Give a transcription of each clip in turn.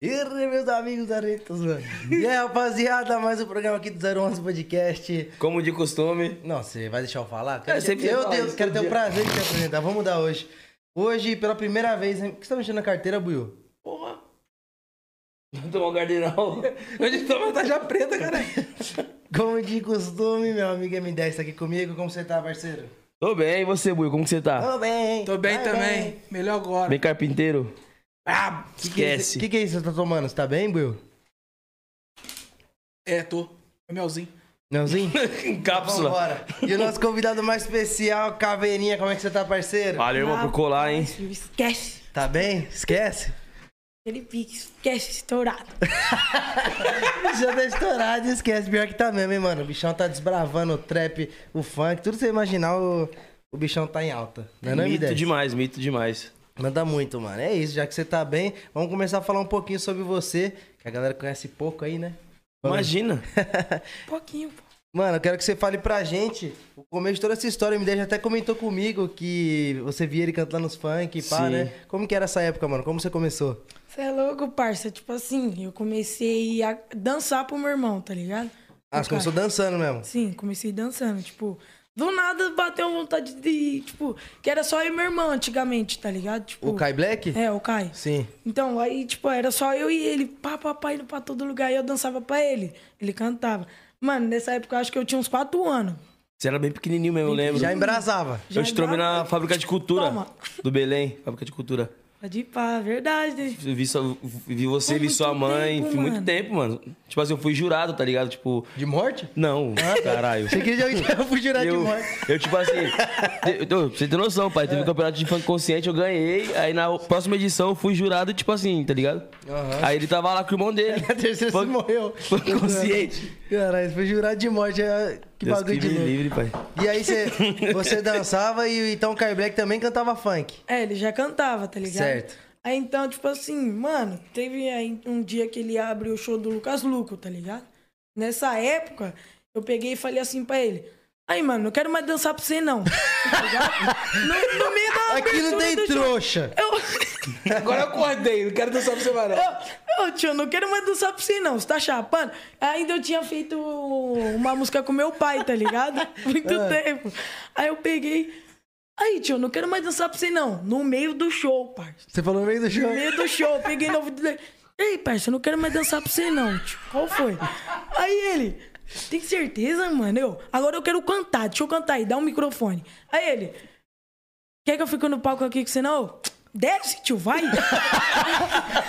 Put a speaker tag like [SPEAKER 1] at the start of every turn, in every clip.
[SPEAKER 1] E meus amigos da rede, tô zoando. E aí, rapaziada, mais um programa aqui do 011 Podcast.
[SPEAKER 2] Como de costume.
[SPEAKER 1] Não, você vai deixar eu falar?
[SPEAKER 2] É,
[SPEAKER 1] Quero-
[SPEAKER 2] sempre você
[SPEAKER 1] eu
[SPEAKER 2] fala
[SPEAKER 1] tenho-
[SPEAKER 2] isso
[SPEAKER 1] quero ter
[SPEAKER 2] todo
[SPEAKER 1] o
[SPEAKER 2] dia.
[SPEAKER 1] prazer de te apresentar. Vamos mudar hoje. Hoje, pela primeira vez... hein? O que você tá mexendo na carteira, Buiu?
[SPEAKER 2] Porra. Não tomou um cardinal. Onde tá? toma uma taja preta, cara.
[SPEAKER 1] Como de costume, meu amigo M10 tá aqui comigo. Como você tá, parceiro?
[SPEAKER 2] Tô bem, e você, Buio? Como que você tá?
[SPEAKER 1] Tô bem.
[SPEAKER 3] Tô bem
[SPEAKER 1] Vai
[SPEAKER 3] também. Melhor agora.
[SPEAKER 2] Bem carpinteiro?
[SPEAKER 3] Ah,
[SPEAKER 1] Que que é isso-
[SPEAKER 2] Esquece.
[SPEAKER 1] Que que é isso que você tá tomando? Você tá bem, Buiu?
[SPEAKER 3] é, tô. É melzinho.
[SPEAKER 1] Nãozinho?
[SPEAKER 2] Em Cápsula.
[SPEAKER 1] é Vambora. E o nosso convidado mais especial, Caveirinha. Como é que você tá, parceiro?
[SPEAKER 2] Valeu, irmão, por colar, hein?
[SPEAKER 4] Nossa, Ah, Esquece.
[SPEAKER 1] Tá bem? Esquece?
[SPEAKER 4] Aquele pique, esquece, estourado.
[SPEAKER 1] Já tá estourado, esquece. Pior que tá mesmo, hein, mano. O bichão tá desbravando o trap, o funk, tudo que você imaginar, o, o bichão tá em alta. Não é não,
[SPEAKER 2] mito
[SPEAKER 1] M10?
[SPEAKER 2] demais, mito demais.
[SPEAKER 1] Manda muito, mano. É isso, já que você tá bem, vamos começar a falar um pouquinho sobre você, que a galera conhece pouco aí, né?
[SPEAKER 2] Imagina.
[SPEAKER 4] Um Pouquinho, pô.
[SPEAKER 1] Mano, eu quero que você fale pra gente o começo de toda essa história. O M10 já até comentou comigo que você via ele cantando os funk e pá,
[SPEAKER 2] Sim.
[SPEAKER 1] né? Como que era essa época, mano? Como você começou?
[SPEAKER 4] Você é louco, parça. Tipo assim, eu comecei a dançar pro meu irmão, tá ligado?
[SPEAKER 1] Ah, você começou dançando mesmo.
[SPEAKER 4] Sim, comecei dançando, tipo... Do nada bateu vontade de, tipo... Que era só eu e meu irmão antigamente, tá ligado? Tipo,
[SPEAKER 1] O Kai Black?
[SPEAKER 4] É, o Kai.
[SPEAKER 1] Sim.
[SPEAKER 4] Então, aí, tipo, era só eu e ele, pá, pá, pá, indo pra todo lugar. E eu dançava pra ele. Ele cantava. Mano, nessa época eu acho que eu tinha uns quatro anos.
[SPEAKER 2] Você era bem pequenininho mesmo, eu lembro.
[SPEAKER 1] Já embrasava.
[SPEAKER 2] Eu te tromei na fábrica de cultura
[SPEAKER 4] Toma.
[SPEAKER 2] do Belém. Fábrica de cultura.
[SPEAKER 4] Pode ir pá, verdade, né?
[SPEAKER 2] Eu Vi, sua- vi você,
[SPEAKER 4] Foi
[SPEAKER 2] vi
[SPEAKER 4] muito
[SPEAKER 2] sua mãe.
[SPEAKER 4] tempo,
[SPEAKER 2] fui muito
[SPEAKER 4] mano.
[SPEAKER 2] tempo, mano. Tipo assim, eu fui jurado, tá ligado? Tipo,
[SPEAKER 1] De morte?
[SPEAKER 2] não, caralho.
[SPEAKER 1] Você queria que eu fui jurar Tá de
[SPEAKER 2] Eu,
[SPEAKER 1] morte.
[SPEAKER 2] eu, tipo assim, eu, eu- pra você ter noção, pai, teve um campeonato de funk consciente, eu ganhei. Aí na próxima edição eu fui jurado, tipo assim, tá ligado?
[SPEAKER 1] Aham.
[SPEAKER 2] Aí ele tava lá com o irmão dele.
[SPEAKER 1] Na terceira você
[SPEAKER 2] Funk-
[SPEAKER 1] morreu.
[SPEAKER 2] Funk consciente.
[SPEAKER 1] Caralho, você foi jurado de morte. é- Que
[SPEAKER 2] Deus
[SPEAKER 1] bagulho
[SPEAKER 2] que
[SPEAKER 1] de
[SPEAKER 2] me
[SPEAKER 1] louco.
[SPEAKER 2] livre, pai.
[SPEAKER 1] E aí você, você dançava e então o Kai Black também cantava funk.
[SPEAKER 4] É, ele já cantava, tá ligado?
[SPEAKER 1] Certo.
[SPEAKER 4] Aí então, tipo assim, mano, teve aí um dia que ele abre o show do Lucas Luco, tá ligado? Nessa época, eu peguei e falei assim pra ele. Aí, mano, não quero mais dançar pra você, não. Tá ligado? no, no meio da
[SPEAKER 1] Aqui não
[SPEAKER 4] abertura
[SPEAKER 1] tem
[SPEAKER 4] do show,
[SPEAKER 1] trouxa.
[SPEAKER 4] Eu,
[SPEAKER 3] Agora eu acordei, não quero dançar pra você mais não.
[SPEAKER 4] eu, eu, tio, não quero mais dançar pra você, não. Você tá chapando? Ainda eu tinha feito uma música com meu pai, tá ligado? Muito tempo. Aí eu peguei. Aí, tio, não quero mais dançar pra você, não. No meio do show, parça.
[SPEAKER 1] Você falou no meio do show.
[SPEAKER 4] No meio do show, peguei no ouvido dele. Ei, parça, eu não quero mais dançar pra você, não. Tio, qual foi? Aí ele, tem certeza, mano? Eu, agora eu quero cantar, deixa eu cantar aí, dá um microfone. Aí ele, quer que eu fique no palco aqui com você, não? Desce, tio, vai.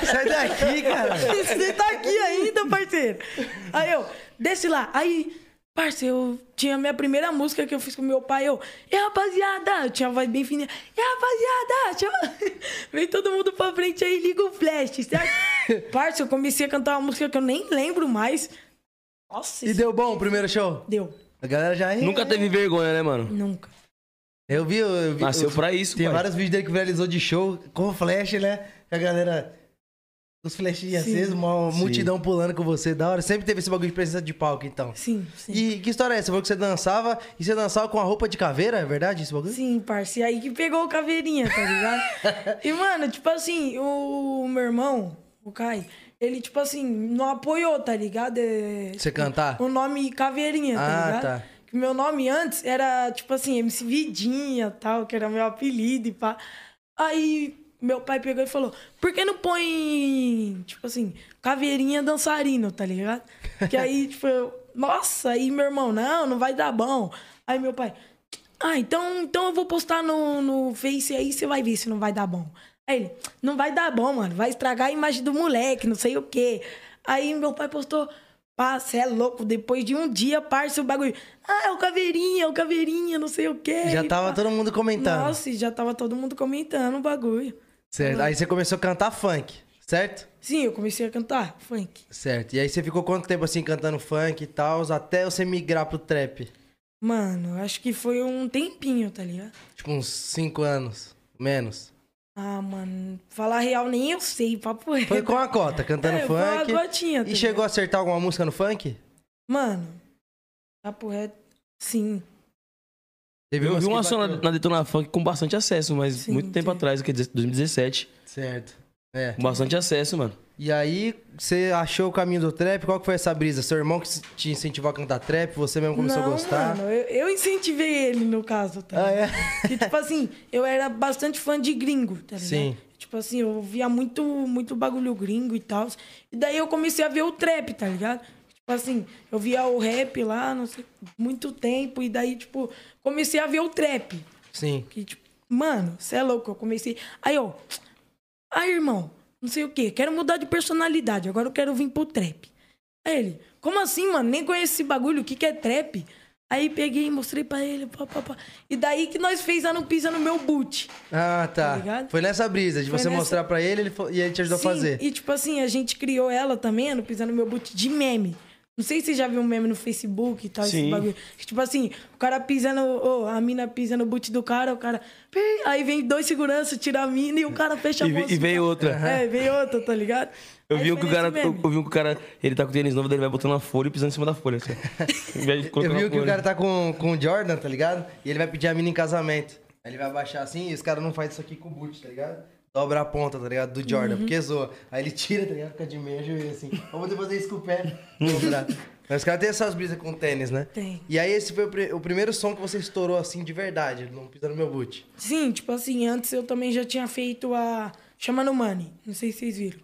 [SPEAKER 1] Sai daqui, cara.
[SPEAKER 4] você tá aqui ainda, parceiro. Aí eu, desce lá. Aí, parceiro, eu tinha a minha primeira música que eu fiz com meu pai. Eu, e aí, rapaziada, eu tinha a voz bem fininha. E aí, rapaziada, chama... vem todo mundo pra frente aí, liga o flash, certo? parceiro, eu comecei a cantar uma música que eu nem lembro mais. Nossa,
[SPEAKER 1] E
[SPEAKER 4] isso
[SPEAKER 1] deu bom o primeiro show?
[SPEAKER 4] deu.
[SPEAKER 1] A galera já.
[SPEAKER 2] Nunca teve vergonha, né, mano?
[SPEAKER 4] Nunca.
[SPEAKER 1] Eu vi, eu vi.
[SPEAKER 2] Nasceu
[SPEAKER 1] eu-
[SPEAKER 2] pra isso,
[SPEAKER 1] Tem
[SPEAKER 2] pai.
[SPEAKER 1] vários vídeos dele que viralizou de show com flash, né? Que a galera. Os flechinhos
[SPEAKER 4] Sim.
[SPEAKER 1] acesos, uma
[SPEAKER 2] Sim.
[SPEAKER 1] multidão pulando com você, da hora. Sempre teve esse bagulho de presença de palco, então.
[SPEAKER 4] Sim, sim.
[SPEAKER 1] E que história é essa? Você falou que você dançava e você dançava com a roupa de caveira, é verdade esse bagulho?
[SPEAKER 4] Sim, parceiro. Aí que pegou o caveirinha, tá ligado? e, mano, tipo assim, o meu irmão, o Kai, ele, tipo assim, não apoiou, tá ligado? É,
[SPEAKER 1] Você cantar?
[SPEAKER 4] O nome caveirinha,
[SPEAKER 1] Ah,
[SPEAKER 4] tá ligado?
[SPEAKER 1] tá.
[SPEAKER 4] Que meu nome antes era, tipo assim, MC Vidinha tal, que era meu apelido e pá. Aí meu pai pegou e falou, por que não põe, tipo assim, caveirinha dançarino, tá ligado? Que aí, tipo, eu, nossa, aí meu irmão, não, não vai dar bom. Aí meu pai, ah, então, então eu vou postar no, no Face aí, você vai ver se não vai dar bom. Aí ele, não vai dar bom, mano, vai estragar a imagem do moleque, não sei o quê. Aí meu pai postou, pá, cê é louco, depois de um dia, parça, o bagulho, ah, é o caveirinha, é o caveirinha, não sei o quê.
[SPEAKER 1] Já
[SPEAKER 4] e
[SPEAKER 1] tava
[SPEAKER 4] pá.
[SPEAKER 1] todo mundo comentando.
[SPEAKER 4] Nossa, e já tava todo mundo comentando o bagulho.
[SPEAKER 1] Certo. Aí você começou a cantar funk, certo?
[SPEAKER 4] Sim, eu comecei a cantar funk.
[SPEAKER 1] Certo. E aí você ficou quanto tempo assim cantando funk e tal, até você migrar pro trap?
[SPEAKER 4] Mano, eu acho que foi um tempinho, tá ligado?
[SPEAKER 1] Tipo, uns 5 anos, menos.
[SPEAKER 4] Ah, mano, falar real nem eu sei, papo reto.
[SPEAKER 1] Foi com a cota, cantando
[SPEAKER 4] É, foi uma
[SPEAKER 1] funk.
[SPEAKER 4] gotinha, tá
[SPEAKER 1] e
[SPEAKER 4] ligado?
[SPEAKER 1] chegou a acertar alguma música no funk?
[SPEAKER 4] Mano, papo reto, sim.
[SPEAKER 1] Teve
[SPEAKER 2] Eu
[SPEAKER 1] umas
[SPEAKER 2] vi
[SPEAKER 1] que
[SPEAKER 2] uma ação na,
[SPEAKER 1] assim, bateu.
[SPEAKER 2] na Detona Funk com bastante acesso, mas
[SPEAKER 4] Sim,
[SPEAKER 2] muito tempo
[SPEAKER 4] tem.
[SPEAKER 2] atrás, quer dizer, 2017.
[SPEAKER 1] Certo. É.
[SPEAKER 2] Com bastante acesso, mano.
[SPEAKER 1] E aí, você achou o caminho do trap? Qual que foi essa brisa? Seu irmão que te incentivou a cantar trap? Você mesmo começou
[SPEAKER 4] não,
[SPEAKER 1] a gostar?
[SPEAKER 4] Mano, eu, eu incentivei ele, no caso, tá
[SPEAKER 1] Ah,
[SPEAKER 4] ligado?
[SPEAKER 1] é?
[SPEAKER 4] Que, tipo assim, eu era bastante fã de gringo, tá ligado?
[SPEAKER 1] Sim.
[SPEAKER 4] Tipo assim, eu via muito, muito bagulho gringo e tal. E daí eu comecei a ver o trap, tá ligado? Tipo assim, eu via o rap lá, não sei, muito tempo. E daí, tipo, comecei a ver o trap.
[SPEAKER 1] Sim.
[SPEAKER 4] Que, tipo, mano, você é louco. Eu comecei. Aí, ó. Aí, irmão, não sei o quê. Quero mudar de personalidade. Agora eu quero vir pro trap. Aí ele, como assim, mano? Nem conheço esse bagulho. O que, que é trap? Aí peguei, mostrei pra ele, pá, pá, pá. E daí que nós fez a não pisa no meu boot.
[SPEAKER 1] Ah, tá.
[SPEAKER 4] ligado?
[SPEAKER 1] foi nessa brisa de
[SPEAKER 4] Foi
[SPEAKER 1] você
[SPEAKER 4] nessa-
[SPEAKER 1] mostrar pra ele, ele fo- e ele te ajudou
[SPEAKER 4] Sim,
[SPEAKER 1] a fazer.
[SPEAKER 4] E tipo assim, a gente criou ela também, a não pisa no meu boot, de meme. Não sei se você já viu um meme no Facebook e tal, esse
[SPEAKER 2] Sim.
[SPEAKER 4] bagulho. Que, Tipo assim, o cara pisa no. ô, a mina pisa no boot do cara, o cara. "Pi", Aí vem dois seguranças, tira a mina e o cara fecha a
[SPEAKER 2] E vem-
[SPEAKER 4] bolsa.
[SPEAKER 2] e vem outra.
[SPEAKER 4] É, vem outra, tá ligado?
[SPEAKER 2] Eu
[SPEAKER 1] É
[SPEAKER 4] Aí
[SPEAKER 2] vi um
[SPEAKER 4] foi
[SPEAKER 2] que o
[SPEAKER 4] nesse
[SPEAKER 2] cara, eu,
[SPEAKER 4] meme.
[SPEAKER 2] eu vi que o cara, ele tá com o tênis novo, daí ele vai botando a folha e pisando em cima da folha. Assim. Em vez de colocar
[SPEAKER 1] Eu
[SPEAKER 2] na
[SPEAKER 1] vi que o
[SPEAKER 2] folha.
[SPEAKER 1] cara tá com, com o Jordan, tá ligado? E ele vai pedir a mina em casamento. Aí ele vai abaixar assim e os caras não fazem isso aqui com o boot, tá ligado? Dobra a ponta, tá ligado? Do
[SPEAKER 4] Uhum.
[SPEAKER 1] Jordan, porque zoa. Aí ele tira, tá ligado? Fica de meia joelho assim. Vamos poder fazer isso com o pé. dobrar. Mas os caras têm essas brisas com tênis, né?
[SPEAKER 4] Tem.
[SPEAKER 1] E aí esse foi o, pri- o primeiro som que você estourou assim de verdade, não pisa no meu boot.
[SPEAKER 4] Sim, tipo assim, antes eu também já tinha feito a. Chama no Money. Não sei se vocês viram.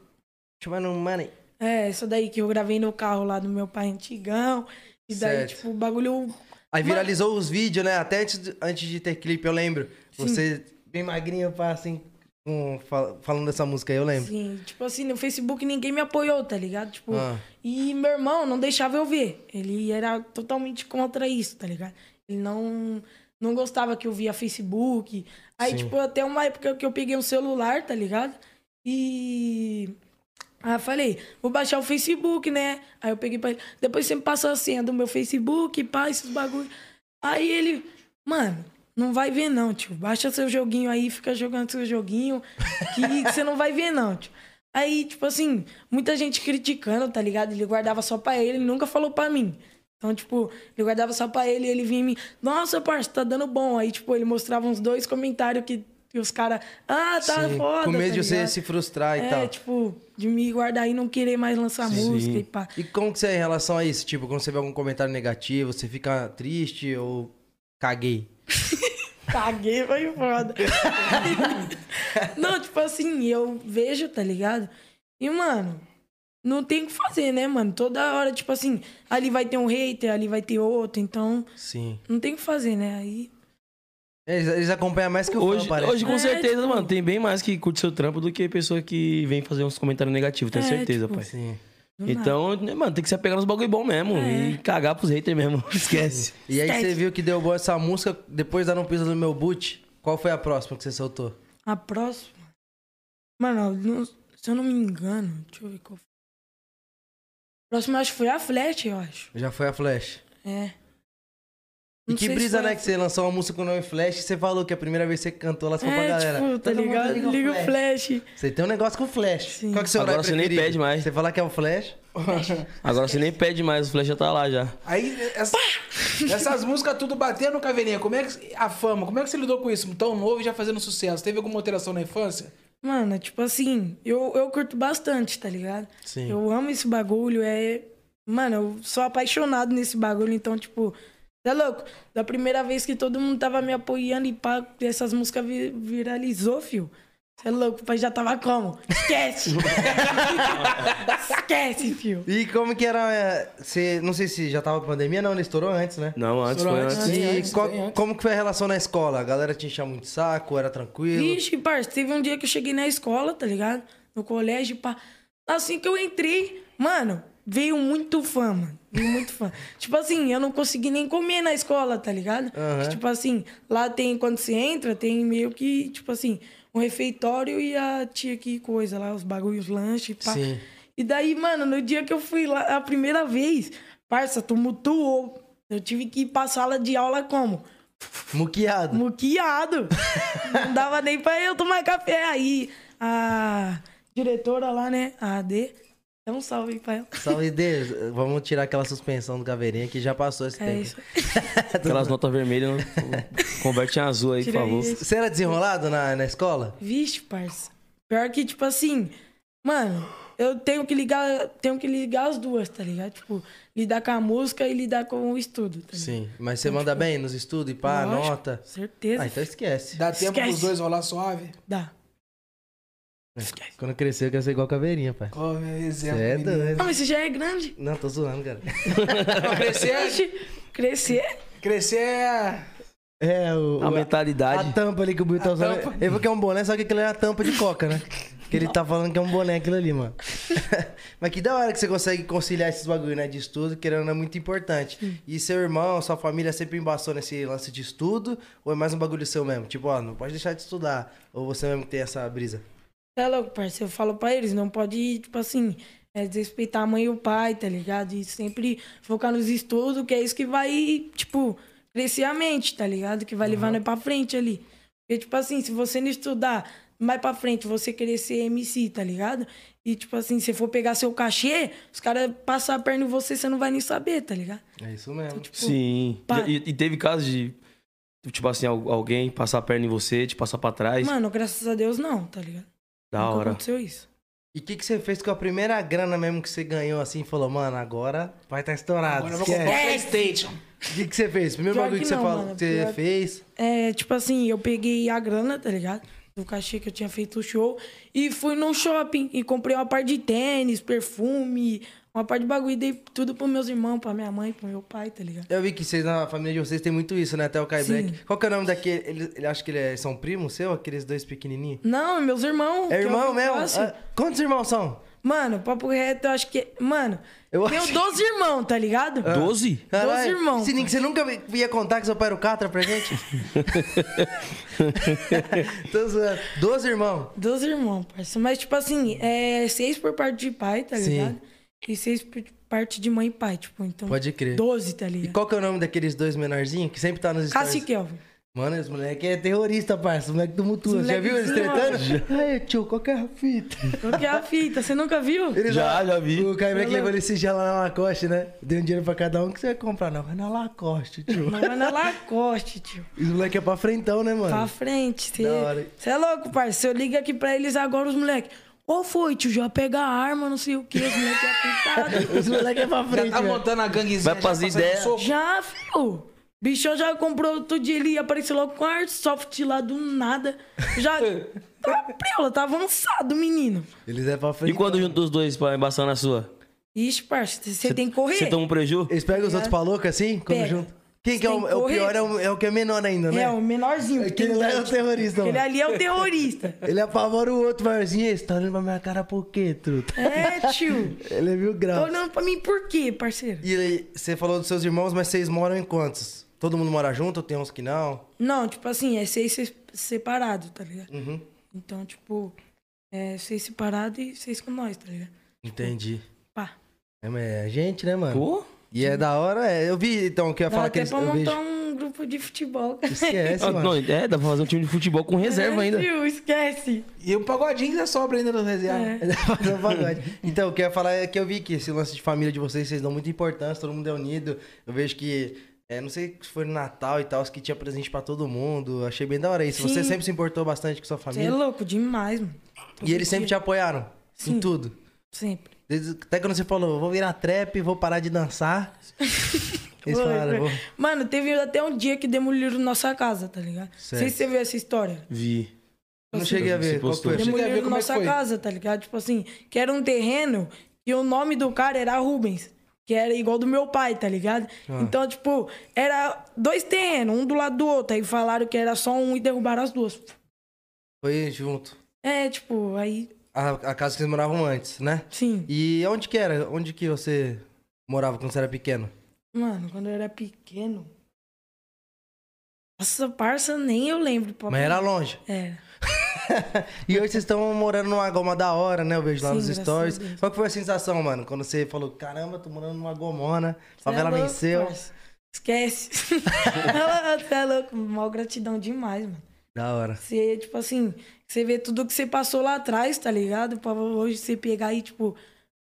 [SPEAKER 1] Chamando money.
[SPEAKER 4] É, essa daí que eu gravei no carro lá do meu pai antigão. E daí,
[SPEAKER 1] Certo.
[SPEAKER 4] tipo, o bagulho
[SPEAKER 1] Aí viralizou os vídeos, né? Até antes, de- antes de ter clipe, eu lembro. Você bem magrinho, pá, assim, com- fal- falando dessa música aí, eu lembro.
[SPEAKER 4] Sim, tipo assim, no Facebook ninguém me apoiou, tá ligado? Tipo,
[SPEAKER 1] Ah.
[SPEAKER 4] e meu irmão não deixava eu ver. Ele era totalmente contra isso, tá ligado? Ele não não gostava que eu via Facebook. Aí, tipo, até uma época que eu peguei um celular, tá ligado? E ah, falei, vou baixar o Facebook, né? Aí eu peguei pra ele. Depois você me passou a senha do meu Facebook, pá, esses bagulho. Aí ele, mano, não vai ver não, tio. Baixa seu joguinho aí, fica jogando seu joguinho, que você não vai ver não, tio. Aí, tipo assim, muita gente criticando, tá ligado? Ele guardava só pra ele, ele nunca falou pra mim. Então, tipo, ele guardava só pra ele, ele vinha em mim, nossa, parça, tá dando bom. Aí, tipo, ele mostrava uns dois comentários que, que os caras, ah, tá
[SPEAKER 1] Sim,
[SPEAKER 4] foda.
[SPEAKER 1] com medo
[SPEAKER 4] tá
[SPEAKER 1] de você
[SPEAKER 4] ligado?
[SPEAKER 1] se frustrar e
[SPEAKER 4] é,
[SPEAKER 1] tal.
[SPEAKER 4] tipo, de me guardar e não querer mais lançar música e pá.
[SPEAKER 1] E como que você é em relação a isso? Tipo, quando você vê algum comentário negativo, você fica triste ou caguei?
[SPEAKER 4] Caguei, foi foda. não, tipo assim, eu vejo, tá ligado? E, mano, não tem o que fazer, né, mano? Toda hora, tipo assim, ali vai ter um hater, ali vai ter outro, então
[SPEAKER 1] Sim.
[SPEAKER 4] não tem o que fazer, né? Aí.
[SPEAKER 1] Eles, eles acompanham mais que o
[SPEAKER 2] Hoje,
[SPEAKER 1] fã, parece.
[SPEAKER 2] hoje, com
[SPEAKER 4] É,
[SPEAKER 2] certeza,
[SPEAKER 4] tipo-
[SPEAKER 2] mano, tem bem mais que curte seu trampo do que pessoa que vem fazer uns comentários negativos, tenho
[SPEAKER 4] É,
[SPEAKER 2] certeza,
[SPEAKER 4] tipo,
[SPEAKER 2] pai.
[SPEAKER 1] Sim.
[SPEAKER 4] não dá.
[SPEAKER 2] Então, né, mano, tem que se apegar nos bagulho bom mesmo
[SPEAKER 4] É.
[SPEAKER 2] e cagar pros haters mesmo. Esquece.
[SPEAKER 1] E aí você
[SPEAKER 4] Esquece.
[SPEAKER 1] viu que deu boa essa música, depois da Não Pisa no Meu Boot, qual foi a próxima que você soltou?
[SPEAKER 4] A próxima. Mano, não- se eu não me engano, deixa eu ver qual foi. A próxima, acho que foi a Flash, eu acho.
[SPEAKER 1] Já foi a Flash.
[SPEAKER 4] É.
[SPEAKER 1] E
[SPEAKER 4] Não
[SPEAKER 1] que
[SPEAKER 4] sei se
[SPEAKER 1] brisa,
[SPEAKER 4] foi
[SPEAKER 1] né,
[SPEAKER 4] a
[SPEAKER 1] que você lançou uma música com o nome Flash e você falou que a primeira vez que você cantou, ela falou pra
[SPEAKER 4] É,
[SPEAKER 1] galera.
[SPEAKER 4] tipo, tá
[SPEAKER 1] "Todo mundo
[SPEAKER 4] ligado? Liga, o flash.
[SPEAKER 1] Você tem um negócio com o Flash.
[SPEAKER 4] Sim.
[SPEAKER 1] Qual que é o seu
[SPEAKER 2] Agora
[SPEAKER 1] horário
[SPEAKER 2] você nem
[SPEAKER 1] preferido?
[SPEAKER 2] pede mais.
[SPEAKER 1] Você fala que é o Flash?
[SPEAKER 2] Agora você nem pede mais, o flash já tá lá já.
[SPEAKER 3] Aí, essa- essas músicas tudo batendo, Caveirinha. Como é que. A fama, como é que você lidou com isso? Tão novo e já fazendo sucesso. Teve alguma alteração na infância?
[SPEAKER 4] Mano, tipo assim, eu, eu curto bastante, tá ligado?
[SPEAKER 1] Sim.
[SPEAKER 4] Eu amo esse bagulho, é. Mano, eu sou apaixonado nesse bagulho, então, tipo, tá louco? Da primeira vez que todo mundo tava me apoiando e pá, essas músicas vi- viralizou, fio. Você é louco, o pai já tava como? Esquece! Esquece, fio.
[SPEAKER 1] E como que era. é, Você, não sei se já tava pandemia, não, ele estourou antes, né?
[SPEAKER 2] Não, antes foi
[SPEAKER 3] Estourou
[SPEAKER 2] antes.
[SPEAKER 3] antes.
[SPEAKER 1] E
[SPEAKER 3] Bem antes,
[SPEAKER 1] qual-
[SPEAKER 3] bem antes.
[SPEAKER 1] como que foi a relação na escola? A galera te enchia muito saco, era tranquilo?
[SPEAKER 4] Vixe, parça, teve um dia que eu cheguei na escola, tá ligado? No colégio, pá. Assim que eu entrei, mano, veio muito fã, mano. Veio muito fã. tipo assim, eu não consegui nem comer na escola, tá ligado?
[SPEAKER 1] Aham.
[SPEAKER 4] Tipo assim, lá tem, quando você entra, tem meio que, tipo assim, um refeitório e a tia que coisa lá, os bagulhos, lanche, pá.
[SPEAKER 1] Sim.
[SPEAKER 4] E daí, mano, no dia que eu fui lá a primeira vez, parça, tumultuou. Eu tive que ir pra sala de aula como?
[SPEAKER 1] Muqueado.
[SPEAKER 4] Muquiado. Não dava nem pra eu tomar café. Aí a diretora lá, né? A AD. Dá um salve aí pra ela.
[SPEAKER 1] Salve Deus. Vamos tirar aquela suspensão do Caveirinha que já passou esse
[SPEAKER 4] É
[SPEAKER 1] tempo.
[SPEAKER 4] isso.
[SPEAKER 2] Aquelas notas vermelhas, converte em azul aí, por
[SPEAKER 4] Tira
[SPEAKER 2] favor.
[SPEAKER 4] isso.
[SPEAKER 1] Você era desenrolado na, na escola?
[SPEAKER 4] Vixe, parça. Pior que, tipo assim, mano, eu tenho que ligar, tenho que ligar as duas, tá ligado? Tipo, lidar com a música e lidar com o estudo. Tá ligado?
[SPEAKER 1] Sim, mas você manda bem nos estudos e pá,
[SPEAKER 4] Lógico,
[SPEAKER 1] nota.
[SPEAKER 4] Certeza.
[SPEAKER 1] Ah, então esquece.
[SPEAKER 3] Dá tempo
[SPEAKER 4] Esquece.
[SPEAKER 3] dos dois rolar suave?
[SPEAKER 4] Dá.
[SPEAKER 1] É. Quando eu crescer, eu quero ser igual a caveirinha, pai.
[SPEAKER 3] Ó, meu exemplo.
[SPEAKER 1] Você é
[SPEAKER 3] menino.
[SPEAKER 1] doido.
[SPEAKER 4] Não, mas você já é grande.
[SPEAKER 1] Não, tô zoando, cara.
[SPEAKER 3] Não, crescer, é,
[SPEAKER 4] Crescer. Crescer.
[SPEAKER 3] crescer é.
[SPEAKER 1] É, o.
[SPEAKER 2] A
[SPEAKER 1] o-
[SPEAKER 2] mentalidade.
[SPEAKER 1] A tampa ali que o Buiu tá usando.
[SPEAKER 3] tampa.
[SPEAKER 1] Ele falou que é um boné, só que aquilo era a tampa de coca, né? Que ele tá falando que é um boné aquilo ali, mano. Mas que da hora que você consegue conciliar esses bagulho, né? De estudo, querendo, ou não, é muito importante. E seu irmão, sua família sempre embaçou nesse lance de estudo? Ou é mais um bagulho seu mesmo? Tipo, ó, não pode deixar de estudar. Ou você mesmo que tem essa brisa?
[SPEAKER 4] Tá louco, parceiro. Eu falo pra eles, não pode, tipo assim, é, desrespeitar a mãe e o pai, tá ligado? E sempre focar nos estudos, que é isso que vai, tipo, crescer a mente, tá ligado? Que vai levar nós pra frente ali. Porque, tipo assim, se você não estudar mais pra frente, você querer ser MC, tá ligado? E, tipo assim, se for pegar seu cachê, os caras passar a perna em você, você não vai nem saber, tá ligado?
[SPEAKER 1] É isso mesmo.
[SPEAKER 4] Tipo,
[SPEAKER 2] Sim.
[SPEAKER 4] pá.
[SPEAKER 2] E, e teve casos de, tipo assim, al- alguém passar a perna em você, te passar pra trás.
[SPEAKER 4] Mano, graças a Deus não, tá ligado?
[SPEAKER 2] É da
[SPEAKER 4] Nunca
[SPEAKER 2] hora.
[SPEAKER 4] aconteceu isso.
[SPEAKER 1] E o que, que você fez com a primeira grana mesmo que você ganhou assim? e Falou, mano, agora vai estar tá estourado.
[SPEAKER 3] Agora eu vou
[SPEAKER 1] esquece."
[SPEAKER 3] comprar um PlayStation.
[SPEAKER 1] O que, que você fez? Primeiro
[SPEAKER 4] Pior
[SPEAKER 1] bagulho que,
[SPEAKER 4] que
[SPEAKER 1] você,
[SPEAKER 4] não,
[SPEAKER 1] falou,
[SPEAKER 4] mano,
[SPEAKER 1] que você
[SPEAKER 4] pior-
[SPEAKER 1] fez.
[SPEAKER 4] É, tipo assim, eu peguei a grana, tá ligado? Do cachê que eu tinha feito o show. E fui num shopping e comprei uma par de tênis, perfume, uma par de bagulho. E dei tudo pros meus irmãos, pra minha mãe, pro meu pai, tá ligado?
[SPEAKER 1] Eu vi que vocês, na família de vocês, tem muito isso, né? Até o Kai
[SPEAKER 4] Sim.
[SPEAKER 1] Black. Qual que é o nome daquele? Ele, ele acha que ele é, são primos seu, aqueles dois pequenininhos?
[SPEAKER 4] Não, meus irmãos.
[SPEAKER 1] É
[SPEAKER 4] que eu
[SPEAKER 1] irmão
[SPEAKER 4] não
[SPEAKER 1] mesmo?
[SPEAKER 4] faço.
[SPEAKER 1] Ah, quantos irmãos são?
[SPEAKER 4] Mano, papo reto, eu acho que. Mano,
[SPEAKER 1] Eu
[SPEAKER 4] eu
[SPEAKER 1] acho- Ah.
[SPEAKER 4] tenho 12 irmãos, tá ligado?
[SPEAKER 2] 12?
[SPEAKER 1] Caralho.
[SPEAKER 4] irmãos,
[SPEAKER 1] Se,
[SPEAKER 4] pô.
[SPEAKER 1] você nunca ia contar que seu pai era o Catra pra gente? Tô zoando. Doze irmãos.
[SPEAKER 4] 12 irmãos, parceiro. Mas, tipo assim, é seis por parte de pai, tá
[SPEAKER 1] Sim.
[SPEAKER 4] ligado? E seis por parte de mãe e pai, tipo, então.
[SPEAKER 1] Pode crer.
[SPEAKER 4] 12, tá
[SPEAKER 1] E
[SPEAKER 4] ligado?
[SPEAKER 1] qual que é o nome daqueles dois menorzinhos que sempre tá nos stories?
[SPEAKER 4] Cassi Kelvin.
[SPEAKER 1] Mano, esse moleque é terrorista, parça. Os moleque tumultua.
[SPEAKER 4] Os
[SPEAKER 1] Já viu eles tretando?
[SPEAKER 4] molequezinhos,
[SPEAKER 1] Ai, tio, qual que é a fita?
[SPEAKER 4] Qual que é a fita? Você nunca viu?
[SPEAKER 1] Ele
[SPEAKER 2] Já,
[SPEAKER 1] lá-
[SPEAKER 2] já vi.
[SPEAKER 1] O Kai Black levou ele esse gel lá na Lacoste, né? Deu um dinheiro pra cada um que você vai comprar. Não, vai na Lacoste, tio.
[SPEAKER 4] Não vai na Lacoste, tio.
[SPEAKER 1] Os moleque é pra frentão, né, mano?
[SPEAKER 4] Pra frente.
[SPEAKER 1] Da hora.
[SPEAKER 4] Você é louco, parceiro. Eu ligo aqui pra eles agora, os moleques. Qual foi, tio? Já pega a arma, não sei o quê. Os moleques é
[SPEAKER 1] Os moleque é pra frente,
[SPEAKER 3] Já tá
[SPEAKER 1] velho.
[SPEAKER 3] montando a ganguezinha.
[SPEAKER 2] Vai
[SPEAKER 3] já
[SPEAKER 2] fazer
[SPEAKER 3] passando
[SPEAKER 2] ideia.
[SPEAKER 4] pintado.
[SPEAKER 3] soco.
[SPEAKER 4] Já, filho. Bichão já comprou outro dia, ele apareceu logo com a Airsoft lá do nada. Já. tá, prela, tá avançado, menino.
[SPEAKER 1] Eles é pra
[SPEAKER 2] E
[SPEAKER 1] frente.
[SPEAKER 2] quando junta os dois pra embaçar na sua?
[SPEAKER 4] Ixi, parceiro, você tem que correr.
[SPEAKER 2] Você toma um preju?
[SPEAKER 1] Eles pegam os outros pra louca, assim? Quando
[SPEAKER 4] Pega.
[SPEAKER 1] junto. Quem que é
[SPEAKER 4] Tem
[SPEAKER 1] o,
[SPEAKER 4] que
[SPEAKER 1] é o
[SPEAKER 4] correr.
[SPEAKER 1] pior? É o, é o que é menor ainda, né?
[SPEAKER 4] É, o menorzinho. que
[SPEAKER 1] Aquele
[SPEAKER 4] tem
[SPEAKER 1] lá é o
[SPEAKER 4] idade.
[SPEAKER 1] terrorista,
[SPEAKER 4] Aquele
[SPEAKER 1] mano.
[SPEAKER 4] ali é o terrorista.
[SPEAKER 1] Ele apavora o outro, maiorzinho. Esse tá olhando pra minha cara por quê, truta?
[SPEAKER 4] É, tio.
[SPEAKER 1] Ele é mil
[SPEAKER 4] Tá
[SPEAKER 1] graus.
[SPEAKER 4] olhando pra mim por quê, parceiro?
[SPEAKER 1] E aí, você falou dos seus irmãos, mas vocês moram em quantos? Todo mundo mora junto? Tem uns que não?
[SPEAKER 4] Não, tipo assim, é seis se- separado, tá ligado?
[SPEAKER 1] Uhum.
[SPEAKER 4] Então, tipo, é seis separado e seis com nós, tá ligado?
[SPEAKER 1] Entendi.
[SPEAKER 4] Pá.
[SPEAKER 1] É, mas é a gente, né, mano?
[SPEAKER 2] Pô?
[SPEAKER 1] E é da hora, é. Eu vi, então, que eu ia
[SPEAKER 4] Dá
[SPEAKER 1] falar que
[SPEAKER 4] até
[SPEAKER 1] eles.
[SPEAKER 4] pra
[SPEAKER 1] Eu
[SPEAKER 4] montar
[SPEAKER 1] vejo.
[SPEAKER 4] um grupo de futebol. cara.
[SPEAKER 1] Esquece,
[SPEAKER 2] Ah,
[SPEAKER 1] mano.
[SPEAKER 2] não, é, dá pra fazer um time de futebol com reserva
[SPEAKER 4] É,
[SPEAKER 2] ainda.
[SPEAKER 4] Tio, esquece.
[SPEAKER 3] E um pagodinho já sobra ainda nas reservas.
[SPEAKER 4] É.
[SPEAKER 1] Fazer um pagode. Então, o que eu ia falar é que eu vi que esse lance de família de vocês, vocês dão muita importância, todo mundo é unido. Eu vejo que. é, não sei se foi no Natal e tal, os que tinha presente pra todo mundo. Achei bem da hora isso. Você
[SPEAKER 4] Sim.
[SPEAKER 1] sempre se importou bastante com sua
[SPEAKER 4] Você é
[SPEAKER 1] família.
[SPEAKER 4] louco demais, mano.
[SPEAKER 1] E eles sempre te apoiaram em
[SPEAKER 4] Sim.
[SPEAKER 1] tudo.
[SPEAKER 4] Sempre.
[SPEAKER 1] Desde- até quando você falou, vou virar trap, vou parar de dançar. Eles
[SPEAKER 4] Foi,
[SPEAKER 1] falaram,
[SPEAKER 4] foi.
[SPEAKER 1] vou.
[SPEAKER 4] Mano, teve até um dia que demoliram nossa casa, tá ligado? Não sei
[SPEAKER 1] Certo.
[SPEAKER 4] se você viu essa história.
[SPEAKER 2] Vi.
[SPEAKER 1] Não cheguei a
[SPEAKER 2] Você
[SPEAKER 1] ver. Qual
[SPEAKER 2] postou.
[SPEAKER 1] foi?
[SPEAKER 3] cheguei a ver
[SPEAKER 4] Demoliram
[SPEAKER 3] como é que
[SPEAKER 4] nossa
[SPEAKER 3] foi.
[SPEAKER 4] casa, tá ligado? Tipo assim, que era um terreno e o nome do cara era Rubens. Que era igual do meu pai, tá ligado?
[SPEAKER 3] Ah.
[SPEAKER 4] Então, tipo, era dois terrenos, um do lado do outro. Aí falaram que era só um e derrubaram as duas.
[SPEAKER 1] Foi junto.
[SPEAKER 4] É, tipo, aí,
[SPEAKER 1] A, a casa que vocês moravam antes, né?
[SPEAKER 4] sim.
[SPEAKER 1] E onde que era? Onde que você morava quando você era pequeno?
[SPEAKER 4] Mano, quando eu era pequeno. Nossa, parça, nem eu lembro. É. papai.
[SPEAKER 1] Mas era longe.
[SPEAKER 4] Era.
[SPEAKER 1] E hoje vocês estão morando numa goma da hora, né? Eu vejo lá
[SPEAKER 4] Sim,
[SPEAKER 1] nos
[SPEAKER 4] graças
[SPEAKER 1] stories.
[SPEAKER 4] a Deus.
[SPEAKER 1] Qual que foi a sensação, mano? Quando você falou, caramba, tô morando numa gomona, a
[SPEAKER 4] Cê é
[SPEAKER 1] favela
[SPEAKER 4] louco,
[SPEAKER 1] venceu.
[SPEAKER 4] parça. Esquece. Você é louco. Mó gratidão demais, mano.
[SPEAKER 1] Da hora.
[SPEAKER 4] Você, tipo assim, você vê tudo que você passou lá atrás, tá ligado? Pra hoje você pegar e, tipo,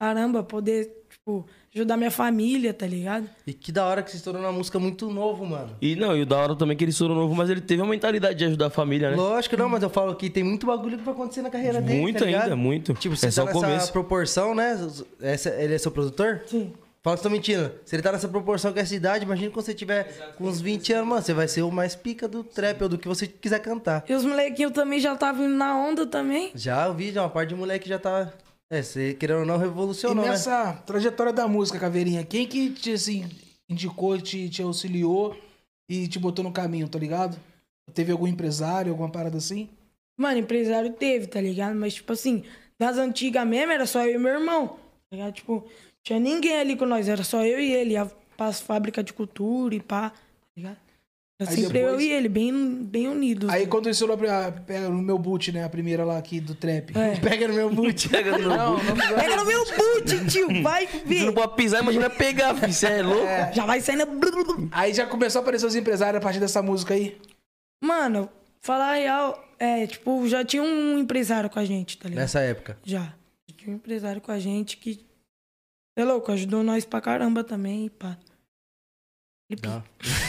[SPEAKER 4] Caramba, poder, tipo, ajudar minha família, tá ligado?
[SPEAKER 1] E que da hora que você estourou na música muito novo, mano.
[SPEAKER 2] E não, e o da hora também é que ele estourou novo, mas ele teve a mentalidade de ajudar a família, né?
[SPEAKER 1] Lógico, não, mas eu falo que tem muito bagulho que vai acontecer na carreira dele.
[SPEAKER 2] Muito
[SPEAKER 1] tá
[SPEAKER 2] ainda,
[SPEAKER 1] ligado?
[SPEAKER 2] muito.
[SPEAKER 1] Tipo,
[SPEAKER 2] É
[SPEAKER 1] você
[SPEAKER 2] só
[SPEAKER 1] tá
[SPEAKER 2] o
[SPEAKER 1] nessa
[SPEAKER 2] começo.
[SPEAKER 1] proporção, né? Essa- ele é seu produtor?
[SPEAKER 4] Sim.
[SPEAKER 1] Fala que eu tô mentindo. Se ele tá nessa proporção com essa idade, imagina quando você tiver com uns 20 anos, mano. Você vai ser o mais pica do trap ou do que você quiser cantar.
[SPEAKER 4] E os molequinhos também já estavam indo na onda também.
[SPEAKER 1] Já ouvi, já uma parte de moleque já tá. É, você querendo ou não,
[SPEAKER 3] E
[SPEAKER 1] revolucionou, né?
[SPEAKER 3] nessa trajetória da música, Caveirinha, quem que te assim, indicou, te, te auxiliou e te botou no caminho, tá ligado? Teve algum empresário, alguma parada assim?
[SPEAKER 4] Mano, empresário teve, tá ligado? Mas, tipo assim, nas antigas mesmo era só eu e meu irmão. Tá ligado? Tipo, tinha ninguém ali com nós, era só eu e ele. Ia pras fábrica de cultura e pá, tá ligado? Era
[SPEAKER 3] Aí
[SPEAKER 4] sempre eu
[SPEAKER 3] depois-
[SPEAKER 4] e ele, bem, bem unidos.
[SPEAKER 3] Aí quando eu estourou a, a- no meu boot, né? A primeira lá aqui do trap.
[SPEAKER 4] É.
[SPEAKER 1] Pega no meu boot.
[SPEAKER 2] Pega no
[SPEAKER 3] Não, não precisava.
[SPEAKER 4] Pega no meu boot, tio, vai
[SPEAKER 2] Você
[SPEAKER 4] ver.
[SPEAKER 2] não pode pisar, imagina pegar, filho. Você é louco?
[SPEAKER 4] Já vai saindo. blu, blu, blu.
[SPEAKER 3] Aí já começou a aparecer os empresários a partir dessa música aí.
[SPEAKER 4] Mano, falar a real, é, tipo, já tinha um empresário com a gente, tá ligado?
[SPEAKER 1] Nessa época.
[SPEAKER 4] Já. Já Tinha um empresário com a gente que. É louco, ajudou nós pra caramba também, pá. Ele pica.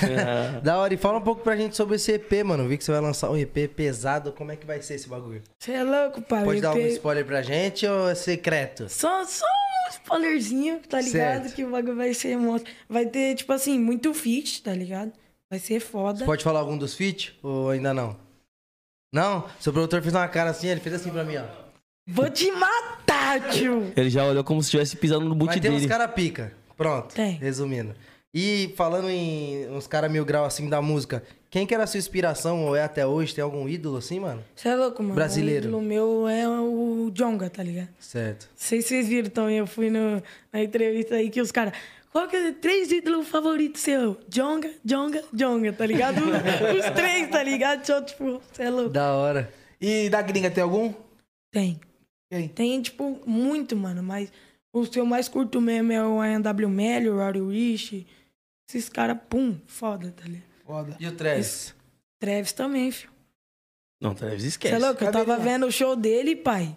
[SPEAKER 4] É.
[SPEAKER 2] Ah.
[SPEAKER 1] Da hora, e fala um pouco pra gente sobre esse EP, mano. Vi que você vai lançar um EP pesado. Como é que vai ser esse bagulho?
[SPEAKER 4] Você é louco, pai.
[SPEAKER 1] Pode dar algum
[SPEAKER 4] EP.
[SPEAKER 1] spoiler pra gente ou é secreto?
[SPEAKER 4] Só, só um spoilerzinho, tá ligado?
[SPEAKER 1] Certo.
[SPEAKER 4] Que o bagulho vai ser monstro. Vai ter, tipo assim, muito fit, tá ligado? Vai ser foda.
[SPEAKER 1] Você pode falar algum dos feat ou ainda não? Não? Seu produtor fez uma cara assim, ele fez assim pra mim, ó.
[SPEAKER 4] Vou te matar, tio!
[SPEAKER 2] Ele já olhou como se estivesse pisando no boot
[SPEAKER 1] Mas tem uns
[SPEAKER 2] dele.
[SPEAKER 1] cara pica. Pronto.
[SPEAKER 4] Tem.
[SPEAKER 1] Resumindo. E falando em uns cara mil grau assim da música, quem que era a sua inspiração ou é até hoje? Tem algum ídolo assim, mano?
[SPEAKER 4] Você é louco, mano.
[SPEAKER 1] Brasileiro.
[SPEAKER 4] O ídolo meu é o Jonga, tá ligado?
[SPEAKER 1] Certo.
[SPEAKER 4] Não sei se vocês viram também, eu fui no, na entrevista aí que os caras. Qual que é o três ídolos favoritos seu? Jonga, Jonga, Jonga, tá ligado? os três, tá ligado? Tio, tipo, você é louco.
[SPEAKER 1] Da hora.
[SPEAKER 3] E da gringa tem algum?
[SPEAKER 4] Tem.
[SPEAKER 3] Quem?
[SPEAKER 4] Tem, tipo, muito, mano, mas o seu mais curto mesmo é o ANW Melly, o Rory Wish. Esses caras, pum, foda, tá ligado?
[SPEAKER 3] Foda.
[SPEAKER 1] E o Travis?
[SPEAKER 4] Treves também, filho.
[SPEAKER 2] Não, Travis,
[SPEAKER 4] Você é
[SPEAKER 2] esquece.
[SPEAKER 4] louco? Eu tava
[SPEAKER 3] Cadê ele?
[SPEAKER 4] vendo o show dele, pai.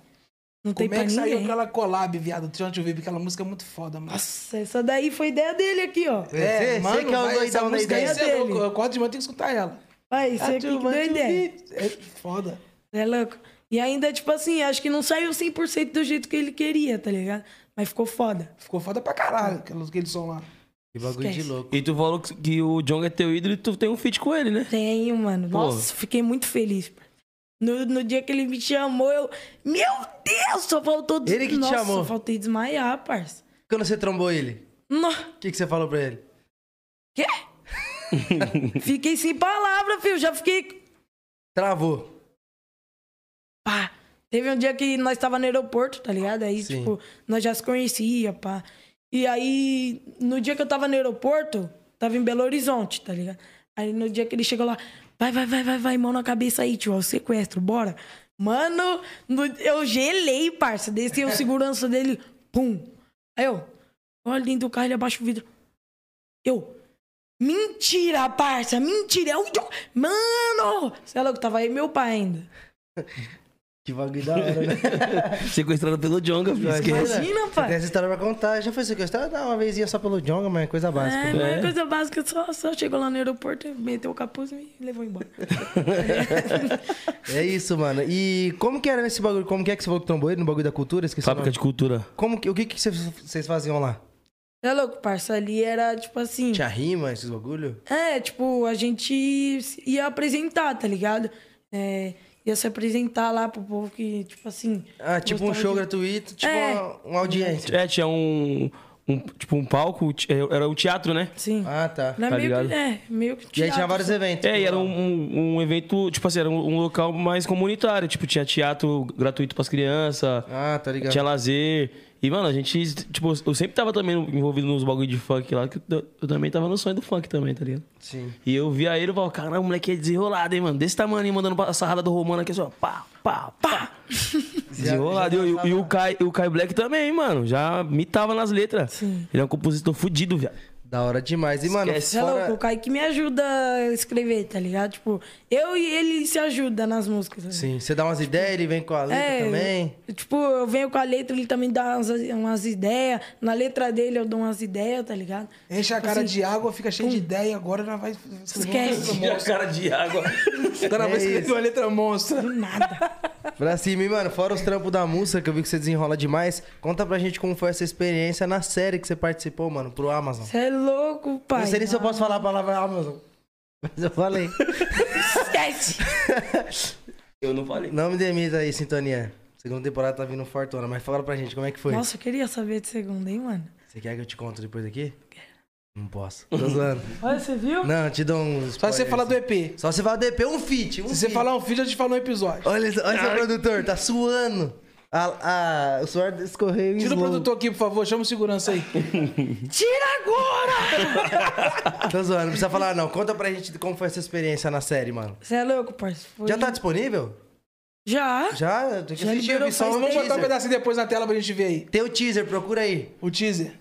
[SPEAKER 4] Não tem
[SPEAKER 3] Como é
[SPEAKER 4] pra
[SPEAKER 3] que saiu
[SPEAKER 4] ninguém.
[SPEAKER 3] aquela collab, viado? John to Vibe, aquela música é muito foda, mano.
[SPEAKER 4] Nossa, essa daí foi ideia dele aqui, ó.
[SPEAKER 1] Você- você que é o
[SPEAKER 3] vai, essa
[SPEAKER 1] doidão da
[SPEAKER 3] música aí,
[SPEAKER 1] ideia.
[SPEAKER 3] você é
[SPEAKER 4] dele.
[SPEAKER 3] louco. Eu acordo de manhã, eu tenho que escutar ela.
[SPEAKER 4] Pai, você aqui que deu ideia.
[SPEAKER 3] É foda.
[SPEAKER 4] É louco. E ainda, tipo assim, acho que não saiu 100% do jeito que ele queria, tá ligado? Mas ficou foda.
[SPEAKER 3] Ficou foda pra caralho aqueles- aquele som lá.
[SPEAKER 1] Que bagulho de
[SPEAKER 4] Esquece.
[SPEAKER 1] louco.
[SPEAKER 2] E tu falou que- que o Jong é teu ídolo e tu tem um feat com ele, né?
[SPEAKER 4] Tenho, mano.
[SPEAKER 2] Pô.
[SPEAKER 4] Nossa, fiquei muito feliz. No, no dia que ele me chamou, eu. Meu Deus, só faltou. des-
[SPEAKER 1] Ele que te
[SPEAKER 4] Nossa,
[SPEAKER 1] chamou.
[SPEAKER 4] Só faltei desmaiar, parça.
[SPEAKER 1] Quando você trombou ele,
[SPEAKER 4] No...
[SPEAKER 1] o que, que você falou pra ele?
[SPEAKER 4] Quê? fiquei sem palavra, filho. Já fiquei.
[SPEAKER 1] Travou.
[SPEAKER 4] Pá. Teve um dia que nós tava no aeroporto, tá ligado? Aí,
[SPEAKER 1] Sim.
[SPEAKER 4] tipo, nós já se conhecia, pá. E aí, no dia que eu tava no aeroporto, tava em Belo Horizonte, tá ligado? Aí no dia que ele chegou lá, vai, vai, vai, vai, vai, mão na cabeça aí, tio, é o sequestro, bora. Mano, no- eu gelei, parça. Desci o segurança dele, pum. Aí eu, olha dentro do carro, ele abaixa o vidro. Eu, mentira, parça, mentira. É o John. Mano! Você é louco, tava aí meu pai ainda.
[SPEAKER 1] Que bagulho da hora, né?
[SPEAKER 2] Sequestrado pelo Jonga, filho. Esquece.
[SPEAKER 4] Imagina,
[SPEAKER 1] Você
[SPEAKER 4] pai.
[SPEAKER 1] tem essa história pra contar. Já foi sequestrado? Dá uma vezinha só pelo Jonga, mas é coisa
[SPEAKER 4] É,
[SPEAKER 1] básica.
[SPEAKER 4] mas é coisa básica, só, só chegou lá no aeroporto, meteu o capuz e me levou embora.
[SPEAKER 1] É. isso, mano. E como que era nesse bagulho? Como que é que você falou que trombou ele no bagulho da cultura? Esqueci o
[SPEAKER 2] Fábrica
[SPEAKER 1] nome.
[SPEAKER 2] de cultura.
[SPEAKER 1] Como que, o que que vocês vocês faziam lá?
[SPEAKER 4] é louco, parça, ali era tipo assim...
[SPEAKER 1] Tinha rima, esses bagulho?
[SPEAKER 4] É, tipo, a gente se- ia apresentar, tá ligado? É, ia se apresentar lá pro povo que, tipo assim...
[SPEAKER 1] Ah, tipo um
[SPEAKER 4] gostava
[SPEAKER 1] show
[SPEAKER 4] de-
[SPEAKER 1] gratuito, tipo
[SPEAKER 4] É.
[SPEAKER 1] uma, uma audiência.
[SPEAKER 2] É, tinha um. um- tipo, um palco. ti- é, Era o teatro, né?
[SPEAKER 4] Sim.
[SPEAKER 1] Ah, tá.
[SPEAKER 4] Era
[SPEAKER 2] tá
[SPEAKER 4] meio que-
[SPEAKER 2] ligado?
[SPEAKER 4] é, meio que
[SPEAKER 1] E aí tinha
[SPEAKER 4] teatro,
[SPEAKER 1] vários
[SPEAKER 4] assim.
[SPEAKER 1] eventos.
[SPEAKER 2] É, e era um, um- um evento, tipo assim, era um, um local mais comunitário. Tipo, tinha teatro gratuito pras crianças,
[SPEAKER 1] Ah, tá ligado.
[SPEAKER 2] tinha lazer. E, mano, a gente, tipo, eu sempre tava também envolvido nos bagulho de funk lá, que eu, eu também tava no sonho do funk também, tá ligado?
[SPEAKER 1] Sim.
[SPEAKER 2] E eu via ele e falava, caramba, o moleque é desenrolado, hein, mano? Desse tamanho, mandando a sarrada do Romano aqui, assim, ó, pá, pá, pá. Desenrolado. E, o- e o Kai, e o Kai Black também, mano, já mitava nas letras. Ele é um compositor fudido, viado.
[SPEAKER 1] Da hora demais. E, mano,
[SPEAKER 2] Esquece.
[SPEAKER 4] Você é louco, o
[SPEAKER 1] fora...
[SPEAKER 4] Kaique me ajuda a escrever, tá ligado? Tipo, eu e ele se ajuda nas músicas. tá ligado?
[SPEAKER 1] Sim, você dá umas ideias, ele vem com a letra
[SPEAKER 4] É,
[SPEAKER 1] também.
[SPEAKER 4] eu- Tipo, eu venho com a letra, ele também dá umas, umas ideias. Na letra dele eu dou umas ideias, tá ligado?
[SPEAKER 3] Enche a
[SPEAKER 4] Tipo
[SPEAKER 3] cara
[SPEAKER 4] assim,
[SPEAKER 3] de água, fica cheio de ideia e agora ela vai escrever uma
[SPEAKER 4] Esquece.
[SPEAKER 3] letra
[SPEAKER 2] Tira a
[SPEAKER 3] monstra.
[SPEAKER 2] cara de água.
[SPEAKER 3] Agora ela vai
[SPEAKER 1] É
[SPEAKER 3] escrever
[SPEAKER 1] isso.
[SPEAKER 3] uma letra monstra.
[SPEAKER 4] Do nada.
[SPEAKER 1] Pra cima, e, mano, fora os trampos da música, que eu vi que você desenrola demais, conta pra gente como foi essa experiência na série que você participou, mano, pro Amazon.
[SPEAKER 4] Você é louco, pai.
[SPEAKER 1] Não sei nem se eu posso falar a palavra Amazon, mas eu falei.
[SPEAKER 4] Esquece.
[SPEAKER 2] Eu não falei.
[SPEAKER 1] Não me demita aí, Sintonia. Segunda temporada tá vindo fortuna, mas fala pra gente como é que foi.
[SPEAKER 4] Nossa, eu queria saber de segunda, hein, mano?
[SPEAKER 1] Você quer que eu te conte depois aqui? Não posso. Tô zoando.
[SPEAKER 4] Olha, você viu?
[SPEAKER 1] Não, eu te dou um.
[SPEAKER 3] Só você
[SPEAKER 1] spoiler,
[SPEAKER 3] falar do
[SPEAKER 1] assim.
[SPEAKER 3] EP.
[SPEAKER 1] Só você falar do EP, um feat. Um
[SPEAKER 3] Se você
[SPEAKER 1] feat.
[SPEAKER 3] falar um filho, eu te falo um episódio.
[SPEAKER 1] Olha, esse- olha seu produtor, tá suando. A, a- o suor escorreu em
[SPEAKER 3] Tira o
[SPEAKER 1] slow.
[SPEAKER 3] produtor aqui, por favor. Chama o segurança aí.
[SPEAKER 4] Tira agora!
[SPEAKER 1] Tô zoando, não precisa falar não. Conta pra gente como foi essa experiência na série, mano.
[SPEAKER 4] Você é louco, parceiro. Foi-
[SPEAKER 1] Já tá disponível?
[SPEAKER 4] Já?
[SPEAKER 1] Já? Eu tenho que
[SPEAKER 4] Já
[SPEAKER 1] assistir, eu
[SPEAKER 4] liberou
[SPEAKER 1] vi só
[SPEAKER 4] faz
[SPEAKER 1] um
[SPEAKER 4] tempo.
[SPEAKER 3] Vamos botar um
[SPEAKER 1] teaser.
[SPEAKER 3] pedacinho depois na tela pra gente ver aí.
[SPEAKER 1] Tem o teaser, procura aí.
[SPEAKER 3] O teaser.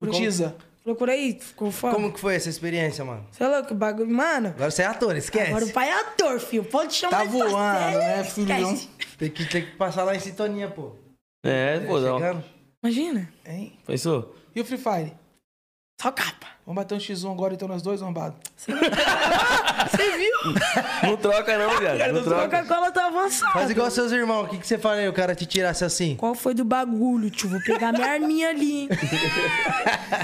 [SPEAKER 3] O
[SPEAKER 1] Como-
[SPEAKER 3] teaser.
[SPEAKER 4] Procura aí, ficou foda.
[SPEAKER 1] Como que foi essa experiência, mano?
[SPEAKER 4] Você é louco, bagulho. Mano,
[SPEAKER 1] Agora você é ator, esquece.
[SPEAKER 4] agora o pai é ator, filho. Pode
[SPEAKER 3] Tá
[SPEAKER 4] chamar ele pra
[SPEAKER 3] voando,
[SPEAKER 4] série,
[SPEAKER 3] né,
[SPEAKER 4] esquece.
[SPEAKER 3] filhão?
[SPEAKER 1] Tem, que, tem que passar lá em sintonia, pô.
[SPEAKER 2] É, pô, não.
[SPEAKER 1] Tá Chegando.
[SPEAKER 4] Imagina.
[SPEAKER 3] Hein?
[SPEAKER 2] Pensou?
[SPEAKER 3] E o Free Fire?
[SPEAKER 4] Só capa.
[SPEAKER 3] Vamos bater um X1 agora, então, nós dois, arrombado.
[SPEAKER 4] Você viu?
[SPEAKER 2] Não troca, não, Ah, cara. Não troca.
[SPEAKER 4] Coca-Cola tá avançada.
[SPEAKER 1] Faz igual seus irmãos, o que, que você faria o cara te tirasse assim?
[SPEAKER 4] Qual foi do bagulho, tio? Vou pegar minha arminha ali, hein?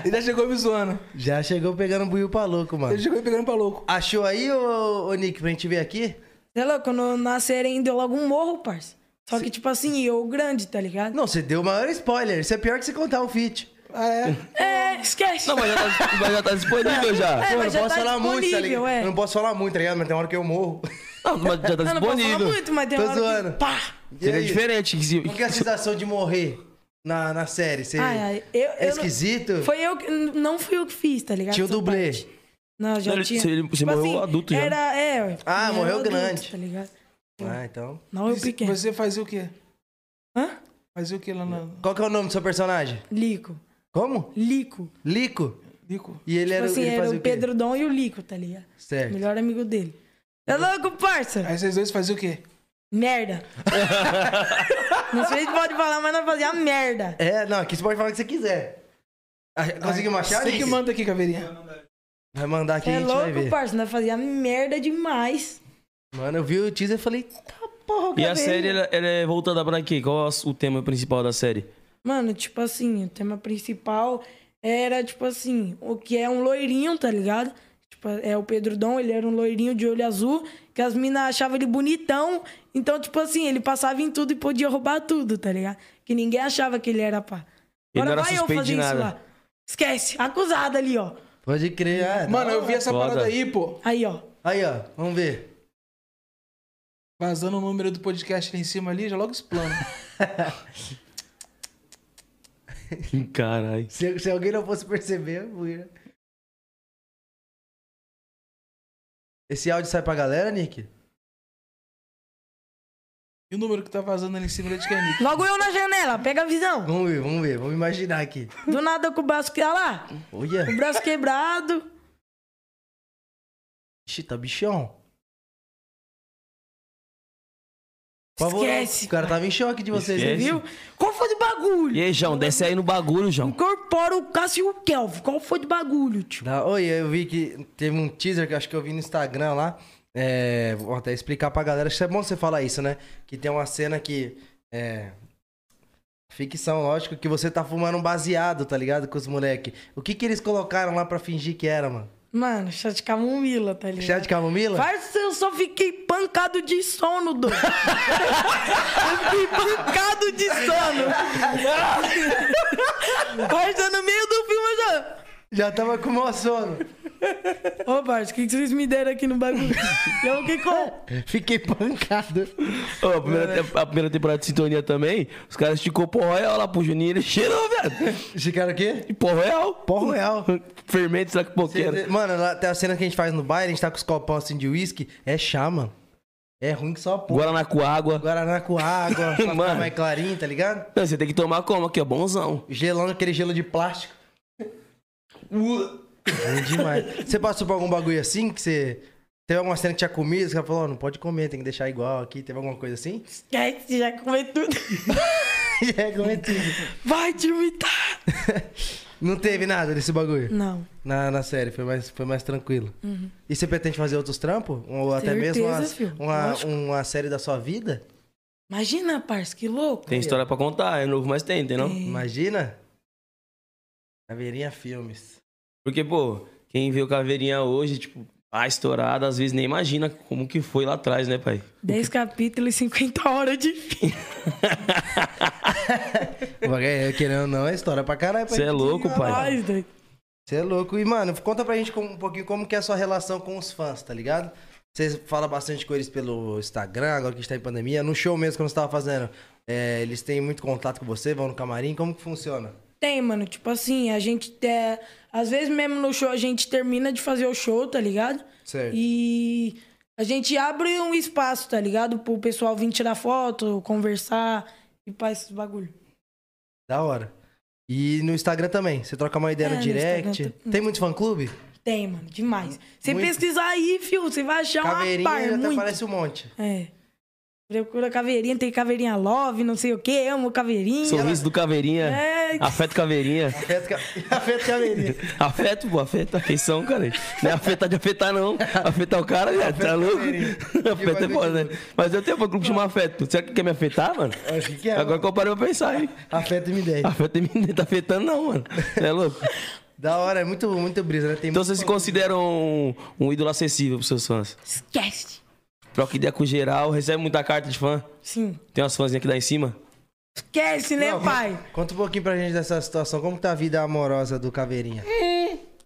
[SPEAKER 3] Ele já chegou me zoando.
[SPEAKER 1] Já chegou pegando buio pra louco, mano.
[SPEAKER 3] Ele chegou me pegando pra louco.
[SPEAKER 1] Achou aí, ô, ô Nick, pra gente ver aqui?
[SPEAKER 4] Você é louco, no, na série ainda eu logo um morro, parça. Só que, tipo assim, eu grande, tá ligado?
[SPEAKER 1] Não, você deu o maior spoiler. Isso é pior que você contar um feat.
[SPEAKER 3] Ah, é?
[SPEAKER 4] É, esquece.
[SPEAKER 2] Não, mas já tá, mas já tá disponível já.
[SPEAKER 4] É,
[SPEAKER 1] Eu
[SPEAKER 4] mas
[SPEAKER 1] não
[SPEAKER 4] já
[SPEAKER 1] posso
[SPEAKER 4] tá
[SPEAKER 1] falar muito, tá
[SPEAKER 4] disponível,
[SPEAKER 1] ligado?
[SPEAKER 4] é.
[SPEAKER 1] Eu não posso falar muito, tá ligado? Mas tem hora que eu morro.
[SPEAKER 2] Não, mas já tá
[SPEAKER 4] Eu não posso falar
[SPEAKER 2] disponível.
[SPEAKER 4] muito, mas tem
[SPEAKER 1] Tô
[SPEAKER 4] hora
[SPEAKER 1] Tá zoando.
[SPEAKER 4] que... Pá!
[SPEAKER 1] E
[SPEAKER 2] Seria
[SPEAKER 1] aí?
[SPEAKER 2] diferente. que
[SPEAKER 1] Qual que é a
[SPEAKER 2] se-
[SPEAKER 1] sensação de morrer na, na série? Você
[SPEAKER 4] Ai, ai, eu-
[SPEAKER 1] é
[SPEAKER 4] eu não-
[SPEAKER 1] esquisito?
[SPEAKER 4] Foi eu que... Não fui eu que fiz, tá ligado?
[SPEAKER 1] Tinha o
[SPEAKER 4] Essa
[SPEAKER 1] dublê.
[SPEAKER 4] parte. Não, já
[SPEAKER 2] Não, ele-
[SPEAKER 4] tinha. Tipo assim,
[SPEAKER 2] você- ele- você morreu adulto já.
[SPEAKER 4] era, É,
[SPEAKER 1] Ah,
[SPEAKER 4] eu
[SPEAKER 1] morreu
[SPEAKER 4] era adulto,
[SPEAKER 1] grande.
[SPEAKER 4] Tá ligado?
[SPEAKER 1] Ah, então.
[SPEAKER 4] Não, eu pequeno.
[SPEAKER 3] Você fazia o quê?
[SPEAKER 4] Hã?
[SPEAKER 3] Fazia o quê lá na...
[SPEAKER 1] Qual que é o nome do seu personagem?
[SPEAKER 4] Lico.
[SPEAKER 1] Como?
[SPEAKER 4] Lico.
[SPEAKER 1] Lico.
[SPEAKER 3] Nico?
[SPEAKER 1] E ele
[SPEAKER 4] Tipo
[SPEAKER 1] era,
[SPEAKER 4] assim,
[SPEAKER 1] ele
[SPEAKER 4] era
[SPEAKER 1] fazia
[SPEAKER 4] o
[SPEAKER 1] o quê?
[SPEAKER 4] Pedro Dom e o Lico, tá ligado?
[SPEAKER 1] Certo. Tá
[SPEAKER 4] Melhor amigo dele. É louco, parça?
[SPEAKER 3] Aí vocês dois faziam o quê?
[SPEAKER 4] Merda. não sei se pode falar, mas nós fazia merda.
[SPEAKER 1] É, não, aqui você pode falar o que você quiser. Ah, Conseguiu uma chave?
[SPEAKER 3] Você que manda aqui, caveirinha.
[SPEAKER 1] Vai mandar aqui, a
[SPEAKER 4] É
[SPEAKER 1] gente vai
[SPEAKER 4] louco,
[SPEAKER 1] ver.
[SPEAKER 4] parça. Nós fazia merda demais.
[SPEAKER 1] Mano, eu vi o teaser e falei, tá porra,
[SPEAKER 2] E a
[SPEAKER 1] cabelo.
[SPEAKER 2] série, ela, ela é voltada pra quê? Qual é o tema principal da série?
[SPEAKER 4] Mano, tipo assim, o tema principal era, tipo assim, o que é um loirinho, tá ligado? Tipo, é o Pedro Dom, ele era um loirinho de olho azul, que as minas achavam ele bonitão. Então, tipo assim, ele passava em tudo e podia roubar tudo, tá ligado? Que ninguém achava que ele era pá.
[SPEAKER 2] Ele não
[SPEAKER 4] Agora
[SPEAKER 2] era
[SPEAKER 4] vai eu
[SPEAKER 2] suspeito
[SPEAKER 4] fazer
[SPEAKER 2] de
[SPEAKER 4] isso
[SPEAKER 2] nada.
[SPEAKER 4] lá. Esquece, acusado ali, ó.
[SPEAKER 1] Pode crer. Ah,
[SPEAKER 3] Mano, eu vi essa
[SPEAKER 2] Foda.
[SPEAKER 3] parada aí, pô.
[SPEAKER 4] Aí, ó.
[SPEAKER 1] Aí, ó, vamos ver.
[SPEAKER 3] Vazando o número do podcast ali em cima ali, já logo explana.
[SPEAKER 2] Caralho.
[SPEAKER 1] Se, se alguém não fosse perceber, eu né? ia. Esse áudio sai pra galera, Nick?
[SPEAKER 3] E o número que tá vazando ali em cima ali é de quem, Nico?
[SPEAKER 4] Logo eu na janela, pega a visão.
[SPEAKER 1] Vamos ver, vamos ver, vamos imaginar aqui.
[SPEAKER 4] Do nada com o braço que olha lá.
[SPEAKER 1] Olha,
[SPEAKER 4] O braço quebrado.
[SPEAKER 1] ixi, tá bichão. Por favor,
[SPEAKER 4] Esquece.
[SPEAKER 1] O cara tá tava em choque de vocês,
[SPEAKER 2] Esquece.
[SPEAKER 1] viu?
[SPEAKER 4] Viu? Qual foi o bagulho?
[SPEAKER 2] E aí, João, desce aí no bagulho, João.
[SPEAKER 4] Incorpora o Cássio e o Kelvin. Qual foi de bagulho, tio?
[SPEAKER 1] Da- Oi, eu vi que teve um teaser que eu acho que eu vi no Instagram lá. É, vou até explicar pra galera. Acho que é bom você falar isso, né? Que tem uma cena que. É, ficção, lógico, que você tá fumando um baseado, tá ligado? Com os moleque. O que que eles colocaram lá pra fingir que era, mano?
[SPEAKER 4] Mano, chá de camomila, tá ligado?
[SPEAKER 1] Chá de camomila?
[SPEAKER 4] Parça, eu só fiquei pancado de sono, doido. eu fiquei pancado de sono. Parça, no meio do filme eu já...
[SPEAKER 1] Já tava com mau sono.
[SPEAKER 4] Ô, parça, o que que vocês me deram aqui no bagulho? eu fiquei com...
[SPEAKER 1] Fiquei pancado.
[SPEAKER 2] Ô, a, primeira,
[SPEAKER 4] É.
[SPEAKER 2] te- a primeira temporada de Sintonia também, os caras esticou porra real lá pro Juninho, ele cheirou, velho.
[SPEAKER 1] Esse cara o quê?
[SPEAKER 2] E porra real.
[SPEAKER 1] Pó real.
[SPEAKER 2] Fermento, será que pouqueiro.
[SPEAKER 1] Mano, lá, tem a cena que a gente faz no baile, a gente tá com os copão assim de uísque. É chá, mano. É ruim que só a porra.
[SPEAKER 2] Guaraná com água.
[SPEAKER 1] Guaraná com água, pra ficar
[SPEAKER 2] Mano.
[SPEAKER 1] mais clarinho, tá ligado?
[SPEAKER 2] Não, você tem que tomar como aqui, ó, bonzão.
[SPEAKER 1] Gelando aquele gelo de plástico.
[SPEAKER 2] Uh,
[SPEAKER 1] Ruim É demais. Você passou por algum bagulho assim que você. Teve alguma cena que tinha comida, você falou, "Ó, não pode comer, tem que deixar igual aqui. Teve alguma coisa assim?
[SPEAKER 4] Esquece, já comeu tudo.
[SPEAKER 1] E aí, como é que-
[SPEAKER 4] Vai te imitar.
[SPEAKER 1] não teve nada desse bagulho?
[SPEAKER 4] Não.
[SPEAKER 1] Na, na série, foi mais, foi mais tranquilo. E você pretende fazer outros trampos? Ou até mesmo
[SPEAKER 4] Uhum. Certeza,
[SPEAKER 1] umas-
[SPEAKER 4] filho.
[SPEAKER 1] uma,
[SPEAKER 4] Lógico.
[SPEAKER 1] uma série da sua vida?
[SPEAKER 4] Imagina, parça, que louco.
[SPEAKER 2] tem história pra contar, é novo, mas tem, tem não?
[SPEAKER 1] Imagina? Caveirinha Filmes.
[SPEAKER 2] Porque, pô, quem vê o Caveirinha hoje, tipo, a estourada, às vezes nem imagina como que foi lá atrás, né, pai?
[SPEAKER 4] 10 capítulos e 50 horas de filme.
[SPEAKER 1] O bagulho é, Querendo ou não, é história pra caralho. pra
[SPEAKER 2] Cê é
[SPEAKER 1] gente
[SPEAKER 2] louco,
[SPEAKER 1] desenrolar.
[SPEAKER 2] pai.
[SPEAKER 4] Nós, doido.
[SPEAKER 1] Você é louco. E, mano, conta pra gente como- um pouquinho como que é a sua relação com os fãs, tá ligado? Você fala bastante com eles pelo Instagram, agora que a gente tá em pandemia. No show mesmo, quando você tava fazendo, é, eles têm muito contato com você, vão no camarim. Como que funciona?
[SPEAKER 4] Tem, mano. Tipo assim, a gente. É, às vezes mesmo no show a gente termina de fazer o show, tá ligado?
[SPEAKER 1] Certo.
[SPEAKER 4] E a gente abre um espaço, tá ligado? Pro pessoal vir tirar foto, conversar e faz esses bagulho.
[SPEAKER 1] Da hora. E no Instagram também. Você troca uma ideia
[SPEAKER 4] É,
[SPEAKER 1] no
[SPEAKER 4] no
[SPEAKER 1] direct.
[SPEAKER 4] Instagram
[SPEAKER 1] Tem muito fã-clube?
[SPEAKER 4] Tem, mano, demais. Você
[SPEAKER 1] Muito.
[SPEAKER 4] pesquisar aí, fio, você vai achar É uma
[SPEAKER 1] Caveirinha
[SPEAKER 4] par,
[SPEAKER 2] tá
[SPEAKER 1] até
[SPEAKER 4] muito.
[SPEAKER 1] parece um monte.
[SPEAKER 4] É. Procura caveirinha, tem caveirinha love, não sei o que, amo caveirinha.
[SPEAKER 2] Sorriso do Caveirinha,
[SPEAKER 4] É.
[SPEAKER 2] afeto Caveirinha.
[SPEAKER 1] Afeto, ca... Afeto caveirinha.
[SPEAKER 2] Afeto, pô, afeta. Quem são, cara? Não é afetar de afetar, não. Afetar o cara, cara. Tá louco?
[SPEAKER 1] Caveirinha.
[SPEAKER 2] Afeto é foda, né? Mas eu tenho um clube que chama Afeto. Será que quer me afetar, mano?
[SPEAKER 1] Acho que é.
[SPEAKER 2] Agora que eu parei pra pensar, hein?
[SPEAKER 1] Afeto M10.
[SPEAKER 2] Afeto em mim não tá afetando, não, mano. Cê É louco?
[SPEAKER 1] Da hora, é muito, muito brisa, né? Tem
[SPEAKER 2] Então
[SPEAKER 1] muito
[SPEAKER 2] vocês se
[SPEAKER 1] fã-
[SPEAKER 2] consideram um, um ídolo acessível pros seus fãs?
[SPEAKER 4] Esquece.
[SPEAKER 2] Troca ideia com geral, recebe muita carta de fã.
[SPEAKER 4] Sim.
[SPEAKER 2] Tem umas fãzinhas aqui lá em cima.
[SPEAKER 4] Esquece, né,
[SPEAKER 1] Não,
[SPEAKER 4] pai?
[SPEAKER 1] Conta um pouquinho pra gente dessa situação. Como que tá a vida amorosa do Caveirinha?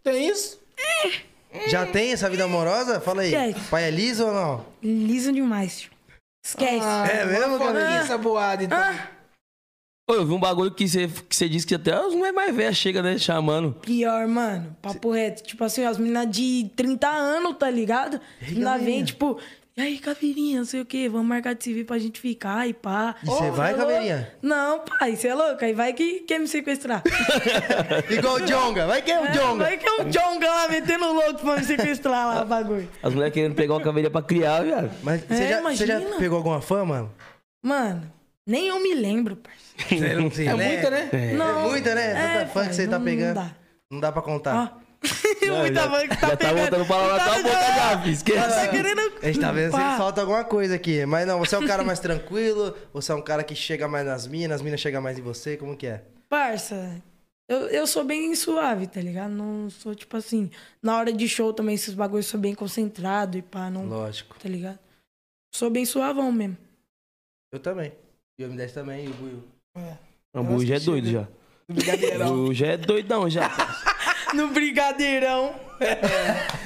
[SPEAKER 3] Tem isso?
[SPEAKER 1] Já tem essa vida amorosa? Fala aí.
[SPEAKER 4] Tem.
[SPEAKER 1] Pai é liso ou não?
[SPEAKER 4] Liso demais, tio. Esquece.
[SPEAKER 1] É mesmo,
[SPEAKER 3] Fora
[SPEAKER 1] Caveirinha?
[SPEAKER 3] aqui essa boada, então.
[SPEAKER 2] Ô, eu vi um bagulho que você que cê disse que até as mulheres mais velhas chegam, né? Chamando.
[SPEAKER 4] Pior, mano. Papo reto. Tipo assim, as meninas de 30 anos, tá ligado? As meninas vêm,
[SPEAKER 1] galerinha?
[SPEAKER 4] tipo, e aí, caveirinha, não sei o quê, vamos marcar de se ver pra gente ficar e pá.
[SPEAKER 1] E você
[SPEAKER 4] Ô,
[SPEAKER 1] vai,
[SPEAKER 4] é
[SPEAKER 1] caveirinha?
[SPEAKER 4] louco? Não, pai, você é louco. Aí vai que quer me sequestrar.
[SPEAKER 1] Igual o Jonga. Vai que é o Jonga.
[SPEAKER 4] vai que é o Jonga lá metendo louco pra me sequestrar lá, o bagulho.
[SPEAKER 2] As mulheres querendo pegar uma caveirinha pra criar, viado.
[SPEAKER 1] Mas você,
[SPEAKER 4] É,
[SPEAKER 1] já, você já
[SPEAKER 4] imagina.
[SPEAKER 1] pegou alguma fã, mano?
[SPEAKER 4] Mano, nem eu me lembro, parceiro.
[SPEAKER 1] Você não se
[SPEAKER 3] É
[SPEAKER 1] lembra?
[SPEAKER 3] muita, né?
[SPEAKER 2] É.
[SPEAKER 1] É muita, né? Tanta
[SPEAKER 4] É,
[SPEAKER 1] fã que
[SPEAKER 4] pai,
[SPEAKER 1] você tá
[SPEAKER 4] não-
[SPEAKER 1] pegando.
[SPEAKER 4] Não dá.
[SPEAKER 1] Não dá pra contar.
[SPEAKER 4] Ó.
[SPEAKER 2] Não,
[SPEAKER 4] muita
[SPEAKER 2] já-
[SPEAKER 4] fã que Ah. tá
[SPEAKER 2] já
[SPEAKER 4] pegando.
[SPEAKER 2] voltando pra lá,
[SPEAKER 4] Não
[SPEAKER 2] tá
[SPEAKER 4] tá
[SPEAKER 2] bom, tá, já,
[SPEAKER 4] Tá
[SPEAKER 2] Esquece.
[SPEAKER 4] querendo...
[SPEAKER 1] A gente tá vendo se
[SPEAKER 4] Pá.
[SPEAKER 1] falta alguma coisa aqui. Mas não, você é um cara mais tranquilo? Você é um cara que chega mais nas minas, as minas chegam mais em você? Como que é?
[SPEAKER 4] Parça, eu, eu sou bem suave, tá ligado? Não sou tipo assim. Na hora de show também, esses bagulhos, sou bem concentrado e pá, não.
[SPEAKER 1] Lógico.
[SPEAKER 4] Tá ligado? Sou bem suavão mesmo.
[SPEAKER 1] Eu também. E o M10 também, e o Buiu.
[SPEAKER 2] Não, o Buiu já é doido já. O
[SPEAKER 3] Brigadeirão.
[SPEAKER 2] Buiu já é doidão já.
[SPEAKER 4] No brigadeirão.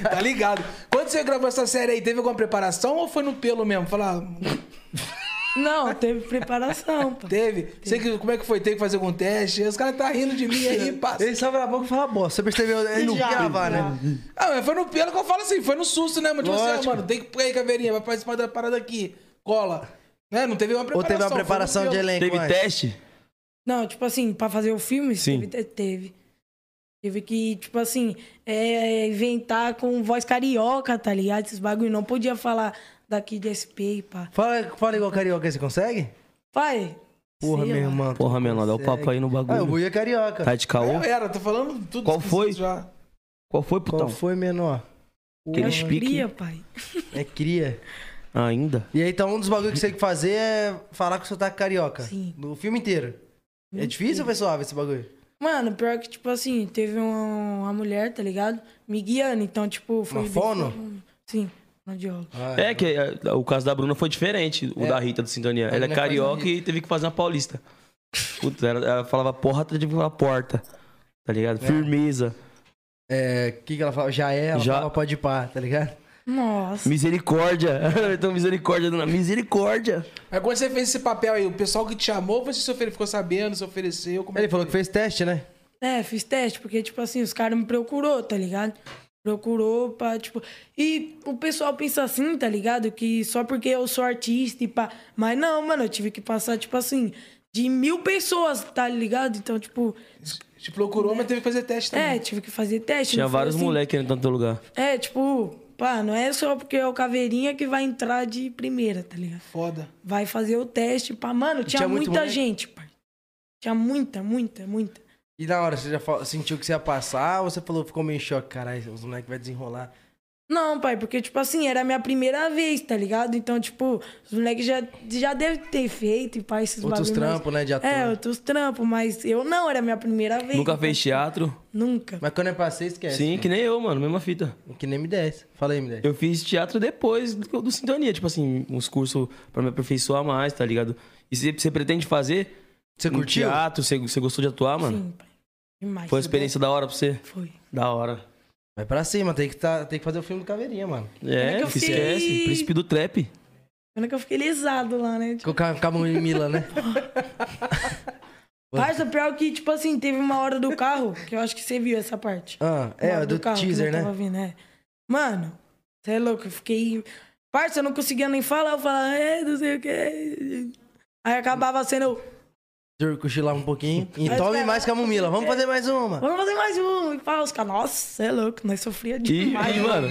[SPEAKER 3] Tá ligado? Quando você gravou essa série aí, teve alguma preparação ou foi no pelo mesmo? "Ah, Falar,
[SPEAKER 4] Não, teve preparação, pô.
[SPEAKER 3] teve? Sei que, como é que foi? Teve que fazer algum teste? Os caras tá rindo de mim aí, passa.
[SPEAKER 1] Ele só abre a boca e fala bosta. Você percebeu? Ele não quer gravar, né?
[SPEAKER 3] Ah, mas foi no pelo que eu falo assim, foi no susto, né? Mas tipo assim, ah,
[SPEAKER 1] Lógico.
[SPEAKER 3] mano, tem que pegar aí, caveirinha, vai participar da parada aqui. Cola. Né? Não teve uma preparação.
[SPEAKER 1] Ou teve uma
[SPEAKER 3] foi no
[SPEAKER 1] preparação
[SPEAKER 3] pelo.
[SPEAKER 1] de elenco
[SPEAKER 2] Teve
[SPEAKER 1] antes?
[SPEAKER 2] teste?
[SPEAKER 4] Não, tipo assim, pra fazer o filme,
[SPEAKER 2] Sim.
[SPEAKER 4] teve. Teve. Tive que, tipo assim, é, inventar com voz carioca, tá ligado? Esses bagulho. Não podia falar daqui de SP e pá.
[SPEAKER 1] Fala, fala igual carioca, você consegue?
[SPEAKER 4] Pai.
[SPEAKER 1] Porra,
[SPEAKER 4] sei
[SPEAKER 1] meu
[SPEAKER 4] lá.
[SPEAKER 1] irmão. tu
[SPEAKER 2] Porra,
[SPEAKER 1] não
[SPEAKER 2] menor, dá o
[SPEAKER 1] consegue.
[SPEAKER 2] papo aí no
[SPEAKER 1] Ah, o
[SPEAKER 2] bagulho.
[SPEAKER 1] Buiu é carioca.
[SPEAKER 2] Tá de caô?
[SPEAKER 3] Eu era, tô falando tudo.
[SPEAKER 2] Qual foi?
[SPEAKER 3] Já.
[SPEAKER 2] Qual foi,
[SPEAKER 1] Qual
[SPEAKER 2] putão?
[SPEAKER 1] foi, menor?
[SPEAKER 2] Aquele
[SPEAKER 4] Eu
[SPEAKER 2] speak
[SPEAKER 4] queria, pai.
[SPEAKER 1] É cria.
[SPEAKER 2] ainda?
[SPEAKER 1] E aí, então, um dos bagulhos que você tem que fazer é falar com o sotaque carioca.
[SPEAKER 4] Sim. Hum,
[SPEAKER 1] No filme inteiro. É difícil ou pessoal esse bagulho?
[SPEAKER 4] Mano, pior que, tipo assim, teve uma, uma mulher, tá ligado? Me guiando, então, tipo, foi.
[SPEAKER 1] Uma
[SPEAKER 4] bem-
[SPEAKER 1] fono?
[SPEAKER 4] Sim, uma diola.
[SPEAKER 2] É que é, o caso da Bruna foi diferente, o da Rita do Sintonia. Ela é
[SPEAKER 1] menina faz a
[SPEAKER 2] carioca
[SPEAKER 1] Rita.
[SPEAKER 2] e teve que fazer uma paulista. Puta, ela, ela falava porra, ela teve que falar porta. Tá ligado? Firmeza,
[SPEAKER 1] É, o que, que ela fala? Já é, ela
[SPEAKER 2] Já-
[SPEAKER 1] fala pode pá, tá ligado?
[SPEAKER 4] Nossa.
[SPEAKER 2] misericórdia. então, misericórdia, dona. Misericórdia.
[SPEAKER 3] Mas quando você fez esse papel aí, o pessoal que te chamou, você se ofere... ficou sabendo, se ofereceu? Como é
[SPEAKER 1] Ele falou que fez teste, né?
[SPEAKER 4] É, fiz teste, porque, tipo assim, os caras me procurou, tá ligado? Procurou pra, tipo. E o pessoal pensa assim, tá ligado? Que só porque eu sou artista e pá. Mas não, mano, eu tive que passar, tipo assim, de mil pessoas, tá ligado? Então, tipo,
[SPEAKER 3] Te procurou, mas teve que fazer teste também.
[SPEAKER 4] é, tive que fazer teste.
[SPEAKER 2] Tinha
[SPEAKER 4] não foi
[SPEAKER 2] vários
[SPEAKER 4] assim-
[SPEAKER 2] moleques querendo tanto lugar.
[SPEAKER 4] É, tipo, pá, não é só porque é o Caveirinha que vai entrar de primeira, tá ligado?
[SPEAKER 3] Foda.
[SPEAKER 4] Vai fazer o teste, pá. Mano, tinha,
[SPEAKER 1] tinha muito
[SPEAKER 4] muita
[SPEAKER 1] moleque?
[SPEAKER 4] gente, pai. Tinha muita, muita, muita.
[SPEAKER 1] E na hora, você já fa- sentiu que você ia passar ou você falou, ficou meio em choque, caralho, os moleques vai desenrolar.
[SPEAKER 4] Não, pai, porque, tipo assim, era a minha primeira vez, tá ligado? Então, tipo, os moleques já, já devem ter feito, e pá, esses
[SPEAKER 1] Outros
[SPEAKER 4] bagulho, mas-
[SPEAKER 1] trampos, né, de ator.
[SPEAKER 4] É, outros trampos, mas eu não, era a minha primeira vez.
[SPEAKER 2] Nunca fez
[SPEAKER 4] então,
[SPEAKER 2] teatro?
[SPEAKER 4] Nunca.
[SPEAKER 1] Mas quando eu passei, esquece.
[SPEAKER 2] Sim, que nem eu, mano, mesma fita.
[SPEAKER 1] Que nem M10. Fala aí, M10.
[SPEAKER 2] Eu fiz teatro depois do, do Sintonia, tipo assim, uns cursos pra me aperfeiçoar mais, tá ligado? E você você pretende fazer?
[SPEAKER 1] Você
[SPEAKER 2] um
[SPEAKER 1] curtiu?
[SPEAKER 2] Teatro, você, você gostou de atuar, mano?
[SPEAKER 4] Sim, pai. Demais. né?
[SPEAKER 2] Foi uma experiência da hora pra você?
[SPEAKER 4] Foi.
[SPEAKER 2] Da hora.
[SPEAKER 1] Vai pra cima, tem que, tá, tem que fazer o filme do Caveirinha, mano.
[SPEAKER 2] É,
[SPEAKER 4] que eu
[SPEAKER 2] que
[SPEAKER 4] fiquei-
[SPEAKER 2] esquece. Príncipe do trap.
[SPEAKER 4] Pena é que eu fiquei lesado lá, né?
[SPEAKER 1] Com o Ca- com a mão em Mila, né?
[SPEAKER 4] Parça, pior que, tipo assim, teve uma hora do carro, que eu acho que você viu essa parte.
[SPEAKER 1] Ah,
[SPEAKER 4] Uma
[SPEAKER 1] é,
[SPEAKER 4] hora
[SPEAKER 1] do,
[SPEAKER 4] carro que
[SPEAKER 1] teaser,
[SPEAKER 4] eu
[SPEAKER 1] né?
[SPEAKER 4] tava vindo, é. Mano, você é louco, eu fiquei. Parça, eu não conseguia nem falar, eu falava, é, não sei o quê. Aí acabava sendo,
[SPEAKER 1] Dur- Cochilar um pouquinho. E
[SPEAKER 4] Mas,
[SPEAKER 1] tome
[SPEAKER 4] cara,
[SPEAKER 1] mais camomila. Vamos fazer mais uma.
[SPEAKER 4] vamos fazer mais um. E fala, os caras, nossa, você é louco, nós sofria
[SPEAKER 2] E,
[SPEAKER 4] demais.
[SPEAKER 2] e, mano,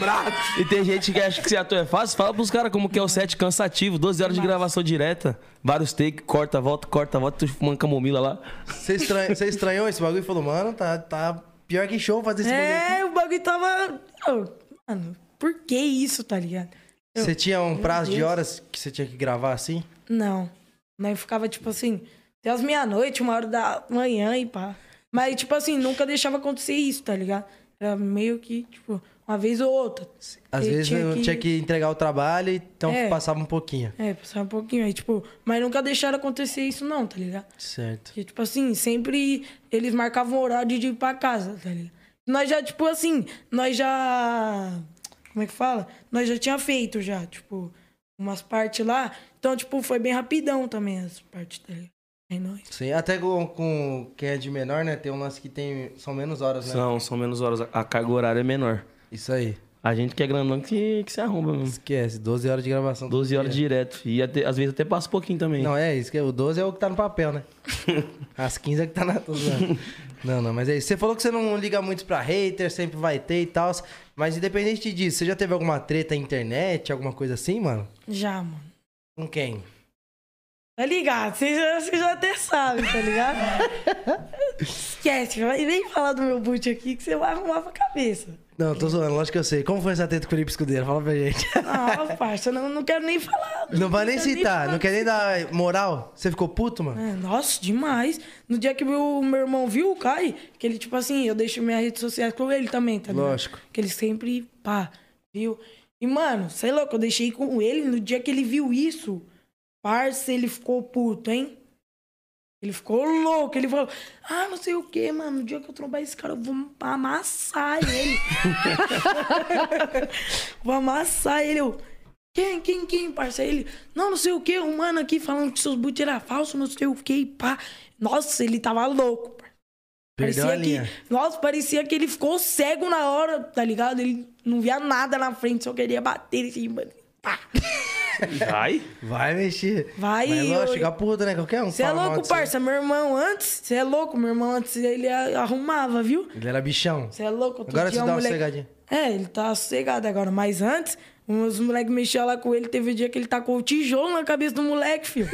[SPEAKER 2] e tem gente que acha que ser ator é fácil. Fala pros caras como que é o set cansativo, 12 horas de gravação direta, vários takes, corta, volta, corta, volta, tu fumando camomila lá.
[SPEAKER 1] Você estra- você estranhou esse bagulho e falou, mano, tá, tá pior que show fazer esse bagulho.
[SPEAKER 4] é, o bagulho tava. Ô, mano, por que isso, tá ligado? Eu-
[SPEAKER 1] Você tinha um prazo de
[SPEAKER 4] Deus.
[SPEAKER 1] horas que você tinha que gravar assim?
[SPEAKER 4] Não. Nós ficava, tipo assim, até as meia-noite, uma hora da manhã e pá. Mas, tipo assim, nunca deixava acontecer isso, tá ligado? Era meio que, tipo, uma vez ou outra.
[SPEAKER 1] Às
[SPEAKER 4] Eu
[SPEAKER 1] vezes
[SPEAKER 4] tinha
[SPEAKER 1] eu
[SPEAKER 4] que-
[SPEAKER 1] tinha que entregar o trabalho, então
[SPEAKER 4] É.
[SPEAKER 1] passava um pouquinho.
[SPEAKER 4] É, passava um pouquinho aí, tipo. Mas nunca deixaram acontecer isso, não, tá ligado?
[SPEAKER 1] Certo.
[SPEAKER 4] Porque, tipo assim, sempre eles marcavam o horário de ir pra casa, tá ligado? Nós já, tipo assim, nós já. Como é que fala? Nós já tinha feito já, tipo, umas partes lá. Então, tipo, foi bem rapidão também as partes, tá ligado? Aí nós.
[SPEAKER 1] Sim, até com, com quem é de menor, né? Tem um lance que tem. São menos horas, né?
[SPEAKER 2] São, são menos horas, a- a carga horária é menor.
[SPEAKER 1] Isso aí.
[SPEAKER 2] A gente que é grandão que, que se arromba mesmo.
[SPEAKER 1] Esquece, 12 horas de gravação.
[SPEAKER 2] 12 horas
[SPEAKER 1] de.
[SPEAKER 2] direto. E até- às vezes até passa um pouquinho também.
[SPEAKER 1] É. Não, é isso. que é- O 12 é o que tá no papel, né? As 15 é que tá na. tô zoando. não, não, mas é isso. Você falou que você não liga muito pra hater, sempre vai ter e tal. Mas independente disso, você já teve alguma treta na internet, alguma coisa assim, mano?
[SPEAKER 4] Já, mano.
[SPEAKER 1] Com quem?
[SPEAKER 4] Tá ligado? Vocês já, vocês já até sabem, tá ligado? Esquece, vai nem falar do meu boot aqui que você vai arrumar pra cabeça.
[SPEAKER 1] Não, tô zoando, lógico que eu sei. Como foi essa treta com o Felipe Escudeiro? Fala pra gente.
[SPEAKER 4] Não, Ah, parça, eu não, não quero nem falar.
[SPEAKER 1] Não vai nem
[SPEAKER 4] quero
[SPEAKER 1] citar,
[SPEAKER 4] falar.
[SPEAKER 1] não quer nem dar moral. Você ficou puto, mano?
[SPEAKER 4] É, nossa, demais. No dia que meu, meu irmão viu o Kai, que ele, tipo assim, eu deixo minhas redes sociais com ele também,
[SPEAKER 1] É,
[SPEAKER 4] tá ligado?
[SPEAKER 1] Lógico.
[SPEAKER 4] Que ele sempre, pá, viu? E, mano, sei lá, que eu deixei com ele, no dia que ele viu isso, parça, ele ficou puto, hein? Ele ficou louco, ele falou, ah, não sei o que, mano, no dia que eu trombar esse cara, eu vou amassar ele. Vou amassar ele. Eu, quem, quem, quem, parceiro? Ele, não, não sei o que, um mano aqui falando que seus boots eram falsos, não sei o que, pá. Nossa, ele tava louco, par.
[SPEAKER 1] Perdeu a linha.
[SPEAKER 4] que, Nossa, parecia que ele ficou cego na hora, tá ligado? Ele não via nada na frente, só queria bater assim, mano. Pá.
[SPEAKER 2] Vai?
[SPEAKER 1] Vai mexer.
[SPEAKER 4] Vai,
[SPEAKER 1] Mas lógico,
[SPEAKER 4] eu-
[SPEAKER 1] fica puto, né? Qualquer um.
[SPEAKER 4] Você é
[SPEAKER 1] fala mal
[SPEAKER 4] louco,
[SPEAKER 1] de você.
[SPEAKER 4] parça. Meu irmão antes, você é louco, meu irmão antes ele a- arrumava, viu?
[SPEAKER 1] Ele era bichão.
[SPEAKER 4] Você é louco, outro
[SPEAKER 1] Agora
[SPEAKER 4] dia
[SPEAKER 1] você
[SPEAKER 4] um
[SPEAKER 1] dá uma
[SPEAKER 4] moleque-
[SPEAKER 1] cegadinha.
[SPEAKER 4] É, ele tá sossegado agora. Mas antes, os moleques mexiam lá com ele. Teve um dia que ele tacou o tijolo na cabeça do moleque, filho.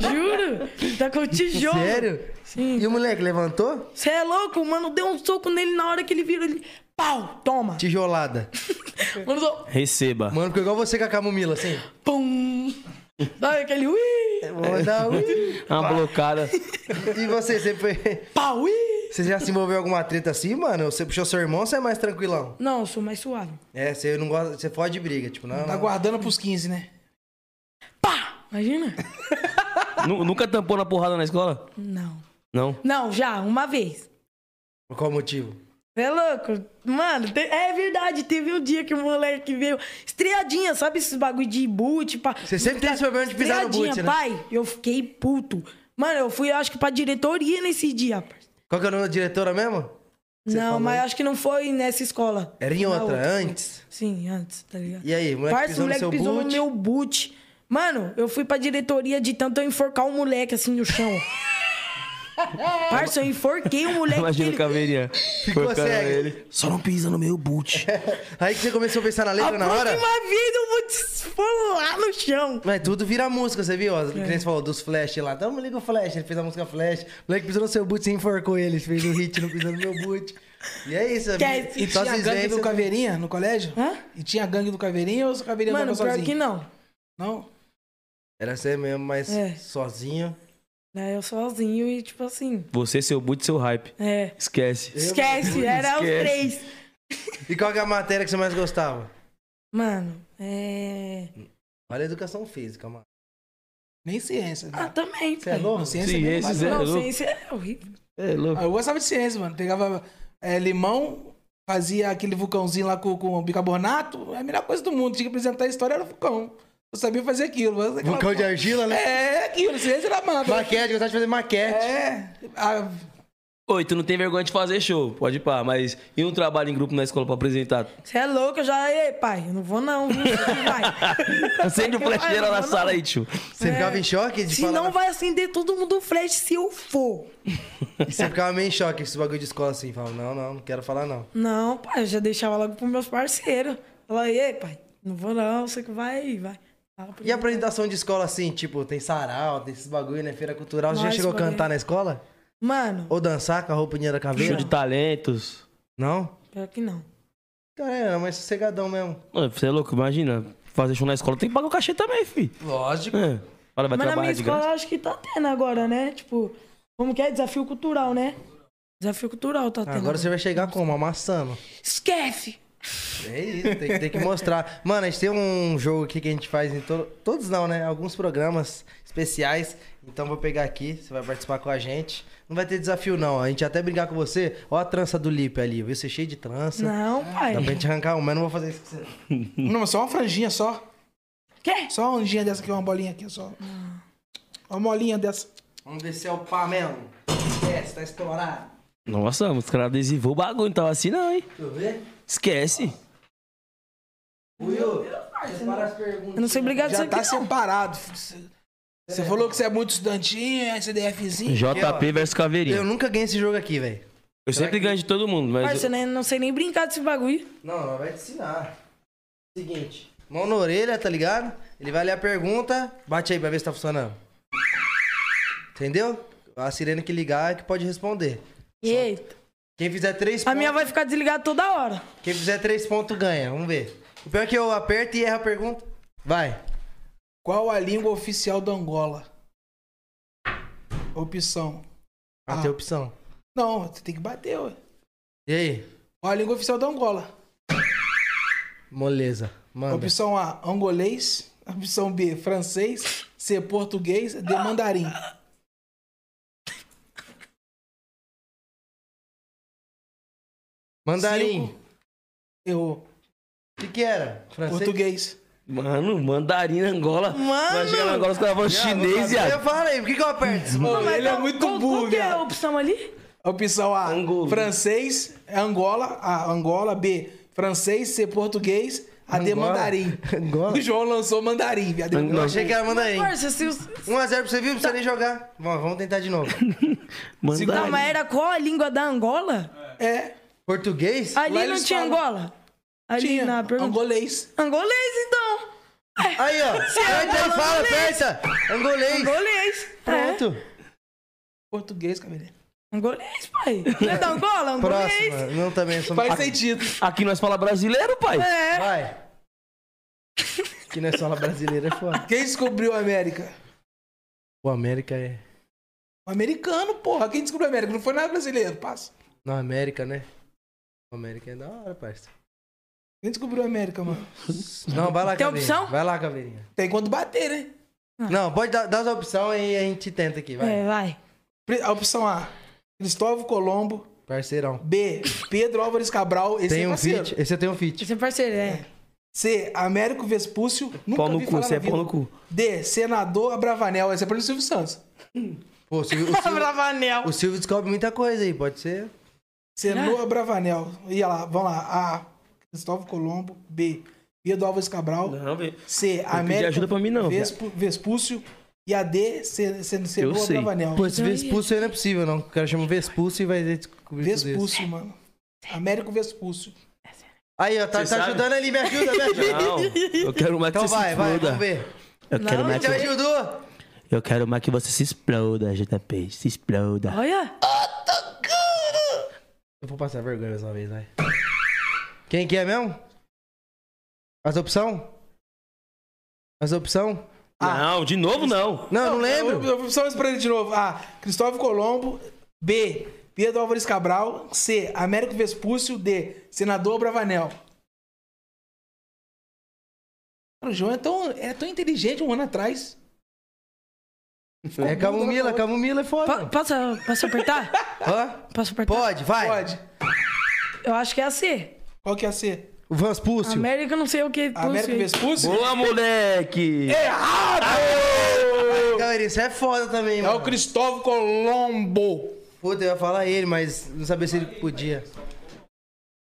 [SPEAKER 4] Juro. Tacou o tijolo.
[SPEAKER 1] Sério?
[SPEAKER 4] Sim.
[SPEAKER 1] E o moleque levantou?
[SPEAKER 4] Você é louco, mano. Deu um soco nele na hora que ele virou. Ele. Pau! Toma!
[SPEAKER 1] Tijolada.
[SPEAKER 4] Mano, só.
[SPEAKER 2] Receba.
[SPEAKER 1] Mano, ficou igual você com a camomila, assim.
[SPEAKER 4] Pum! Sabe aquele. Ui!
[SPEAKER 1] Vou dar um- E
[SPEAKER 2] Uma blocada.
[SPEAKER 1] você, você foi.
[SPEAKER 4] Pau! Ui!
[SPEAKER 1] Você já se envolveu em alguma treta assim, mano? Você puxou seu irmão ou você é mais tranquilão?
[SPEAKER 4] Não, eu sou mais suave.
[SPEAKER 1] É, você não gosta. Você foge de briga, tipo, não.
[SPEAKER 3] Tá
[SPEAKER 1] não.
[SPEAKER 3] guardando pros 15, né?
[SPEAKER 4] Pá! Imagina?
[SPEAKER 2] Nu- Nunca tampou na porrada na escola?
[SPEAKER 4] Não.
[SPEAKER 2] Não.
[SPEAKER 4] Não, já, uma vez.
[SPEAKER 1] Por qual motivo?
[SPEAKER 4] Cê é louco? Mano, te- é verdade. Teve um dia que o moleque veio estreadinha, sabe esses bagulho de boot, pá.
[SPEAKER 1] Você sempre tem esse problema de pisar no
[SPEAKER 4] Estreadinha,
[SPEAKER 1] boot, né?
[SPEAKER 4] pai. Eu fiquei puto. Mano, eu fui, acho que pra diretoria nesse dia. parça.
[SPEAKER 1] Qual que é o nome da diretora mesmo? Cê
[SPEAKER 4] não,
[SPEAKER 1] falou
[SPEAKER 4] mas
[SPEAKER 1] aí.
[SPEAKER 4] acho que não foi nessa escola.
[SPEAKER 1] Era em
[SPEAKER 4] Na
[SPEAKER 1] outra, antes?
[SPEAKER 4] Sim, antes, tá ligado?
[SPEAKER 1] E aí, o moleque
[SPEAKER 4] Parça,
[SPEAKER 1] pisou
[SPEAKER 4] o
[SPEAKER 1] no
[SPEAKER 4] moleque
[SPEAKER 1] seu
[SPEAKER 4] pisou
[SPEAKER 1] boot.
[SPEAKER 4] no meu boot. Mano, eu fui pra diretoria de tanto eu enforcar um moleque assim no chão. Parça, eu enforquei o moleque.
[SPEAKER 2] Imagina
[SPEAKER 4] ele-
[SPEAKER 2] o caveirinha.
[SPEAKER 1] Ficou
[SPEAKER 2] forcando
[SPEAKER 1] cego.
[SPEAKER 2] ele. Só não pisa no meu boot.
[SPEAKER 1] Aí que você começou a pensar na
[SPEAKER 4] A
[SPEAKER 1] letra na
[SPEAKER 4] próxima
[SPEAKER 1] hora.
[SPEAKER 4] vez eu vou te expor lá no chão.
[SPEAKER 1] Mas tudo vira música, você viu? O cliente falou dos flash lá. Então me liga o flash. Ele fez a música flash. O moleque pisou no seu boot, você enforcou ele. Fez o hit, não pisou no meu boot. E é isso.
[SPEAKER 4] Que
[SPEAKER 1] amigo.
[SPEAKER 4] é isso.
[SPEAKER 3] E
[SPEAKER 1] Só
[SPEAKER 3] tinha a
[SPEAKER 1] se
[SPEAKER 3] gangue
[SPEAKER 1] vence-
[SPEAKER 3] do Caveirinha no colégio?
[SPEAKER 4] Hã?
[SPEAKER 3] E tinha a gangue do Caveirinha ou o Caveirinha
[SPEAKER 4] Mano,
[SPEAKER 3] andava
[SPEAKER 4] pior
[SPEAKER 3] sozinho?
[SPEAKER 4] que não.
[SPEAKER 3] Não?
[SPEAKER 1] Era você mesmo, mas
[SPEAKER 4] É.
[SPEAKER 1] sozinho.
[SPEAKER 4] Né, eu sozinho e tipo assim.
[SPEAKER 2] Você, seu boot, seu hype.
[SPEAKER 4] É.
[SPEAKER 2] Esquece.
[SPEAKER 4] Esquece, era os
[SPEAKER 2] esquece.
[SPEAKER 4] três.
[SPEAKER 1] E qual que é a matéria que você mais gostava?
[SPEAKER 4] Mano, é.
[SPEAKER 1] Olha a educação física, mano.
[SPEAKER 3] Nem ciência.
[SPEAKER 4] Ah,
[SPEAKER 3] né?
[SPEAKER 4] também.
[SPEAKER 1] Você é
[SPEAKER 4] pai.
[SPEAKER 1] louco?
[SPEAKER 3] ciência
[SPEAKER 2] Sim,
[SPEAKER 3] mesmo,
[SPEAKER 2] esses
[SPEAKER 3] mas-
[SPEAKER 2] é
[SPEAKER 4] Não,
[SPEAKER 2] louco.
[SPEAKER 4] ciência é horrível.
[SPEAKER 2] É louco.
[SPEAKER 3] Ah, eu gostava de ciência, mano. Pegava é, limão, fazia aquele vulcãozinho lá com, com bicarbonato. É a melhor coisa do mundo. Tinha que apresentar a história, era o vulcão. Eu sabia fazer aquilo. mas aquela-
[SPEAKER 1] Vulcão de argila, né?
[SPEAKER 3] É, aquilo. Ciência era mano.
[SPEAKER 1] Maquete, gostava de fazer maquete.
[SPEAKER 3] É. a-
[SPEAKER 2] Oi, tu não tem vergonha de fazer show, pode ir pá, mas e um trabalho em grupo na escola pra apresentar?
[SPEAKER 4] Você é louco, eu já. Ei, pai, eu não vou não, viu? Vai.
[SPEAKER 2] Acende o
[SPEAKER 4] Vai que
[SPEAKER 2] flecheira na
[SPEAKER 4] vai, não.
[SPEAKER 2] sala aí, tio.
[SPEAKER 1] Você ficava em choque de
[SPEAKER 4] Se
[SPEAKER 1] falar.
[SPEAKER 4] não, vai acender todo mundo o flash se eu for.
[SPEAKER 1] E você ficava meio em choque com esse bagulho de escola assim. Falava, não, não, não quero falar não.
[SPEAKER 4] Não, pai, eu já deixava logo pros meus parceiros. Falava, ei, pai, não vou não, você que vai, vai. Ah,
[SPEAKER 1] E a apresentação de escola assim, tipo, tem sarau, tem esses bagulho, né? Feira cultural. Você já
[SPEAKER 4] Nós
[SPEAKER 1] chegou a
[SPEAKER 4] podemos.
[SPEAKER 1] cantar na escola?
[SPEAKER 4] Mano,
[SPEAKER 1] Ou dançar com a roupinha da
[SPEAKER 2] Show
[SPEAKER 1] caveira?
[SPEAKER 2] de talentos.
[SPEAKER 1] Não?
[SPEAKER 4] pior que não.
[SPEAKER 1] Cara, era mais sossegadão mesmo.
[SPEAKER 2] Mano, você é louco, imagina. Fazer show na escola tem que pagar o cachê também, fi.
[SPEAKER 1] Lógico.
[SPEAKER 2] É. Olha, vai
[SPEAKER 4] Mas na minha
[SPEAKER 2] trabalhar de
[SPEAKER 4] escola
[SPEAKER 2] graça.
[SPEAKER 4] eu acho que tá tendo agora, né? Tipo, como que é? Desafio cultural, né? Desafio cultural tá tendo.
[SPEAKER 1] Agora você vai chegar como? Amassando.
[SPEAKER 4] Esquece!
[SPEAKER 1] É isso, tem, que- tem que mostrar. Mano, a gente tem um jogo aqui que a gente faz em to- todos não, né? Alguns programas especiais. Então vou pegar aqui, você vai participar com a gente. Não vai ter desafio não, a gente até brigar com você. Ó a trança do Lipe ali, viu? Você é cheio de trança.
[SPEAKER 4] Não, pai.
[SPEAKER 1] Dá pra gente arrancar uma, mas não vou fazer isso com você.
[SPEAKER 3] Não, só uma franjinha só.
[SPEAKER 4] Quer?
[SPEAKER 3] Só uma franjinha dessa aqui, uma bolinha aqui só. Uma bolinha dessa.
[SPEAKER 1] Vamos ver se é o pá mesmo. Esquece, tá estourado.
[SPEAKER 2] Nossa, os caras adesivou o bagulho, não tava assim não, hein?
[SPEAKER 1] Deixa eu ver.
[SPEAKER 2] Esquece.
[SPEAKER 1] Will, separa as perguntas.
[SPEAKER 4] Eu não sou obrigado a
[SPEAKER 3] Já
[SPEAKER 4] isso
[SPEAKER 3] tá
[SPEAKER 4] aqui. não.
[SPEAKER 3] separado. Você você falou que você é muito estudantinho, é CDFzinho.
[SPEAKER 2] JP versus Caveirinha.
[SPEAKER 1] Eu
[SPEAKER 2] Eu,
[SPEAKER 1] nunca ganhei esse jogo aqui, velho.
[SPEAKER 2] sempre ganho de todo mundo, mas...
[SPEAKER 4] Parça,
[SPEAKER 2] eu-
[SPEAKER 4] eu... não sei nem brincar desse bagulho.
[SPEAKER 1] Não, ela vai te ensinar. Seguinte, mão na orelha, tá ligado? Ele vai ler a pergunta, bate aí pra ver se tá funcionando. Entendeu? A sirene que ligar é que pode responder.
[SPEAKER 4] Eita.
[SPEAKER 1] Quem fizer três
[SPEAKER 4] A
[SPEAKER 1] pontos,
[SPEAKER 4] minha vai ficar desligada toda hora.
[SPEAKER 1] quem fizer três pontos ganha. Vamos ver. O pior é que eu aperto e erro a pergunta. Vai.
[SPEAKER 3] Qual a língua oficial da Angola? Opção.
[SPEAKER 1] Não
[SPEAKER 3] Ah.
[SPEAKER 1] tem opção.
[SPEAKER 3] Não, você tem que bater, ué.
[SPEAKER 1] E aí?
[SPEAKER 3] Qual a língua oficial da Angola?
[SPEAKER 1] Moleza. Manda.
[SPEAKER 3] Opção A, angolês. Opção B, francês. C, português. D, mandarim.
[SPEAKER 1] Mandarim.
[SPEAKER 3] Cinco. Errou.
[SPEAKER 1] O que, que era? Francês?
[SPEAKER 3] Português.
[SPEAKER 2] Mano, mandarim na Angola.
[SPEAKER 4] Mano!
[SPEAKER 2] Imagina na Angola os caras falam chinês,
[SPEAKER 1] Eu
[SPEAKER 2] viado.
[SPEAKER 1] falei, por que, que eu aperto?
[SPEAKER 3] Ô,
[SPEAKER 4] Mas
[SPEAKER 3] ele é
[SPEAKER 4] qual-
[SPEAKER 3] muito
[SPEAKER 4] qual- Qual
[SPEAKER 3] burro,
[SPEAKER 4] que é a
[SPEAKER 3] viado.
[SPEAKER 4] opção ali?
[SPEAKER 3] Opção A,
[SPEAKER 2] Angola.
[SPEAKER 3] francês. é Angola. A, Angola. B, francês. C, português. A, D,
[SPEAKER 1] Angola.
[SPEAKER 3] mandarim.
[SPEAKER 1] Angola.
[SPEAKER 3] O João lançou mandarim, viado. Ele-
[SPEAKER 1] Eu achei que era mandarim.
[SPEAKER 4] Parça, se os...
[SPEAKER 1] 1x0 pra você, viu? Não precisa nem jogar. Vamos vamos tentar de novo.
[SPEAKER 4] Não,
[SPEAKER 2] Mandarim.
[SPEAKER 4] mas era qual a língua da Angola?
[SPEAKER 3] É,
[SPEAKER 1] Português?
[SPEAKER 4] Ali
[SPEAKER 3] Lá
[SPEAKER 4] não
[SPEAKER 3] eles
[SPEAKER 4] tinha
[SPEAKER 3] falam-
[SPEAKER 4] Angola? Ali
[SPEAKER 3] tinha.
[SPEAKER 4] na pergunta.
[SPEAKER 3] Angolês.
[SPEAKER 4] Angolês, então.
[SPEAKER 1] Aí, ó. Aperta aí, fala, aperta. Angolês.
[SPEAKER 4] é Angolês. É.
[SPEAKER 1] Pronto.
[SPEAKER 3] Português, cabeleiro.
[SPEAKER 4] Angolês, pai. Não é da Angola? Angolês.
[SPEAKER 1] Próxima. Não, também. Somos...
[SPEAKER 3] Faz sentido.
[SPEAKER 2] Aqui nós fala brasileiro, pai.
[SPEAKER 4] É.
[SPEAKER 1] Vai. Que na escola brasileira é foda.
[SPEAKER 3] Quem descobriu a América?
[SPEAKER 1] O América é...
[SPEAKER 3] O americano, porra. Quem descobriu a América? Não foi nada brasileiro, passa.
[SPEAKER 1] Não, América, né? O América é da hora, parça.
[SPEAKER 3] Quem descobriu a América, mano?
[SPEAKER 1] Não, vai lá,
[SPEAKER 4] Tem
[SPEAKER 1] Caveirinha.
[SPEAKER 4] opção? Ah.
[SPEAKER 1] Vai lá, Caveirinha.
[SPEAKER 3] Tem quando bater, né?
[SPEAKER 1] Não, pode dar, dar as opções e a gente tenta aqui, vai.
[SPEAKER 4] É, vai.
[SPEAKER 3] Pri- A opção A, Cristóvão Colombo.
[SPEAKER 1] Parceirão.
[SPEAKER 3] B, Pedro Álvares Cabral. Esse
[SPEAKER 1] Tem
[SPEAKER 3] é
[SPEAKER 1] um
[SPEAKER 3] parceiro.
[SPEAKER 1] feat? Esse eu tenho um feat.
[SPEAKER 4] Você é parceiro, é.
[SPEAKER 3] C, Américo Vespúcio. Nunca
[SPEAKER 2] Pau no
[SPEAKER 3] vi
[SPEAKER 2] cu,
[SPEAKER 3] falar
[SPEAKER 2] você
[SPEAKER 3] na
[SPEAKER 2] é pau
[SPEAKER 3] vida.
[SPEAKER 2] no cu.
[SPEAKER 3] D, Senador Abravanel. Esse é para o Silvio Santos.
[SPEAKER 1] Pô, o Silvio, o Silvio,
[SPEAKER 4] Bravanel.
[SPEAKER 1] o Silvio descobre muita coisa aí, pode ser.
[SPEAKER 3] Senador Abravanel. Ia lá, vamos lá. A, Cristóvão Colombo. B, Bia do Alves Cabral.
[SPEAKER 2] Não, velho.
[SPEAKER 3] C.
[SPEAKER 2] pedi
[SPEAKER 3] América
[SPEAKER 2] ajuda pra mim, não,
[SPEAKER 3] Vespu- Vespúcio. E a D. C. C. C.
[SPEAKER 2] Eu sei.
[SPEAKER 3] Bravanel.
[SPEAKER 1] Pô, esse Vespúcio aí não é possível, não. O cara chama Vespúcio e vai descobrir tudo isso.
[SPEAKER 3] Vespúcio, mano. Américo Vespúcio.
[SPEAKER 1] Aí, ó, tá,
[SPEAKER 2] Você
[SPEAKER 1] tá
[SPEAKER 2] sabe?
[SPEAKER 1] ajudando ali, me ajuda, me ajuda.
[SPEAKER 2] Não, eu quero mais que
[SPEAKER 1] Então
[SPEAKER 2] você
[SPEAKER 1] vai,
[SPEAKER 2] se
[SPEAKER 1] vai,
[SPEAKER 2] exploda.
[SPEAKER 1] vamos ver. é.
[SPEAKER 2] eu, quero
[SPEAKER 4] Não,
[SPEAKER 2] mais
[SPEAKER 1] Te
[SPEAKER 2] que...
[SPEAKER 1] ajudou?
[SPEAKER 2] eu quero mais que você se exploda, JP. Se exploda.
[SPEAKER 4] Olha!
[SPEAKER 1] Eu vou passar vergonha mais uma vez, vai. Quem que é mesmo? As opção? As opção?
[SPEAKER 2] Não, de novo não.
[SPEAKER 1] Não, eu não lembro.
[SPEAKER 3] Eu, eu, eu, só isso pra ele de novo. A. Cristóvão Colombo. B. Bia do Alves Cabral. C. Américo Vespúcio. D. Senador Bravanel. Cara, O João é tão, é tão inteligente um ano atrás.
[SPEAKER 1] É camomila, camomila é
[SPEAKER 4] Pa-
[SPEAKER 1] foda.
[SPEAKER 4] posso, posso apertar?
[SPEAKER 1] Hã?
[SPEAKER 4] Posso apertar?
[SPEAKER 1] Pode, vai.
[SPEAKER 3] Pode.
[SPEAKER 4] Eu acho que é a C.
[SPEAKER 3] Qual que é a C?
[SPEAKER 1] O Vespúcio.
[SPEAKER 4] América, não sei o que.
[SPEAKER 3] Américo
[SPEAKER 4] pulse.
[SPEAKER 3] Vespúcio?
[SPEAKER 2] Boa, moleque!
[SPEAKER 3] Errado!
[SPEAKER 1] Galera, isso é foda também,
[SPEAKER 3] É o
[SPEAKER 1] mano.
[SPEAKER 3] Cristóvão Colombo.
[SPEAKER 1] Puta, eu ia falar ele, mas não sabia se ele podia.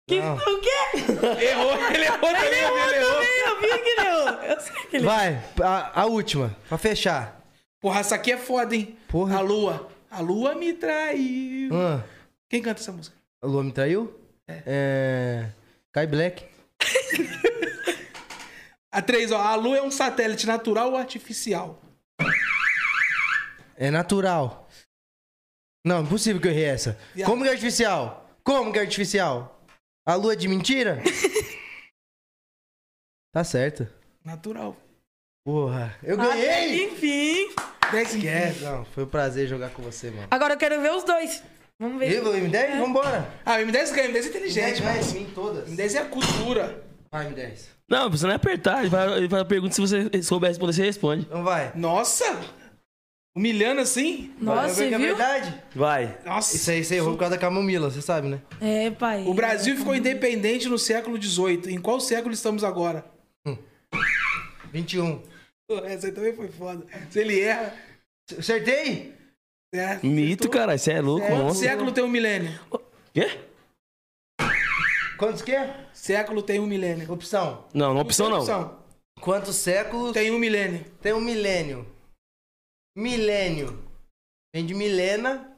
[SPEAKER 4] Que, o quê?
[SPEAKER 3] Errou, ele errou também,
[SPEAKER 4] Ele errou também, eu vi que ele errou. Eu sei que ele
[SPEAKER 1] Vai, a, a última, pra fechar.
[SPEAKER 3] Porra, essa aqui é foda, hein?
[SPEAKER 1] Porra. Hum.
[SPEAKER 3] A lua. A lua me traiu.
[SPEAKER 1] Hã?
[SPEAKER 3] Quem canta essa música?
[SPEAKER 1] A Lua me traiu? É. Kai Black.
[SPEAKER 3] A três, ó. A lua é um satélite natural ou artificial?
[SPEAKER 1] É natural. Não, impossível que eu errei essa.
[SPEAKER 3] E a-
[SPEAKER 1] Como que é artificial? Como que é artificial? A lua é de mentira? tá certo.
[SPEAKER 3] Natural.
[SPEAKER 1] Porra, eu
[SPEAKER 4] Ah,
[SPEAKER 1] ganhei!
[SPEAKER 4] Enfim.
[SPEAKER 3] Esquece.
[SPEAKER 1] Não, foi um prazer jogar com você, mano.
[SPEAKER 4] Agora eu quero ver os dois. Vamos ver.
[SPEAKER 1] E o M10? Vambora!
[SPEAKER 3] Ah, o M10 ganha. M10 é inteligente, mano.
[SPEAKER 1] vai, sim, todas.
[SPEAKER 3] M10 é a cultura.
[SPEAKER 1] Vai, M10.
[SPEAKER 2] Não, precisa nem apertar. Ele vai, ele vai perguntar se você souber responder, você responde.
[SPEAKER 1] Então vai.
[SPEAKER 3] Nossa. Humilhando assim.
[SPEAKER 4] Nossa,
[SPEAKER 1] Valeu,
[SPEAKER 4] você
[SPEAKER 1] que é
[SPEAKER 4] viu?
[SPEAKER 1] verdade?
[SPEAKER 2] Vai.
[SPEAKER 3] Nossa.
[SPEAKER 1] Isso aí você errou por causa da camomila, você sabe, né?
[SPEAKER 4] É, pai.
[SPEAKER 3] O Brasil ficou independente no século XVIII. Em qual século estamos agora?
[SPEAKER 1] 21.
[SPEAKER 3] Pô, Essa aí também foi foda. Se ele erra...
[SPEAKER 1] Acertei?
[SPEAKER 3] É.
[SPEAKER 2] Mito, caralho. Você é louco,
[SPEAKER 3] Quanto
[SPEAKER 2] monstro.
[SPEAKER 3] século tem um milênio?
[SPEAKER 2] Quê?
[SPEAKER 1] Quantos que é?
[SPEAKER 3] Século tem um milênio.
[SPEAKER 1] Opção.
[SPEAKER 2] Não, não opção não.
[SPEAKER 3] Opção.
[SPEAKER 1] Quantos séculos
[SPEAKER 3] Tem um milênio.
[SPEAKER 1] Tem um milênio. Milênio. Vem de Milena.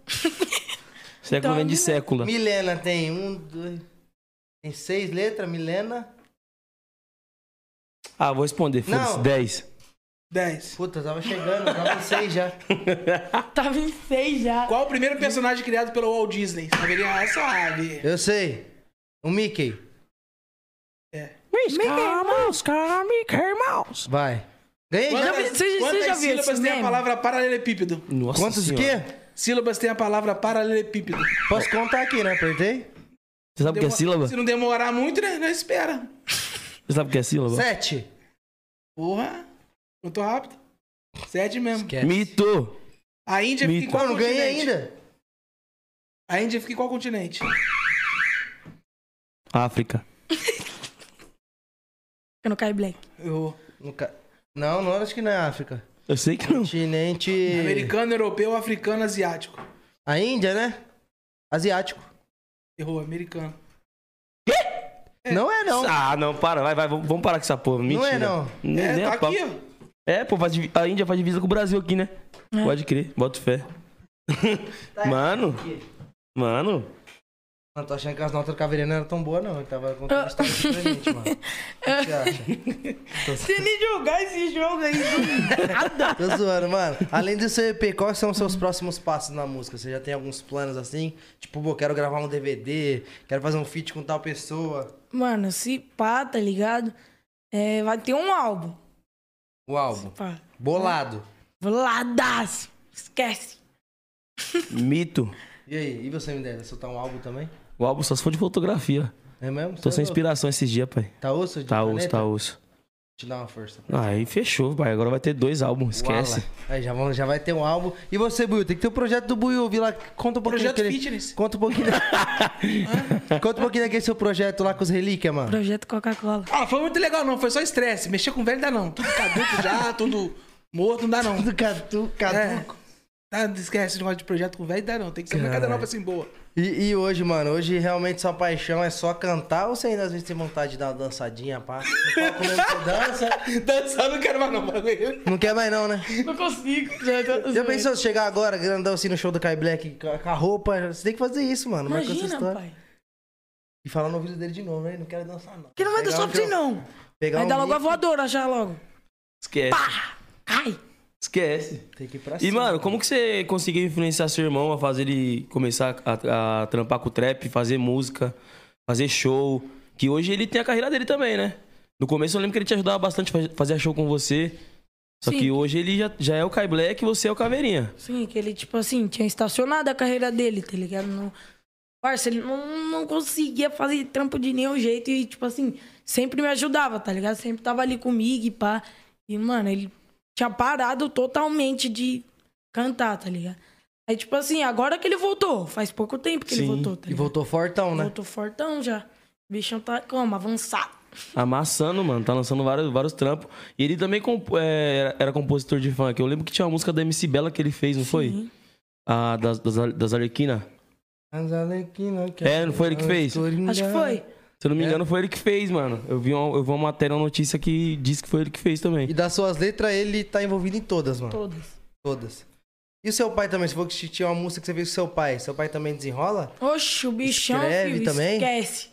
[SPEAKER 2] Século vem é de
[SPEAKER 4] Então, né?
[SPEAKER 2] sécula.
[SPEAKER 1] Milena tem um, dois. Tem seis letras, Milena.
[SPEAKER 2] Ah, vou responder. Foda-se.
[SPEAKER 1] Não.
[SPEAKER 2] 10.
[SPEAKER 3] 10.
[SPEAKER 1] Puta, tava chegando, tava em seis já.
[SPEAKER 4] Tava em seis já.
[SPEAKER 3] Qual o primeiro personagem criado pelo Walt Disney? Saberia ah, sabe.
[SPEAKER 1] Eu sei. O Mickey.
[SPEAKER 3] É.
[SPEAKER 2] Mickey Mouse, cara, Mickey Mouse.
[SPEAKER 1] Vai. Ganhei já.
[SPEAKER 4] vi- você- você
[SPEAKER 3] quantas
[SPEAKER 4] já viu
[SPEAKER 3] é sílabas
[SPEAKER 4] esse
[SPEAKER 3] tem a
[SPEAKER 4] meme?
[SPEAKER 3] palavra paralelepípedo?
[SPEAKER 2] Nossa
[SPEAKER 1] Quantos o
[SPEAKER 2] senhora.
[SPEAKER 1] quê?
[SPEAKER 3] Sílabas tem a palavra paralelepípedo.
[SPEAKER 1] Posso contar aqui, né? Apertei?
[SPEAKER 2] Você sabe o que é
[SPEAKER 3] Demora-
[SPEAKER 2] sílaba?
[SPEAKER 3] Se não demorar muito, né? Não espera.
[SPEAKER 2] Você sabe o que é sílaba?
[SPEAKER 1] Sete.
[SPEAKER 3] Porra. Não tô rápido. Sete mesmo.
[SPEAKER 1] Esquece.
[SPEAKER 2] Mito.
[SPEAKER 3] A Índia
[SPEAKER 2] Mito.
[SPEAKER 3] fica em
[SPEAKER 1] Pô,
[SPEAKER 3] qual
[SPEAKER 1] eu não
[SPEAKER 3] continente?
[SPEAKER 1] ganhei ainda.
[SPEAKER 3] A Índia fica em qual continente?
[SPEAKER 2] África.
[SPEAKER 4] Eu não caí black.
[SPEAKER 3] Errou.
[SPEAKER 1] Nunca- Não, não, acho que não é África.
[SPEAKER 2] Eu sei que não.
[SPEAKER 1] Continente.
[SPEAKER 3] Americano, europeu, africano, asiático.
[SPEAKER 1] A Índia, né? Asiático.
[SPEAKER 3] Errou, americano.
[SPEAKER 1] Não é, não.
[SPEAKER 2] Ah, não, para. Vai, vai. Vamos vamos parar com essa porra. Mentira.
[SPEAKER 1] é, não.
[SPEAKER 2] Nem,
[SPEAKER 3] É,
[SPEAKER 2] nem
[SPEAKER 3] tá
[SPEAKER 2] a pau.
[SPEAKER 3] aqui, ó.
[SPEAKER 2] É, pô, faz divi- a Índia faz divisa com o Brasil aqui, né? Pode crer, bota fé.
[SPEAKER 1] Tá
[SPEAKER 2] mano, mano,
[SPEAKER 1] Mano, tô achando que as notas do Caveirão não eram tão boas, não. Ele tava contando história diferente, mano. O que você acha?
[SPEAKER 4] Se nem jogar esse jogo aí do nada.
[SPEAKER 1] Tô zoando, mano. Além do seu EP, quais são os seus próximos passos na música? Você já tem alguns planos assim? Tipo, pô, quero gravar um DVD, quero fazer um feat com tal pessoa.
[SPEAKER 4] Mano, se pá, tá ligado? É, vai ter um álbum.
[SPEAKER 1] O álbum.
[SPEAKER 4] Pá.
[SPEAKER 1] Bolado.
[SPEAKER 4] Ladaço. Esquece.
[SPEAKER 2] mito.
[SPEAKER 1] E aí, e você me deve soltar um álbum também?
[SPEAKER 2] O álbum só se for de fotografia.
[SPEAKER 1] É mesmo? Você
[SPEAKER 2] Tô sem
[SPEAKER 1] é louco.
[SPEAKER 2] inspiração esses dias, pai.
[SPEAKER 1] Tá osso? de
[SPEAKER 2] Tá osso,
[SPEAKER 1] planeta?
[SPEAKER 2] tá osso.
[SPEAKER 1] Te dá uma força.
[SPEAKER 2] Aí fechou, pai. Agora vai ter dois álbuns, esquece.
[SPEAKER 1] Uala. Aí já, vão, já vai ter um álbum. E você, Buiu, tem que ter o projeto do Buiu. Vi lá, conta um pouquinho.
[SPEAKER 3] Projeto
[SPEAKER 1] daquele-
[SPEAKER 3] Fitness.
[SPEAKER 1] Conta um pouquinho. da- conta um pouquinho daquele seu projeto lá com os relíquias, mano.
[SPEAKER 4] Projeto Coca-Cola.
[SPEAKER 3] Ah, foi muito legal não, foi só estresse. Mexer com velho dá não. Tudo caduco já, tudo morto, não dá não.
[SPEAKER 1] É. Do Catu, Caduco.
[SPEAKER 3] Ah, não esquece esse negócio de projeto com velho, dá não. Tem que ser uma cada
[SPEAKER 2] Caralho.
[SPEAKER 3] nova assim boa.
[SPEAKER 1] E, e hoje, mano, hoje realmente sua paixão é só cantar ou você ainda às vezes tem vontade de dar uma dançadinha, pá? No palco mesmo você dança,
[SPEAKER 3] Dançar não quero mais não, bagulho.
[SPEAKER 1] não quer mais não, né?
[SPEAKER 4] Não consigo. Já, tô-
[SPEAKER 1] Já pensou se chegar agora, grandão assim no show do Kai Black com a- com a roupa? Você tem é que fazer isso, mano. marca essa
[SPEAKER 4] Imagina,
[SPEAKER 1] história.
[SPEAKER 4] pai.
[SPEAKER 1] E falar no ouvido dele de novo, né? Não quero dançar, não.
[SPEAKER 4] Que não vai
[SPEAKER 1] Pegar
[SPEAKER 4] dar
[SPEAKER 1] um
[SPEAKER 4] só pra você,
[SPEAKER 1] micro-
[SPEAKER 4] não.
[SPEAKER 1] Pegar
[SPEAKER 4] Aí
[SPEAKER 1] um
[SPEAKER 4] dá logo a
[SPEAKER 1] mic,
[SPEAKER 4] voadora já logo.
[SPEAKER 2] Esquece.
[SPEAKER 4] Cai.
[SPEAKER 2] Esquece.
[SPEAKER 1] Tem que ir
[SPEAKER 4] É
[SPEAKER 1] pra
[SPEAKER 2] E,
[SPEAKER 4] assim,
[SPEAKER 1] cima.
[SPEAKER 4] né?
[SPEAKER 2] mano, como que você conseguiu influenciar seu irmão a fazer ele começar a, a trampar com o trap, fazer música, fazer show? Que hoje ele tem a carreira dele também, né? No começo eu lembro que ele te ajudava bastante a fazer show com você. Só
[SPEAKER 4] Sim.
[SPEAKER 2] que hoje ele já, já é o Kai Black e você é o Caveirinha.
[SPEAKER 4] Sim, que ele, tipo assim, tinha estacionado a carreira dele, tá ligado? Não... Parça, ele não, não conseguia fazer trampo de nenhum jeito e, tipo assim, sempre me ajudava, tá ligado? Sempre tava ali comigo e pá. E, mano, ele tinha parado totalmente de cantar, tá ligado? Aí, tipo assim, agora que ele voltou, faz pouco tempo que ele
[SPEAKER 2] Sim,
[SPEAKER 4] voltou, tá
[SPEAKER 1] E
[SPEAKER 4] ligado?
[SPEAKER 1] voltou fortão, né?
[SPEAKER 4] Voltou fortão já. O bichão tá como? Avançado.
[SPEAKER 2] Amassando, mano. Tá lançando vários, vários trampos. E ele também compo- é, era, era compositor de funk. Eu lembro que tinha uma música da MC Bela que ele fez, não foi?
[SPEAKER 4] Sim.
[SPEAKER 2] A das, das, das Arlequina.
[SPEAKER 1] As Alequina que-
[SPEAKER 2] É, não foi ele que fez?
[SPEAKER 1] Escuridão.
[SPEAKER 4] Acho que foi.
[SPEAKER 2] Se eu não me
[SPEAKER 1] É.
[SPEAKER 2] engano, foi ele que fez, mano. Eu vi uma, eu vi uma matéria, uma notícia que diz que foi ele que fez também.
[SPEAKER 1] E das suas letras, ele tá envolvido em todas, mano.
[SPEAKER 4] Todas.
[SPEAKER 1] Todas. E o seu pai também? Você falou que tinha uma música que você fez com seu pai. Seu pai também desenrola?
[SPEAKER 4] Oxe, o bichão,
[SPEAKER 1] Escreve
[SPEAKER 4] filho,
[SPEAKER 1] também?
[SPEAKER 4] esquece.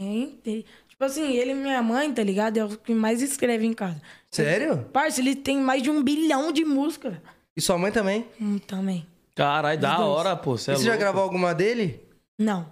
[SPEAKER 4] Hein? Tem- Tipo assim, ele e minha mãe, tá ligado? É o que mais escreve em casa.
[SPEAKER 1] Sério?
[SPEAKER 4] Parça, ele tem mais de um bilhão de músicas. velho.
[SPEAKER 1] E sua mãe também?
[SPEAKER 4] Hum, também.
[SPEAKER 2] Caralho, da
[SPEAKER 4] dois.
[SPEAKER 2] hora, pô. Você
[SPEAKER 1] e
[SPEAKER 2] é
[SPEAKER 1] você já
[SPEAKER 2] louco.
[SPEAKER 1] gravou alguma dele?
[SPEAKER 4] Não.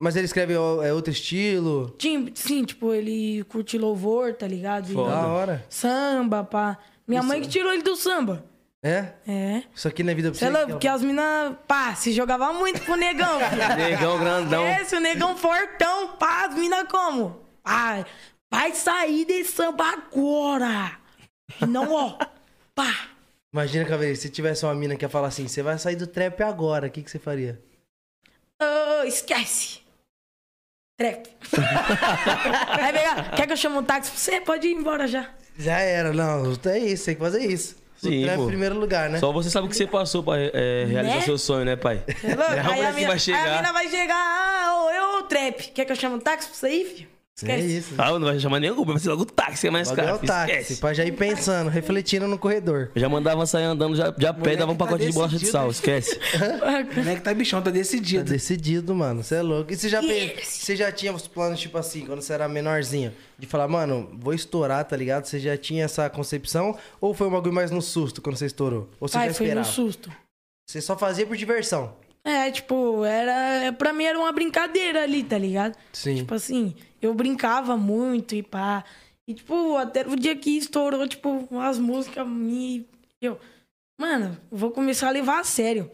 [SPEAKER 1] Mas ele escreve ó, é, outro estilo?
[SPEAKER 4] Tim- Sim, tipo, ele curte louvor, tá ligado? E
[SPEAKER 2] Foda.
[SPEAKER 1] Da hora.
[SPEAKER 4] Samba, pá. Minha mãe que tirou ele do samba.
[SPEAKER 1] É?
[SPEAKER 4] É.
[SPEAKER 1] Isso aqui não é vida pra
[SPEAKER 4] Você é
[SPEAKER 1] você.
[SPEAKER 4] louco, porque as minas, pá, se jogava muito com o negão. filho.
[SPEAKER 2] Negão grandão.
[SPEAKER 4] Esquece, o negão fortão, pá, as mina como? Ai, vai sair desse samba agora. Não, ó, pá.
[SPEAKER 1] Imagina, Caveirinha, se tivesse uma mina que ia falar assim, você vai sair do trap agora, o que, que você faria?
[SPEAKER 4] Ah, esquece. Trap. Vai pegar. Quer que eu chame um táxi pra você? Pode ir embora já.
[SPEAKER 1] Já era, não, é isso, tem que fazer isso. o
[SPEAKER 2] Sim,
[SPEAKER 1] trap
[SPEAKER 2] pô.
[SPEAKER 1] em primeiro lugar, né?
[SPEAKER 2] Só você sabe o que você passou pra é, realizar
[SPEAKER 4] Né?
[SPEAKER 2] seu sonho, né, pai?
[SPEAKER 4] Você é louco?
[SPEAKER 2] É, onde
[SPEAKER 4] Aí a
[SPEAKER 2] que vai
[SPEAKER 4] mina aí
[SPEAKER 2] chegar?
[SPEAKER 4] a mina vai chegar. Ah, ou eu ou o trap. Quer que eu chame um táxi pra você ir, filho?
[SPEAKER 1] é
[SPEAKER 4] Esquece.
[SPEAKER 1] isso.
[SPEAKER 2] Ah, eu não vai chamar nem Uber, vai ser logo o táxi, é mais
[SPEAKER 1] Logo é
[SPEAKER 2] caro.
[SPEAKER 1] o táxi,
[SPEAKER 2] Esquece.
[SPEAKER 1] pra já ir pensando, refletindo no corredor.
[SPEAKER 2] Eu já mandava sair andando, já, já pé, dava um
[SPEAKER 3] tá
[SPEAKER 2] pacote de bolacha de
[SPEAKER 3] decidido,
[SPEAKER 2] sal,
[SPEAKER 3] né?
[SPEAKER 2] esquece.
[SPEAKER 3] O
[SPEAKER 2] é
[SPEAKER 3] moleque tá bichão, tá
[SPEAKER 1] Tá
[SPEAKER 3] decidido.
[SPEAKER 1] decidido, mano. Você é louco. E você já, pe-
[SPEAKER 4] Yes.
[SPEAKER 1] você já tinha os planos, tipo assim, quando você era menorzinho, de falar, mano, vou estourar, tá ligado? Você já tinha essa concepção? Ou foi um bagulho mais no susto quando você estourou? Ou você
[SPEAKER 4] Pai,
[SPEAKER 1] já
[SPEAKER 4] foi no
[SPEAKER 1] esperava?
[SPEAKER 4] susto.
[SPEAKER 1] Você só fazia por diversão.
[SPEAKER 4] É, tipo, era. Pra mim era uma brincadeira ali, tá ligado?
[SPEAKER 1] Sim.
[SPEAKER 4] Tipo assim, eu brincava muito e pá. E, tipo, até o dia que estourou, tipo, as músicas minhas. Eu, mano, vou começar a levar a sério.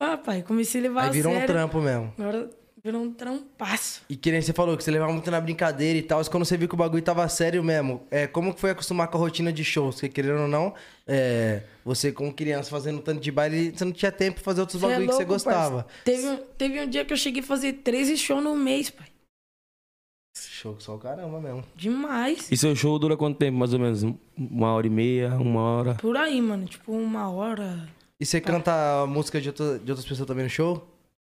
[SPEAKER 4] Ah, pai, comecei a levar
[SPEAKER 1] Aí
[SPEAKER 4] a
[SPEAKER 1] virou um
[SPEAKER 4] sério.
[SPEAKER 1] trampo mesmo.
[SPEAKER 4] Agora virou um trampaço.
[SPEAKER 1] E que nem você falou, que você levava muito na brincadeira e tal, mas quando você viu que o bagulho tava sério mesmo, é, como que foi acostumar com a rotina de shows? Porque querendo ou não, é, você como criança fazendo tanto de baile, você não tinha tempo pra fazer outros
[SPEAKER 4] Cê é
[SPEAKER 1] bagulhos que você
[SPEAKER 4] louco,
[SPEAKER 1] gostava.
[SPEAKER 4] parça. Teve um, teve um dia que eu cheguei a fazer 13 shows no mês, pai.
[SPEAKER 1] Show só o caramba mesmo.
[SPEAKER 4] Demais.
[SPEAKER 2] E seu show dura quanto tempo, mais ou menos? Um- Uma hora e meia, uma hora.
[SPEAKER 4] Por aí, mano. Tipo, uma hora.
[SPEAKER 1] E você canta a música de, outra- de outras pessoas também no show?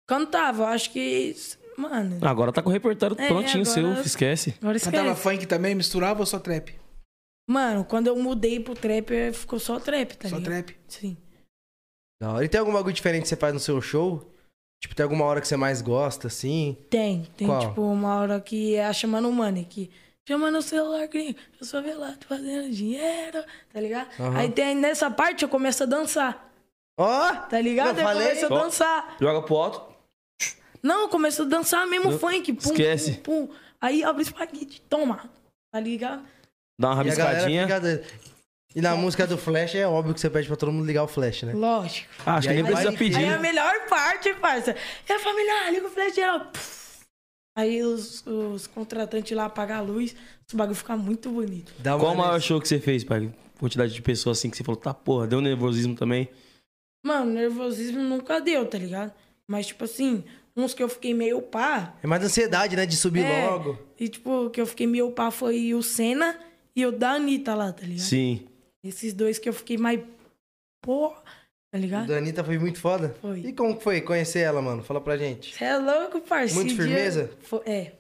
[SPEAKER 4] Cantava, acho que.
[SPEAKER 1] Ah.
[SPEAKER 4] Mano.
[SPEAKER 2] Agora tá com o repertório
[SPEAKER 4] É,
[SPEAKER 2] prontinho seu,
[SPEAKER 4] agora-
[SPEAKER 2] esquece.
[SPEAKER 4] Agora
[SPEAKER 3] Cantava
[SPEAKER 4] esquece.
[SPEAKER 3] funk também, misturava ou só trap?
[SPEAKER 4] Mano, quando eu mudei pro trap, eh, ficou só trap, tá
[SPEAKER 3] só
[SPEAKER 4] ligado?
[SPEAKER 3] trap.
[SPEAKER 4] Sim.
[SPEAKER 1] Da hora. E tem algum bagulho diferente que você faz no seu show? Tipo, tem alguma hora que você mais gosta, assim?
[SPEAKER 4] Tem, tem
[SPEAKER 1] Qual?
[SPEAKER 4] tipo uma hora que é a chamando o money, que chama no celular, gringo, eu sou velado fazendo dinheiro, tá ligado?
[SPEAKER 1] Aham.
[SPEAKER 4] Aí tem nessa parte eu começo a dançar,
[SPEAKER 1] Ó!
[SPEAKER 4] tá ligado?
[SPEAKER 1] Eu
[SPEAKER 4] Eu,
[SPEAKER 1] falei.
[SPEAKER 4] começo a
[SPEAKER 2] Ó.
[SPEAKER 4] dançar.
[SPEAKER 2] Joga pro alto.
[SPEAKER 4] Não, eu começo a dançar mesmo funk, pum,
[SPEAKER 2] Esquece.
[SPEAKER 4] pum, pum. Aí abre espaguete, toma, tá ligado?
[SPEAKER 2] Dá uma
[SPEAKER 1] E a galera
[SPEAKER 2] rabiscadinha.
[SPEAKER 1] fica doida. E na música do Flash é óbvio que você pede pra todo mundo ligar o Flash, né?
[SPEAKER 4] Lógico.
[SPEAKER 2] Ah,
[SPEAKER 1] E
[SPEAKER 2] acho que nem
[SPEAKER 1] aí é vai
[SPEAKER 2] precisa
[SPEAKER 1] que-
[SPEAKER 4] Aí a
[SPEAKER 2] pedir.
[SPEAKER 4] melhor parte, parça, é a família, liga o flash geral. puf. Aí os, os contratantes lá apagam a luz, o bagulho fica muito bonito.
[SPEAKER 1] Dá uma
[SPEAKER 2] Qual o maior
[SPEAKER 1] nessa.
[SPEAKER 2] show que você fez, pai? Quantidade de pessoas assim que você falou, tá porra, deu nervosismo também.
[SPEAKER 4] Mano, nervosismo nunca deu, tá ligado? Mas, tipo assim, uns que eu fiquei meio pá.
[SPEAKER 1] É mais ansiedade, né? De subir
[SPEAKER 4] é,
[SPEAKER 1] logo.
[SPEAKER 4] E, tipo, que eu fiquei meio pá foi o Senna e o da Anitta lá, tá ligado?
[SPEAKER 2] Sim.
[SPEAKER 4] Esses dois que eu fiquei mais. Pô. Tá ligado?
[SPEAKER 1] Da Anitta foi muito foda.
[SPEAKER 4] Foi.
[SPEAKER 1] E como que foi conhecer ela, mano? Fala pra gente.
[SPEAKER 4] Você é louco, parceiro.
[SPEAKER 1] Muito firmeza?
[SPEAKER 4] É.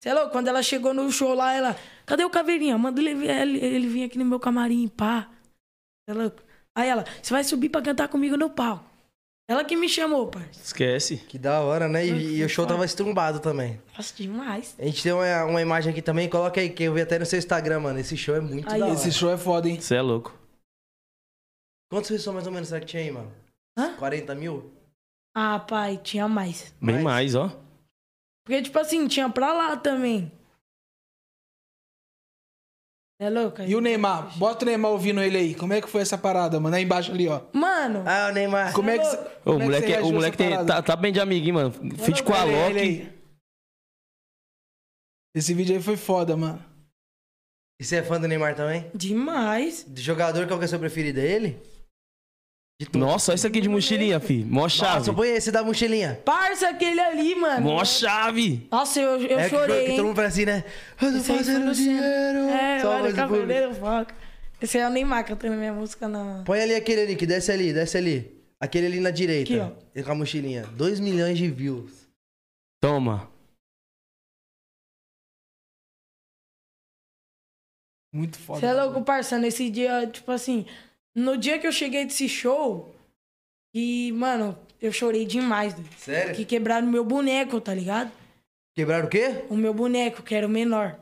[SPEAKER 4] Você é louco, quando ela chegou no show lá, ela. Cadê o caveirinha? Manda ele, ele, ele vir aqui no meu camarim, pá. Você é louco? Aí ela, você vai subir pra cantar comigo no palco. Ela que me chamou, parceiro.
[SPEAKER 2] Esquece.
[SPEAKER 1] Que da hora, né?
[SPEAKER 4] Foi,
[SPEAKER 1] E, e
[SPEAKER 4] foi
[SPEAKER 1] o show
[SPEAKER 4] foda.
[SPEAKER 1] tava estrumbado também.
[SPEAKER 4] Nossa, demais.
[SPEAKER 1] A gente tem uma, uma imagem aqui também, coloca aí, que eu vi até no seu Instagram, mano. Esse show é muito
[SPEAKER 4] Aí,
[SPEAKER 1] da hora.
[SPEAKER 3] Esse show é foda, hein?
[SPEAKER 2] Você é louco.
[SPEAKER 1] Quantos pessoas mais ou menos será que tinha aí, mano?
[SPEAKER 4] Hã?
[SPEAKER 1] 40 mil?
[SPEAKER 4] Ah, pai, tinha mais.
[SPEAKER 2] Bem
[SPEAKER 1] Mais.
[SPEAKER 2] mais, ó.
[SPEAKER 4] Porque, tipo assim, tinha pra lá também. Cê É louco?
[SPEAKER 3] E o Neymar? Bota o Neymar ouvindo ele aí. Como é que foi essa parada, mano? Aí embaixo ali, ó.
[SPEAKER 4] Mano,
[SPEAKER 1] Ah, o Neymar.
[SPEAKER 3] Como é que, cê-
[SPEAKER 2] Ô,
[SPEAKER 3] como
[SPEAKER 2] o
[SPEAKER 3] é que
[SPEAKER 2] moleque,
[SPEAKER 3] você
[SPEAKER 2] é-
[SPEAKER 3] reagiu
[SPEAKER 2] o
[SPEAKER 3] a
[SPEAKER 2] moleque
[SPEAKER 3] essa
[SPEAKER 2] tem- tá,
[SPEAKER 3] parada?
[SPEAKER 2] tá bem de amiguinho, mano. Fit com a
[SPEAKER 3] Olha ele
[SPEAKER 2] Loki.
[SPEAKER 3] aí. Esse vídeo aí foi foda, mano.
[SPEAKER 1] E você é fã do Neymar também?
[SPEAKER 4] demais.
[SPEAKER 1] De jogador, qual que é o seu preferido? É ele?
[SPEAKER 2] Nossa, olha isso aqui de mochilinha, fi. Mó
[SPEAKER 1] Ah,
[SPEAKER 2] chave.
[SPEAKER 1] só põe esse da mochilinha.
[SPEAKER 4] Parça, aquele ali, mano.
[SPEAKER 2] Mó chave.
[SPEAKER 4] Nossa, eu, eu
[SPEAKER 1] é que-
[SPEAKER 4] chorei,
[SPEAKER 1] que,
[SPEAKER 4] hein?
[SPEAKER 1] todo mundo fala assim, né? Eu tô
[SPEAKER 4] Isso aí foi
[SPEAKER 1] fazendo
[SPEAKER 4] no
[SPEAKER 1] dinheiro.
[SPEAKER 4] centro. É,
[SPEAKER 1] Só um
[SPEAKER 4] olha,
[SPEAKER 1] voz
[SPEAKER 4] o
[SPEAKER 1] do público.
[SPEAKER 4] cavaleiro foca. Esse é o Neymar cantando minha música na.
[SPEAKER 1] Põe ali aquele ali, que desce ali, desce ali. Aquele ali na direita.
[SPEAKER 4] Aqui, ó.
[SPEAKER 1] Ele com a mochilinha. 2 milhões de views.
[SPEAKER 2] Toma.
[SPEAKER 3] Muito foda.
[SPEAKER 4] Você é louco, parça, nesse dia, tipo assim, no dia que eu cheguei desse show, e, mano, eu chorei demais, doido.
[SPEAKER 1] Sério?
[SPEAKER 4] Que quebraram o meu boneco, tá ligado?
[SPEAKER 1] Quebraram o quê?
[SPEAKER 4] O meu boneco, que era o menor.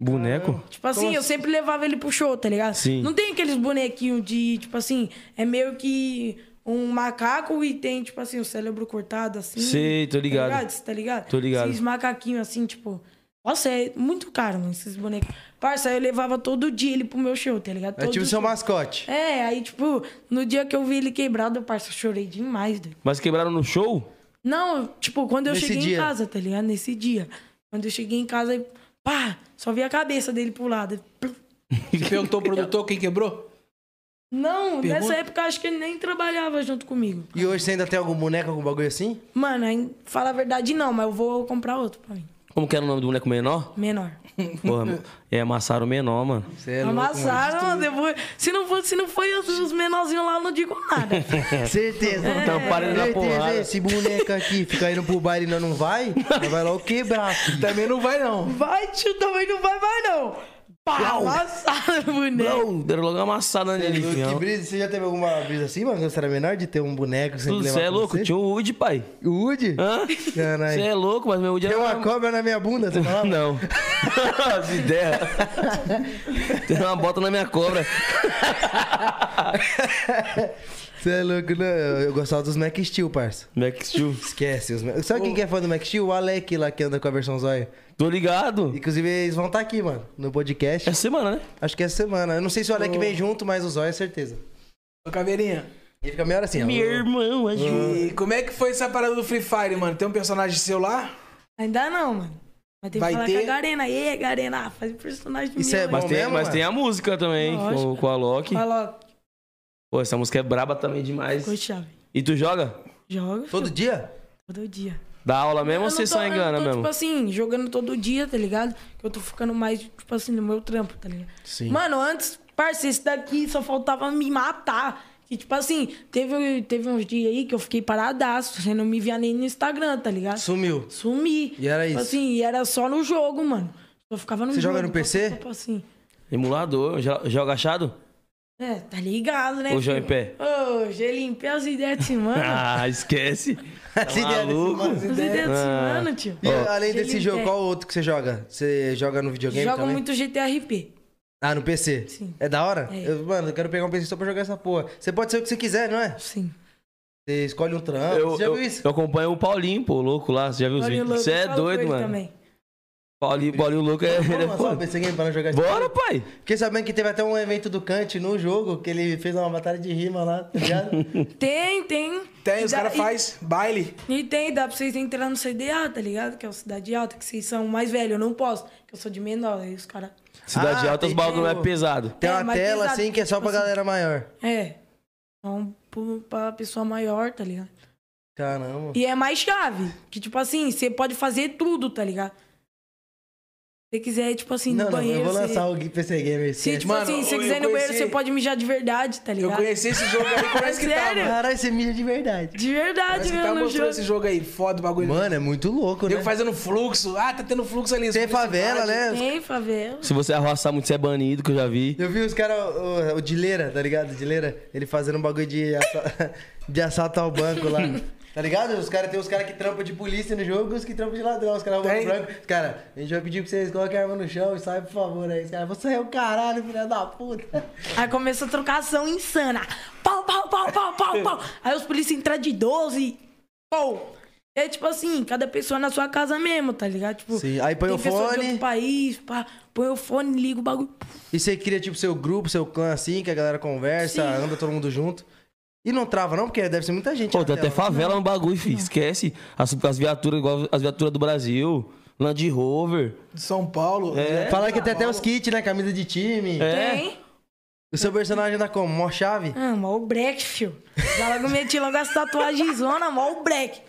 [SPEAKER 2] Boneco?
[SPEAKER 4] Tipo assim, eu sempre levava ele pro show, tá ligado?
[SPEAKER 2] Sim.
[SPEAKER 4] Não tem aqueles bonequinhos de, tipo assim, é meio que um macaco e tem, tipo assim, o cérebro cortado, assim.
[SPEAKER 2] Sei, tô ligado.
[SPEAKER 4] Tá ligado? Tá ligado?
[SPEAKER 2] Tô ligado.
[SPEAKER 4] Esses macaquinhos assim, tipo. Nossa, é muito caro, mano, esses bonecos. Parça, eu levava todo dia ele pro meu show, tá ligado?
[SPEAKER 1] É
[SPEAKER 4] Todo
[SPEAKER 1] tipo seu
[SPEAKER 4] show.
[SPEAKER 1] mascote.
[SPEAKER 4] É, aí, tipo, no dia que eu vi ele quebrado, parça, eu chorei demais, doido.
[SPEAKER 2] Mas quebraram no show?
[SPEAKER 4] Não, tipo, quando eu
[SPEAKER 1] Nesse
[SPEAKER 4] cheguei
[SPEAKER 1] dia.
[SPEAKER 4] em casa, tá ligado? Nesse dia. Quando eu cheguei em casa, aí, pá, só vi a cabeça dele pro lado. Plum.
[SPEAKER 3] Você perguntou ao produtor quem quebrou?
[SPEAKER 4] Não,
[SPEAKER 3] Pergunta-
[SPEAKER 4] nessa época acho que ele nem trabalhava junto comigo.
[SPEAKER 1] E hoje você ainda tem algum boneco, algum bagulho assim?
[SPEAKER 4] Mano, aí, fala a verdade, não, mas eu vou comprar outro pra mim.
[SPEAKER 2] Como que era o nome do boneco menor?
[SPEAKER 4] Menor.
[SPEAKER 2] Porra, mano. é, amassaram o menor, mano.
[SPEAKER 1] Você é
[SPEAKER 4] Amassaram, depois. Se não, for, se não foi os, os menorzinhos lá, eu não digo nada.
[SPEAKER 1] louco. Certeza.
[SPEAKER 2] Tamparam ele tá na
[SPEAKER 1] Certeza,
[SPEAKER 2] porrada.
[SPEAKER 1] Esse boneco aqui fica indo pro baile e não, não vai, não vai logo quebrar. filho.
[SPEAKER 3] Também não vai, não.
[SPEAKER 4] vai, tio, também não vai, vai não. Pá, amassaram o
[SPEAKER 3] é
[SPEAKER 4] boneco.
[SPEAKER 2] Não, deram logo uma amassada nele,
[SPEAKER 1] Que
[SPEAKER 2] fião.
[SPEAKER 1] brisa, você já teve alguma brisa assim, mano? Quando Você era menor de ter um boneco sem
[SPEAKER 2] Você é louco? Tinha o Woody, pai.
[SPEAKER 1] O Woody?
[SPEAKER 2] Hã? Você
[SPEAKER 1] Caralho.
[SPEAKER 2] é louco, mas meu Woody
[SPEAKER 1] Tem
[SPEAKER 2] era
[SPEAKER 1] uma cobra na minha bunda, você falava?
[SPEAKER 2] Não. As ideias. Tem uma bota na minha cobra.
[SPEAKER 1] Você é louco, não. Eu eu gostava dos Mac Steel, parça.
[SPEAKER 2] Mac Steel.
[SPEAKER 1] Esquece os Mac... Sabe quem que é fã do Mac Steel? O Alec lá que anda com a versão zóia.
[SPEAKER 2] Tô ligado.
[SPEAKER 1] Inclusive, eles vão estar aqui, mano, no podcast.
[SPEAKER 2] É semana, né?
[SPEAKER 1] Acho que essa semana. Eu não sei se o Alec vem junto, mas o zóia é certeza.
[SPEAKER 3] Ô, Caveirinha.
[SPEAKER 1] Ele fica meio hora assim, ó.
[SPEAKER 2] Meu irmão, ajuda.
[SPEAKER 3] E como é que foi essa parada do Free Fire, mano? Tem um personagem seu lá?
[SPEAKER 4] Ainda não, mano. Mas tem que
[SPEAKER 3] Vai
[SPEAKER 4] falar
[SPEAKER 3] ter?
[SPEAKER 4] com a Garena. E Garena, faz um personagem
[SPEAKER 1] Isso
[SPEAKER 4] meu.
[SPEAKER 1] é
[SPEAKER 4] aí.
[SPEAKER 2] Mas,
[SPEAKER 1] Bom
[SPEAKER 2] tem,
[SPEAKER 1] mesmo,
[SPEAKER 2] mas
[SPEAKER 1] mano?
[SPEAKER 2] tem a música também, com,
[SPEAKER 4] Lógico.
[SPEAKER 2] com a Loki.
[SPEAKER 4] Fala, ó,
[SPEAKER 2] Pô, essa música é braba também demais.
[SPEAKER 4] ficou chave.
[SPEAKER 2] E tu joga?
[SPEAKER 4] Joga
[SPEAKER 1] Todo dia?
[SPEAKER 4] todo dia.
[SPEAKER 2] Dá aula mesmo ou
[SPEAKER 4] Eu não
[SPEAKER 2] você
[SPEAKER 4] tô-
[SPEAKER 2] só
[SPEAKER 4] eu não
[SPEAKER 2] engana
[SPEAKER 4] tô,
[SPEAKER 2] mesmo?
[SPEAKER 4] Tipo assim, jogando todo dia, tá ligado? Que eu tô ficando mais, tipo assim, no meu trampo, tá ligado?
[SPEAKER 1] Sim.
[SPEAKER 4] Mano, antes, parceiro, esse daqui só faltava me matar. Que, tipo assim, teve, teve uns dias aí que eu fiquei paradaço. Você não me via nem no Instagram, tá ligado?
[SPEAKER 1] Sumiu.
[SPEAKER 4] Sumi.
[SPEAKER 1] E era
[SPEAKER 4] Tipo
[SPEAKER 1] isso?
[SPEAKER 4] assim, e era só no jogo, mano. Eu ficava no
[SPEAKER 1] Você
[SPEAKER 4] jogo.
[SPEAKER 1] joga no PC?
[SPEAKER 4] Tipo assim.
[SPEAKER 2] Emulador, jo- joga achado?
[SPEAKER 4] É, tá ligado, né?
[SPEAKER 2] Ô, João em
[SPEAKER 4] filho?
[SPEAKER 2] pé.
[SPEAKER 4] Ô, gelinho em pé, as ideias de semana.
[SPEAKER 2] Ah, esquece.
[SPEAKER 1] As ideias é desse
[SPEAKER 2] Tá maluco?
[SPEAKER 1] mano, as
[SPEAKER 4] As ideias de semana, tio.
[SPEAKER 1] E além desse
[SPEAKER 4] Ele
[SPEAKER 1] jogo,
[SPEAKER 4] quer.
[SPEAKER 1] qual outro que você joga? Você joga no videogame
[SPEAKER 4] Joga
[SPEAKER 1] também?
[SPEAKER 4] muito GTRP.
[SPEAKER 1] Ah, no PC?
[SPEAKER 4] Sim.
[SPEAKER 1] É da hora?
[SPEAKER 4] É.
[SPEAKER 1] Eu- mano, eu quero pegar um PC só pra jogar essa porra. Você pode ser o que você quiser, não é?
[SPEAKER 4] Sim.
[SPEAKER 1] Você escolhe um trampo.
[SPEAKER 2] Eu,
[SPEAKER 1] você já
[SPEAKER 2] eu-
[SPEAKER 1] viu isso?
[SPEAKER 2] eu acompanho o Paulinho, pô, louco lá. Você já viu os
[SPEAKER 4] Paulinho
[SPEAKER 2] vídeos?
[SPEAKER 4] Louco,
[SPEAKER 2] Você é
[SPEAKER 4] fala com
[SPEAKER 2] doido,
[SPEAKER 4] ele
[SPEAKER 2] mano.
[SPEAKER 4] também.
[SPEAKER 2] Paulinho, Paulinho louco é.
[SPEAKER 1] Vamos lançar um
[SPEAKER 2] pô,
[SPEAKER 1] PC Game pra nós jogar esse
[SPEAKER 2] Bora, pai.
[SPEAKER 1] Fiquei sabendo que teve até um evento do Kant no jogo, que ele fez uma batalha de rima lá, tá ligado?
[SPEAKER 4] Tem, tem.
[SPEAKER 3] Tem,
[SPEAKER 4] E
[SPEAKER 3] os
[SPEAKER 4] dá-
[SPEAKER 3] caras
[SPEAKER 4] e-
[SPEAKER 3] fazem baile.
[SPEAKER 4] E tem, dá pra vocês entrar no CDA, tá ligado? Que é o Cidade Alta, que vocês são mais velhos. Eu não posso, que eu sou de menor. Aí os caras.
[SPEAKER 2] Cidade
[SPEAKER 1] Ah,
[SPEAKER 2] Alta, os
[SPEAKER 1] tem
[SPEAKER 2] bagulho é
[SPEAKER 1] o-
[SPEAKER 2] pesado.
[SPEAKER 1] Tem
[SPEAKER 4] É,
[SPEAKER 1] uma
[SPEAKER 4] mas
[SPEAKER 1] tela
[SPEAKER 4] pesado,
[SPEAKER 1] assim que é só pra
[SPEAKER 4] tipo assim.
[SPEAKER 1] galera maior.
[SPEAKER 4] É. Então, pro- pra pessoa maior, tá ligado?
[SPEAKER 1] Caramba.
[SPEAKER 4] E é mais chave. Que, tipo assim, você pode fazer tudo, tá ligado? você quiser, tipo assim,
[SPEAKER 1] Não,
[SPEAKER 4] no
[SPEAKER 1] não,
[SPEAKER 4] banheiro.
[SPEAKER 1] eu vou
[SPEAKER 4] você-
[SPEAKER 1] lançar o Gui PC Gamer.
[SPEAKER 4] Se,
[SPEAKER 1] esquece.
[SPEAKER 4] tipo
[SPEAKER 3] Mano,
[SPEAKER 4] assim, se
[SPEAKER 3] eu
[SPEAKER 4] você quiser ir no banheiro,
[SPEAKER 3] conheci-
[SPEAKER 4] você pode mijar de verdade, tá
[SPEAKER 3] Eu
[SPEAKER 4] ligado?
[SPEAKER 3] conheci esse jogo aí, parece que tava.
[SPEAKER 4] Sério?
[SPEAKER 1] Caralho, você mija de verdade.
[SPEAKER 4] De verdade,
[SPEAKER 3] Parece que
[SPEAKER 4] meu,
[SPEAKER 3] tava
[SPEAKER 4] no
[SPEAKER 3] mostrando
[SPEAKER 4] jogo.
[SPEAKER 3] esse jogo aí, foda o bagulho.
[SPEAKER 1] Mano, é muito louco, né?
[SPEAKER 3] Nego fazendo fluxo. Ah, tá tendo fluxo ali.
[SPEAKER 1] Tem favela, né?
[SPEAKER 4] Tem favela.
[SPEAKER 2] Se você arroaçar muito, você é banido, que eu já vi.
[SPEAKER 1] Eu vi os caras, o, o Dileira, tá ligado? O Dileira, ele fazendo um bagulho de, assa- de assalto ao banco lá. Tá ligado? Os caras tem os caras que trampam de polícia no jogo e os que trampam de ladrão. Os caras roubam
[SPEAKER 3] Tem.
[SPEAKER 1] branco. Os caras, a gente vai pedir pra vocês coloquem a arma no chão e sai, por favor. Aí os caras, você é o caralho, filha da puta.
[SPEAKER 4] Aí começou a trocação insana. Pau, pau, pau, pau, pau, pau. Aí os polícia entrar de 12. Pau. É tipo assim, cada pessoa na sua casa mesmo, tá ligado? Tipo,
[SPEAKER 1] Sim, aí põe
[SPEAKER 4] tem
[SPEAKER 1] o
[SPEAKER 4] pessoa de
[SPEAKER 1] fone.
[SPEAKER 4] outro país, pá, põe o fone, liga o bagulho.
[SPEAKER 1] E você cria, tipo, seu grupo, seu clã assim, que a galera conversa,
[SPEAKER 4] Sim.
[SPEAKER 1] anda todo mundo junto. E não trava, não, porque deve ser muita gente.
[SPEAKER 2] Pô,
[SPEAKER 1] na
[SPEAKER 2] tem até
[SPEAKER 1] tela.
[SPEAKER 2] favela no bagulho, filho. Esquece. As, as viaturas, igual as viaturas do Brasil. Land Rover.
[SPEAKER 3] De São Paulo.
[SPEAKER 2] É.
[SPEAKER 1] Falaram que tem até os kits, né? Camisa de time.
[SPEAKER 2] É.
[SPEAKER 4] Tem?
[SPEAKER 1] O seu personagem dá como? Mó chave?
[SPEAKER 4] Ah, mal o break, fio. Já logo meti logo as tatuagens zona, mal o break.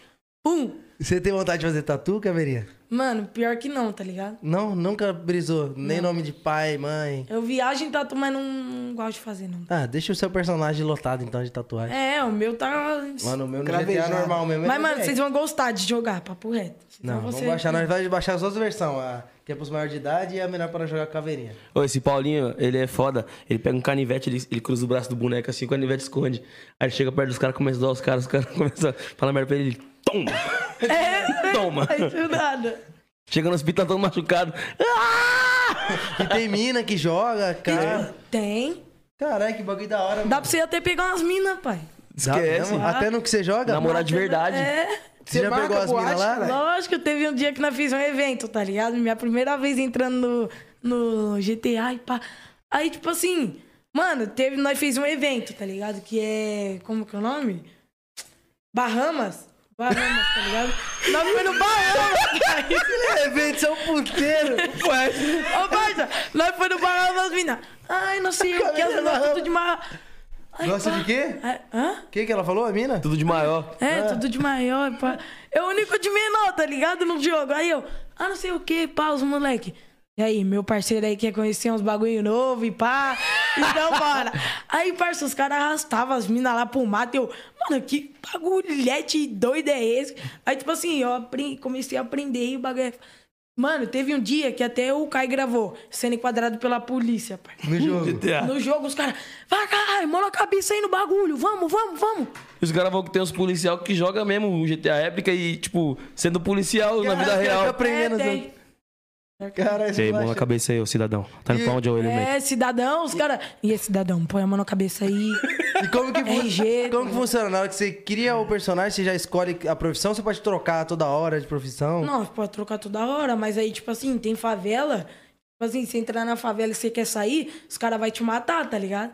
[SPEAKER 4] Pum.
[SPEAKER 1] Você tem vontade de fazer tatu, Caveirinha?
[SPEAKER 4] Mano, pior que não, tá ligado?
[SPEAKER 1] Não, nunca brisou. Nem nome de pai, mãe.
[SPEAKER 4] Eu viajo em tatu, mas não, não gosto de fazer, não.
[SPEAKER 1] Ah, deixa o seu personagem lotado então de tatuagem.
[SPEAKER 4] É, o meu tá.
[SPEAKER 1] Mano, o meu no
[SPEAKER 3] Cravejado.
[SPEAKER 1] GTA normal mesmo. é
[SPEAKER 4] Mas, mano,
[SPEAKER 1] diferente.
[SPEAKER 4] vocês vão gostar de jogar, papo reto.
[SPEAKER 1] Não, vamos baixar. Nós vamos baixar as duas versões. A que é pros maiores de idade e a melhor para jogar caveirinha.
[SPEAKER 2] Ô, esse Paulinho, ele é foda. Ele pega um canivete, ele, ele cruza o braço do boneco assim, o canivete esconde. Aí ele chega perto dos caras, começa a zoar os caras, os caras começam a falar merda pra ele. ele Toma!
[SPEAKER 4] É,
[SPEAKER 2] Toma.
[SPEAKER 4] É isso nada.
[SPEAKER 2] Chega no hospital todo machucado. Ah!
[SPEAKER 1] E tem mina que joga, cara. é.
[SPEAKER 4] Tem.
[SPEAKER 1] Caralho, que bagulho da hora.
[SPEAKER 4] Dá pra você até pegar umas minas, pai.
[SPEAKER 1] Dá mesmo? Até no que você joga?
[SPEAKER 2] Namorar de verdade.
[SPEAKER 4] É.
[SPEAKER 1] Você já
[SPEAKER 3] Você
[SPEAKER 1] pegou
[SPEAKER 3] marca
[SPEAKER 1] as minas
[SPEAKER 3] boate,
[SPEAKER 1] lá?
[SPEAKER 3] cara?
[SPEAKER 4] Lógico, teve um dia que nós fiz um evento, tá ligado? Minha primeira vez entrando no, no GTA e pá. Aí, tipo assim, mano, teve, nós fez um evento, tá ligado? Que é. Como que é o nome? Bahamas? Bahamas, tá ligado? nós foi no Bahamas, pai.
[SPEAKER 1] Evento são é puteiro.
[SPEAKER 4] Ô, parça, nós foi no Bahamas, mina. Ai, não sei o que, as minas tudo de maior. Ai,
[SPEAKER 1] Gosta
[SPEAKER 4] pá.
[SPEAKER 1] de quê?
[SPEAKER 4] Ai, hã?
[SPEAKER 1] O que, que ela falou, a mina?
[SPEAKER 2] Tudo de maior.
[SPEAKER 4] É, tudo de maior, pá. É o único de menor, tá ligado? No jogo. Aí eu, ah, não sei o que, pá, os moleque. E aí, meu parceiro aí quer conhecer uns bagulho novo e pá. Então, bora. Aí, parça, os caras arrastavam as minas lá pro mato. E eu, mano, que bagulhete doido é esse? Aí, tipo assim, eu apre- comecei a aprender e o bagulho. é- Mano, teve um dia que até o Kai gravou, sendo enquadrado pela polícia, pai.
[SPEAKER 1] No jogo.
[SPEAKER 2] GTA.
[SPEAKER 4] No jogo, os caras, vai, caralho, mola a cabeça aí no bagulho, vamos, vamos, vamos.
[SPEAKER 2] Os caras vão que tem uns policial que joga mesmo o GTA Épica e, tipo, sendo policial na vida
[SPEAKER 1] Fica
[SPEAKER 2] real.
[SPEAKER 1] aprendendo.
[SPEAKER 4] É, tem.
[SPEAKER 1] Caralho,
[SPEAKER 2] E
[SPEAKER 1] esse
[SPEAKER 2] aí, mão na
[SPEAKER 1] moleque-
[SPEAKER 2] cabeça aí, ô cidadão. Tá indo pra onde, ô elemento?
[SPEAKER 4] É, cidadão, os caras. E esse cidadão, põe a mão na cabeça aí.
[SPEAKER 1] E como
[SPEAKER 4] É
[SPEAKER 1] que, fun-
[SPEAKER 4] RG,
[SPEAKER 1] como que funciona? Na hora que você cria o personagem, você já escolhe a profissão, você pode trocar toda hora de profissão?
[SPEAKER 4] Não, pode trocar toda hora, mas aí, tipo assim, tem favela. Tipo assim, você entrar na favela e você quer sair, os caras vão te matar, tá ligado?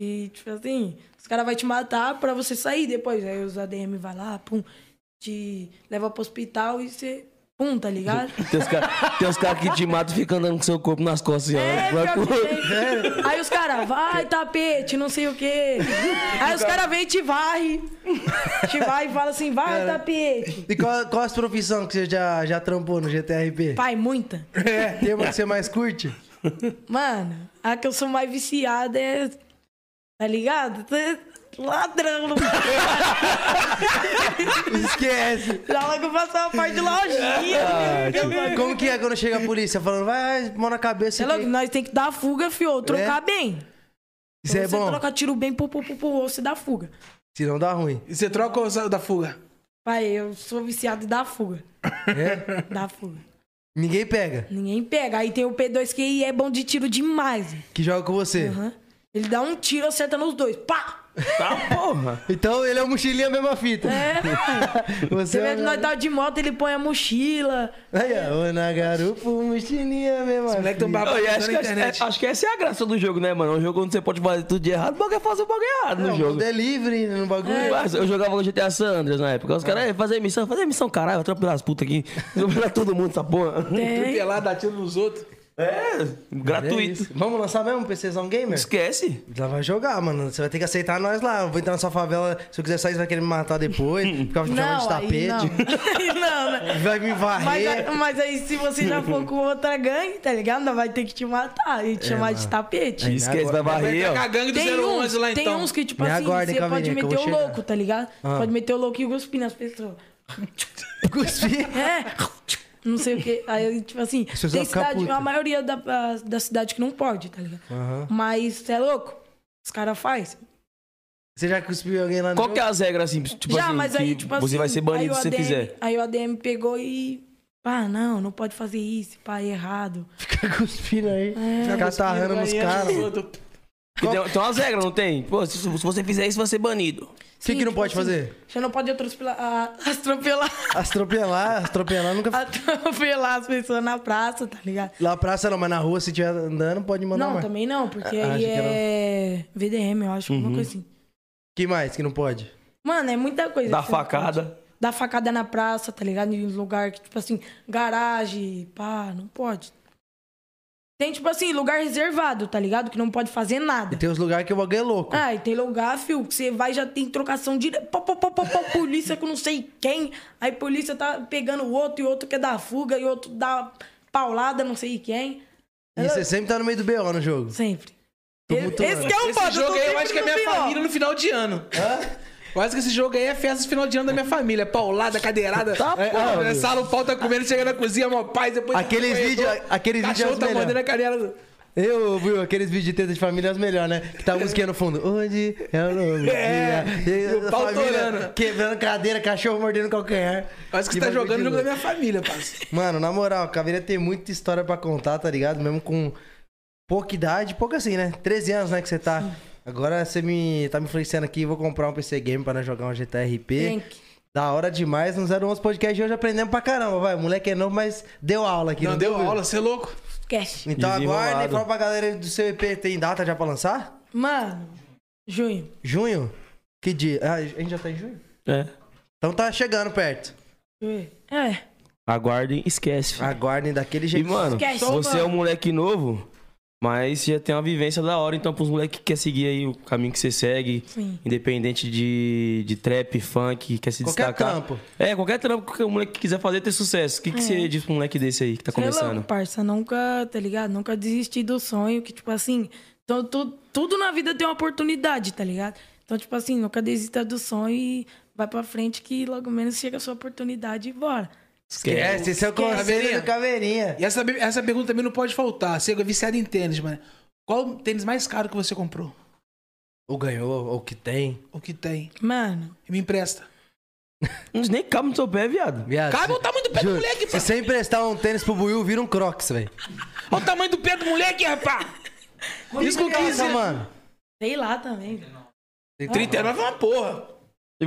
[SPEAKER 4] E, tipo assim, os caras vão te matar pra você sair depois. Aí os ADM vai lá, pum, te leva pro hospital e você. Pum, tá ligado?
[SPEAKER 2] Tem os caras que te matam e ficam andando com seu corpo nas costas.
[SPEAKER 4] É,
[SPEAKER 2] ó. Vai
[SPEAKER 4] pior que
[SPEAKER 2] pro- É.
[SPEAKER 4] tem. Aí os caras, vai, tapete, não sei o quê. Aí os caras vêm e te varre. Te varre e fala assim, vai, tapete.
[SPEAKER 1] E qual, qual as profissões que você já, já trampou no GTRP?
[SPEAKER 4] Pai, muita.
[SPEAKER 1] É, tem uma que você mais curte?
[SPEAKER 4] Mano, a que eu sou mais viciada é. Tá ligado? Tá- Ladrão. não-
[SPEAKER 1] Esquece!
[SPEAKER 4] Já logo passou a parte de lojinha.
[SPEAKER 1] Como que é quando chega a polícia falando, vai, mão na cabeça.
[SPEAKER 4] É
[SPEAKER 1] aqui.
[SPEAKER 4] logo, nós tem que dar fuga, fio. Trocar bem.
[SPEAKER 1] É? Isso é
[SPEAKER 4] você
[SPEAKER 1] bom.
[SPEAKER 4] troca tiro bem, pô, pô, pô, pô, você dá fuga.
[SPEAKER 1] Se não dá ruim.
[SPEAKER 3] E você troca ou sai da fuga?
[SPEAKER 4] Pai, eu sou viciado em dar fuga.
[SPEAKER 1] É?
[SPEAKER 4] Dá fuga.
[SPEAKER 1] Ninguém pega.
[SPEAKER 4] Ninguém pega. Aí tem o P2Q e é bom de tiro demais.
[SPEAKER 1] Que joga com você.
[SPEAKER 4] Aham. Ele dá um tiro, acerta nos dois. Pá!
[SPEAKER 2] Tá, porra.
[SPEAKER 1] Então ele é o mochilinha mesma fita.
[SPEAKER 4] É, pai.
[SPEAKER 1] Você
[SPEAKER 4] Você
[SPEAKER 1] é
[SPEAKER 4] vê que
[SPEAKER 1] o...
[SPEAKER 4] nós tá de moto, ele põe a mochila.
[SPEAKER 1] Aí, ó, na garupa, o mochilinha mesma fita.
[SPEAKER 3] moleque tem um babado.
[SPEAKER 2] Ô, e
[SPEAKER 3] Tá
[SPEAKER 2] acho,
[SPEAKER 3] na
[SPEAKER 2] que,
[SPEAKER 3] internet.
[SPEAKER 2] acho que essa é a graça do jogo, né, mano? É Um jogo onde você pode fazer tudo de errado, mas quer fazer o bagulho errado
[SPEAKER 1] Não,
[SPEAKER 2] no
[SPEAKER 1] o
[SPEAKER 2] jogo.
[SPEAKER 1] mundo é livre no bagulho.
[SPEAKER 4] é-
[SPEAKER 1] É
[SPEAKER 2] Mas Eu jogava GTA San Andreas na época. Os caras, é, fazer missão, fazer missão, caralho, atropelar as putas aqui, atropelar todo mundo, essa porra.
[SPEAKER 4] Tem.
[SPEAKER 3] Pelado, dá tiro nos outros.
[SPEAKER 2] É,
[SPEAKER 1] É
[SPEAKER 2] gratuito.
[SPEAKER 1] isso. Vamos lançar mesmo, PCzão Gamer?
[SPEAKER 2] Esquece.
[SPEAKER 1] Ela vai jogar, mano. Você vai ter que aceitar nós lá. Eu vou entrar na sua favela. Se eu quiser sair, você vai querer me matar depois. Ficar me chamando de
[SPEAKER 4] Não, aí não.
[SPEAKER 1] tapete.
[SPEAKER 4] Aí não, né?
[SPEAKER 1] Vai me
[SPEAKER 4] Mas,
[SPEAKER 1] varrer.
[SPEAKER 4] aí- mas aí, se você já for com outra gangue, tá ligado? Ainda vai ter que te matar
[SPEAKER 1] É,
[SPEAKER 4] e te chamar de tapete.
[SPEAKER 1] Aí
[SPEAKER 2] Esquece, vai
[SPEAKER 1] agora-
[SPEAKER 2] varrer,
[SPEAKER 3] Tá com a
[SPEAKER 2] ó.
[SPEAKER 3] gangue do
[SPEAKER 4] Tem
[SPEAKER 3] 011
[SPEAKER 4] uns,
[SPEAKER 3] lá
[SPEAKER 4] tem
[SPEAKER 3] então.
[SPEAKER 4] uns que, tipo
[SPEAKER 1] É, Me
[SPEAKER 4] assim,
[SPEAKER 1] aguardem,
[SPEAKER 4] você pode
[SPEAKER 1] Caveirinha, que eu
[SPEAKER 4] meter
[SPEAKER 1] vou
[SPEAKER 4] o
[SPEAKER 1] chegar. Ah.
[SPEAKER 4] louco, tá ligado? Você Pode meter o louco e cuspir nas pessoas.
[SPEAKER 1] Cuspi.
[SPEAKER 4] É, não sei o quê. Aí, tipo assim,
[SPEAKER 1] pessoas
[SPEAKER 4] tem
[SPEAKER 1] vão ficar
[SPEAKER 4] cidade,
[SPEAKER 1] putas.
[SPEAKER 4] a maioria da, a- da cidade que não pode, tá ligado?
[SPEAKER 1] Aham.
[SPEAKER 4] Mas, você é louco? Os caras fazem.
[SPEAKER 1] Você já cuspiu alguém lá no.
[SPEAKER 2] Qual que é as regras, assim? Tipo
[SPEAKER 4] Já,
[SPEAKER 2] assim,
[SPEAKER 4] mas
[SPEAKER 2] que
[SPEAKER 4] aí, tipo assim.
[SPEAKER 2] você vai ser banido
[SPEAKER 4] aí o
[SPEAKER 2] se você
[SPEAKER 4] ADM
[SPEAKER 2] fizer.
[SPEAKER 4] Aí o ADM pegou e. Ah, não, não pode fazer isso, pá, é errado.
[SPEAKER 1] Fica cuspindo aí. Fica catarrando
[SPEAKER 4] né?
[SPEAKER 1] nos caras. mano.
[SPEAKER 3] caras.
[SPEAKER 2] Porque Tem, tem umas regras, não tem? Pô, se, se você fizer isso, você vai ser banido.
[SPEAKER 1] O que, que não pode fazer?
[SPEAKER 4] tipo assim, Você não pode atropelar, a- atropelar,
[SPEAKER 1] Astropelar, astropelar nunca.
[SPEAKER 4] atropelar as pessoas na praça, tá ligado?
[SPEAKER 1] Lá na praça não, mas na rua, se tiver andando, pode mandar
[SPEAKER 4] Não,
[SPEAKER 1] mais.
[SPEAKER 4] também não, porque
[SPEAKER 1] Ah,
[SPEAKER 4] aí
[SPEAKER 1] achei que era-
[SPEAKER 4] é VDM, eu acho,
[SPEAKER 2] Uhum.
[SPEAKER 4] alguma coisa assim.
[SPEAKER 1] que mais que não pode?
[SPEAKER 4] Mano, é muita coisa.
[SPEAKER 2] Dá
[SPEAKER 4] que você não
[SPEAKER 2] facada.
[SPEAKER 4] pode. Dá facada na praça, tá ligado? Em lugar que, tipo assim, garagem, pá, não pode. Tem, tipo assim, lugar reservado, tá ligado? Que não pode fazer
[SPEAKER 1] E
[SPEAKER 4] nada.
[SPEAKER 1] tem os lugares que o bagulho é louco.
[SPEAKER 4] Ah, e tem lugar, fio, que você vai já tem trocação direto. Pô, pô, pô, pô, pô, polícia com não sei quem. Aí polícia tá pegando o outro, e o outro quer dar fuga, e o outro dá paulada, não sei quem.
[SPEAKER 1] e você sempre tá no meio do BO no jogo.
[SPEAKER 4] Sempre.
[SPEAKER 1] Tô
[SPEAKER 4] Esse
[SPEAKER 1] muito-
[SPEAKER 4] que é o
[SPEAKER 3] Esse
[SPEAKER 4] foda,
[SPEAKER 3] jogo
[SPEAKER 4] tô
[SPEAKER 3] aí eu
[SPEAKER 4] sempre
[SPEAKER 3] acho que é
[SPEAKER 4] no
[SPEAKER 3] minha
[SPEAKER 4] pior.
[SPEAKER 3] família no final de ano. Eu acho que esse jogo aí é festa de final de ano da minha família. Paulada, cadeirada. Tá, é,
[SPEAKER 1] porra,
[SPEAKER 3] é, sala, o pau tá comendo, chega na cozinha, mó paz, depois.
[SPEAKER 1] Aqueles
[SPEAKER 3] no
[SPEAKER 1] vídeo-
[SPEAKER 3] corredor,
[SPEAKER 1] aqueles vídeo é
[SPEAKER 3] cachorro
[SPEAKER 1] os
[SPEAKER 3] tá
[SPEAKER 1] melhor.
[SPEAKER 3] mordendo a canela. do-
[SPEAKER 1] Eu, viu, aqueles vídeos de teta de família é os melhores, né? Que tá a musiquinha no fundo. Hoje é o novo
[SPEAKER 3] É,
[SPEAKER 1] dia.
[SPEAKER 3] e o
[SPEAKER 1] a
[SPEAKER 3] pau
[SPEAKER 1] família
[SPEAKER 3] torando.
[SPEAKER 1] Quebrando cadeira, cachorro mordendo calcanhar.
[SPEAKER 3] Eu Acho que você tá
[SPEAKER 1] bagulho
[SPEAKER 3] jogando o
[SPEAKER 1] de
[SPEAKER 3] jogo da
[SPEAKER 1] louco.
[SPEAKER 3] minha família, parceiro.
[SPEAKER 1] Mano, na moral, Caveira tem muita história pra contar, tá ligado? Mesmo com pouca idade, pouco assim, né? 13 anos, né, que você tá. Agora você me tá me influenciando aqui, vou comprar um PC Game pra nós jogar um
[SPEAKER 4] Tem
[SPEAKER 1] GTRP.
[SPEAKER 4] que-
[SPEAKER 1] Da hora demais, no 011 Podcast de hoje aprendemos pra caramba, vai. O moleque é novo, mas deu aula aqui.
[SPEAKER 3] Não, deu
[SPEAKER 1] deu?
[SPEAKER 3] aula, você é louco.
[SPEAKER 4] Esquece.
[SPEAKER 1] Então
[SPEAKER 2] Desenrolado.
[SPEAKER 1] aguardem, fala pra galera do seu EP, tem data já pra lançar?
[SPEAKER 4] Mano, junho.
[SPEAKER 1] Junho? Que dia? Ah, a gente já tá em junho?
[SPEAKER 2] É.
[SPEAKER 1] Então tá chegando perto.
[SPEAKER 4] junho. É.
[SPEAKER 2] Aguardem, esquece.
[SPEAKER 1] Aguardem daquele
[SPEAKER 2] E,
[SPEAKER 1] jeito.
[SPEAKER 2] mano,
[SPEAKER 4] Esquece.
[SPEAKER 2] você é um moleque novo, mas já tem uma vivência da hora. Então, pros moleques que quer seguir aí o caminho que você segue,
[SPEAKER 4] Sim.
[SPEAKER 2] independente de, de trap, funk, quer se
[SPEAKER 1] Qualquer
[SPEAKER 2] destacar.
[SPEAKER 1] trampo. É.
[SPEAKER 2] É, qualquer trampo que o moleque quiser fazer ter sucesso. O que, que você diz pra um moleque desse aí que tá
[SPEAKER 4] Sei lá,
[SPEAKER 2] começando?
[SPEAKER 4] parça, nunca, tá ligado? Nunca desisti do sonho, que tipo assim, então tu- tudo na vida tem uma oportunidade, tá ligado? Então, tipo assim, nunca desista do sonho e vai pra frente que logo menos chega a sua oportunidade e bora.
[SPEAKER 1] Esquece, esse é o
[SPEAKER 4] Esquece.
[SPEAKER 1] conselho do Caveirinha.
[SPEAKER 3] E essa, essa pergunta também não pode faltar. Você é viciado em tênis, mano. Qual o tênis mais caro que você comprou?
[SPEAKER 1] Ou ganhou, ou que tem.
[SPEAKER 3] O que tem?
[SPEAKER 4] Mano,
[SPEAKER 3] Me empresta.
[SPEAKER 2] Não nem cabe no seu pé, viado.
[SPEAKER 1] Viado,
[SPEAKER 3] Cabe o tamanho do pé do
[SPEAKER 1] Juro,
[SPEAKER 3] moleque,
[SPEAKER 1] Se
[SPEAKER 3] pá.
[SPEAKER 1] você emprestar um tênis pro Buiu, vira um Crocs, velho.
[SPEAKER 3] Olha o tamanho do pé do moleque, rapaz. Isso com 15
[SPEAKER 1] Nossa,
[SPEAKER 3] anos.
[SPEAKER 1] mano.
[SPEAKER 4] sei lá também.
[SPEAKER 3] 39 é uma porra.
[SPEAKER 2] E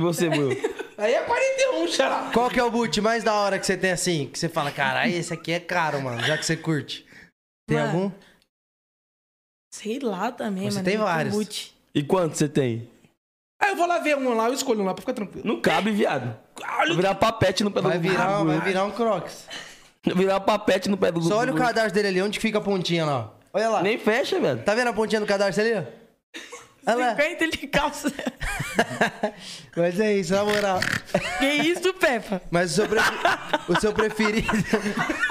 [SPEAKER 2] você, Will?
[SPEAKER 3] Aí é 41, xará.
[SPEAKER 1] Qual que é o boot mais da hora que você tem assim? Que você fala, caralho, esse aqui é caro, mano, já que você curte. Tem
[SPEAKER 4] Mano,
[SPEAKER 1] algum?
[SPEAKER 4] Sei lá também,
[SPEAKER 1] Você
[SPEAKER 4] mano.
[SPEAKER 1] tem
[SPEAKER 4] muito
[SPEAKER 1] vários.
[SPEAKER 4] boot.
[SPEAKER 2] e quanto você tem?
[SPEAKER 3] Aí eu vou lá ver um lá, eu escolho um lá pra ficar tranquilo.
[SPEAKER 2] Não cabe, viado.
[SPEAKER 3] Olha
[SPEAKER 2] Vai
[SPEAKER 3] o
[SPEAKER 2] virar papete no pé do
[SPEAKER 1] Vai virar,
[SPEAKER 2] Ah,
[SPEAKER 1] um- vai
[SPEAKER 2] mano.
[SPEAKER 1] virar um Crocs.
[SPEAKER 2] Vai virar papete no pé do
[SPEAKER 1] Só olha o
[SPEAKER 2] do-
[SPEAKER 1] cadastro dele ali, onde que fica a pontinha lá. ó. Olha lá.
[SPEAKER 2] Nem fecha, velho.
[SPEAKER 1] Tá vendo a pontinha do cadastro ali? ó? Olha lá.
[SPEAKER 4] 50 ele calça.
[SPEAKER 1] Mas é isso, na moral.
[SPEAKER 4] que isso, Peppa?
[SPEAKER 1] Mas o seu, prefe- o seu preferido.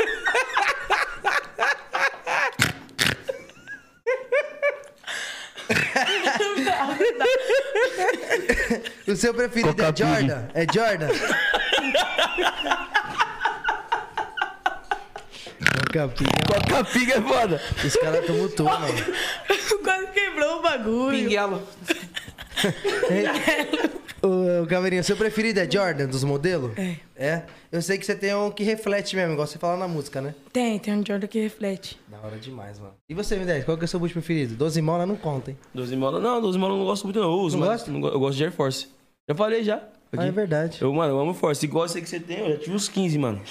[SPEAKER 1] o seu preferido é
[SPEAKER 2] Coca-Cola.
[SPEAKER 1] Jordan? É Jordan? Coca-Cola.
[SPEAKER 2] Coca piga é foda.
[SPEAKER 1] Os caras tumultuam, mano.
[SPEAKER 4] Quase quebrou o bagulho.
[SPEAKER 3] pinguelo.
[SPEAKER 1] Ô, Caveirinha, seu preferido é Jordan, dos modelos? É. É? Eu sei que você tem um que reflete mesmo, igual você fala na música, né?
[SPEAKER 4] Tem, tem um Jordan que reflete.
[SPEAKER 1] Da hora demais, mano. E você, Midés, qual que é o seu boot preferido? 12 mola não conta, hein?
[SPEAKER 2] 12 molas. Não, 12 molas eu não gosto muito, não. Eu uso,
[SPEAKER 1] Não
[SPEAKER 2] mas
[SPEAKER 1] gosta?
[SPEAKER 2] não go- eu gosto de Air Force. Já falei já.
[SPEAKER 1] Ah, é verdade.
[SPEAKER 2] Eu, mano, eu amo Force. Igual esse que você tem, eu já tive uns 15, mano.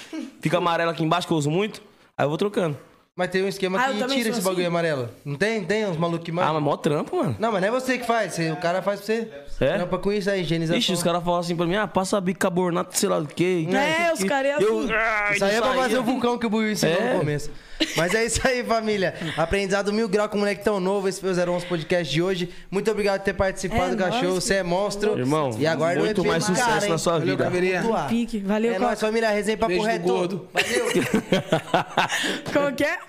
[SPEAKER 2] Fica amarelo aqui embaixo, que eu uso muito. Aí eu vou trocando.
[SPEAKER 1] Mas tem um esquema
[SPEAKER 4] Ah, eu
[SPEAKER 1] que
[SPEAKER 4] também
[SPEAKER 1] tira
[SPEAKER 4] sou
[SPEAKER 1] esse bagulho
[SPEAKER 4] assim.
[SPEAKER 1] amarelo. Não tem? Tem uns malucos que
[SPEAKER 2] Ah,
[SPEAKER 1] mandam.
[SPEAKER 2] mas mó trampo, mano.
[SPEAKER 1] Não, mas não é você que faz. você- o cara faz pra você.
[SPEAKER 2] É?
[SPEAKER 1] Trampa com isso aí, higienização.
[SPEAKER 2] Ixi, os caras falam assim pra mim, ah, passa bicarbonato, sei lá do quê.
[SPEAKER 4] É, os caras é assim.
[SPEAKER 2] Eu, ah,
[SPEAKER 1] Isso aí é pra
[SPEAKER 2] saía.
[SPEAKER 1] fazer o vulcão que o Buiu ensinou
[SPEAKER 2] É.
[SPEAKER 1] no começo. Mas é isso aí, família. Aprendizado mil grau com o moleque tão novo. Esse foi o 011 Podcast de hoje. Muito obrigado por ter participado,
[SPEAKER 4] É
[SPEAKER 1] do cachorro.
[SPEAKER 4] nóis,
[SPEAKER 1] Você é monstro.
[SPEAKER 2] Irmão,
[SPEAKER 1] e aguarda
[SPEAKER 2] muito
[SPEAKER 1] o EP
[SPEAKER 2] mais
[SPEAKER 1] do
[SPEAKER 2] sucesso
[SPEAKER 1] cara, hein? É
[SPEAKER 2] na sua
[SPEAKER 1] Valeu,
[SPEAKER 2] vida.
[SPEAKER 1] Caveirinha.
[SPEAKER 4] Pique. Valeu,
[SPEAKER 1] É nóis, família. Resenha pra
[SPEAKER 3] Beijo do
[SPEAKER 1] correr
[SPEAKER 3] gordo.
[SPEAKER 1] Valeu.
[SPEAKER 4] Como que é?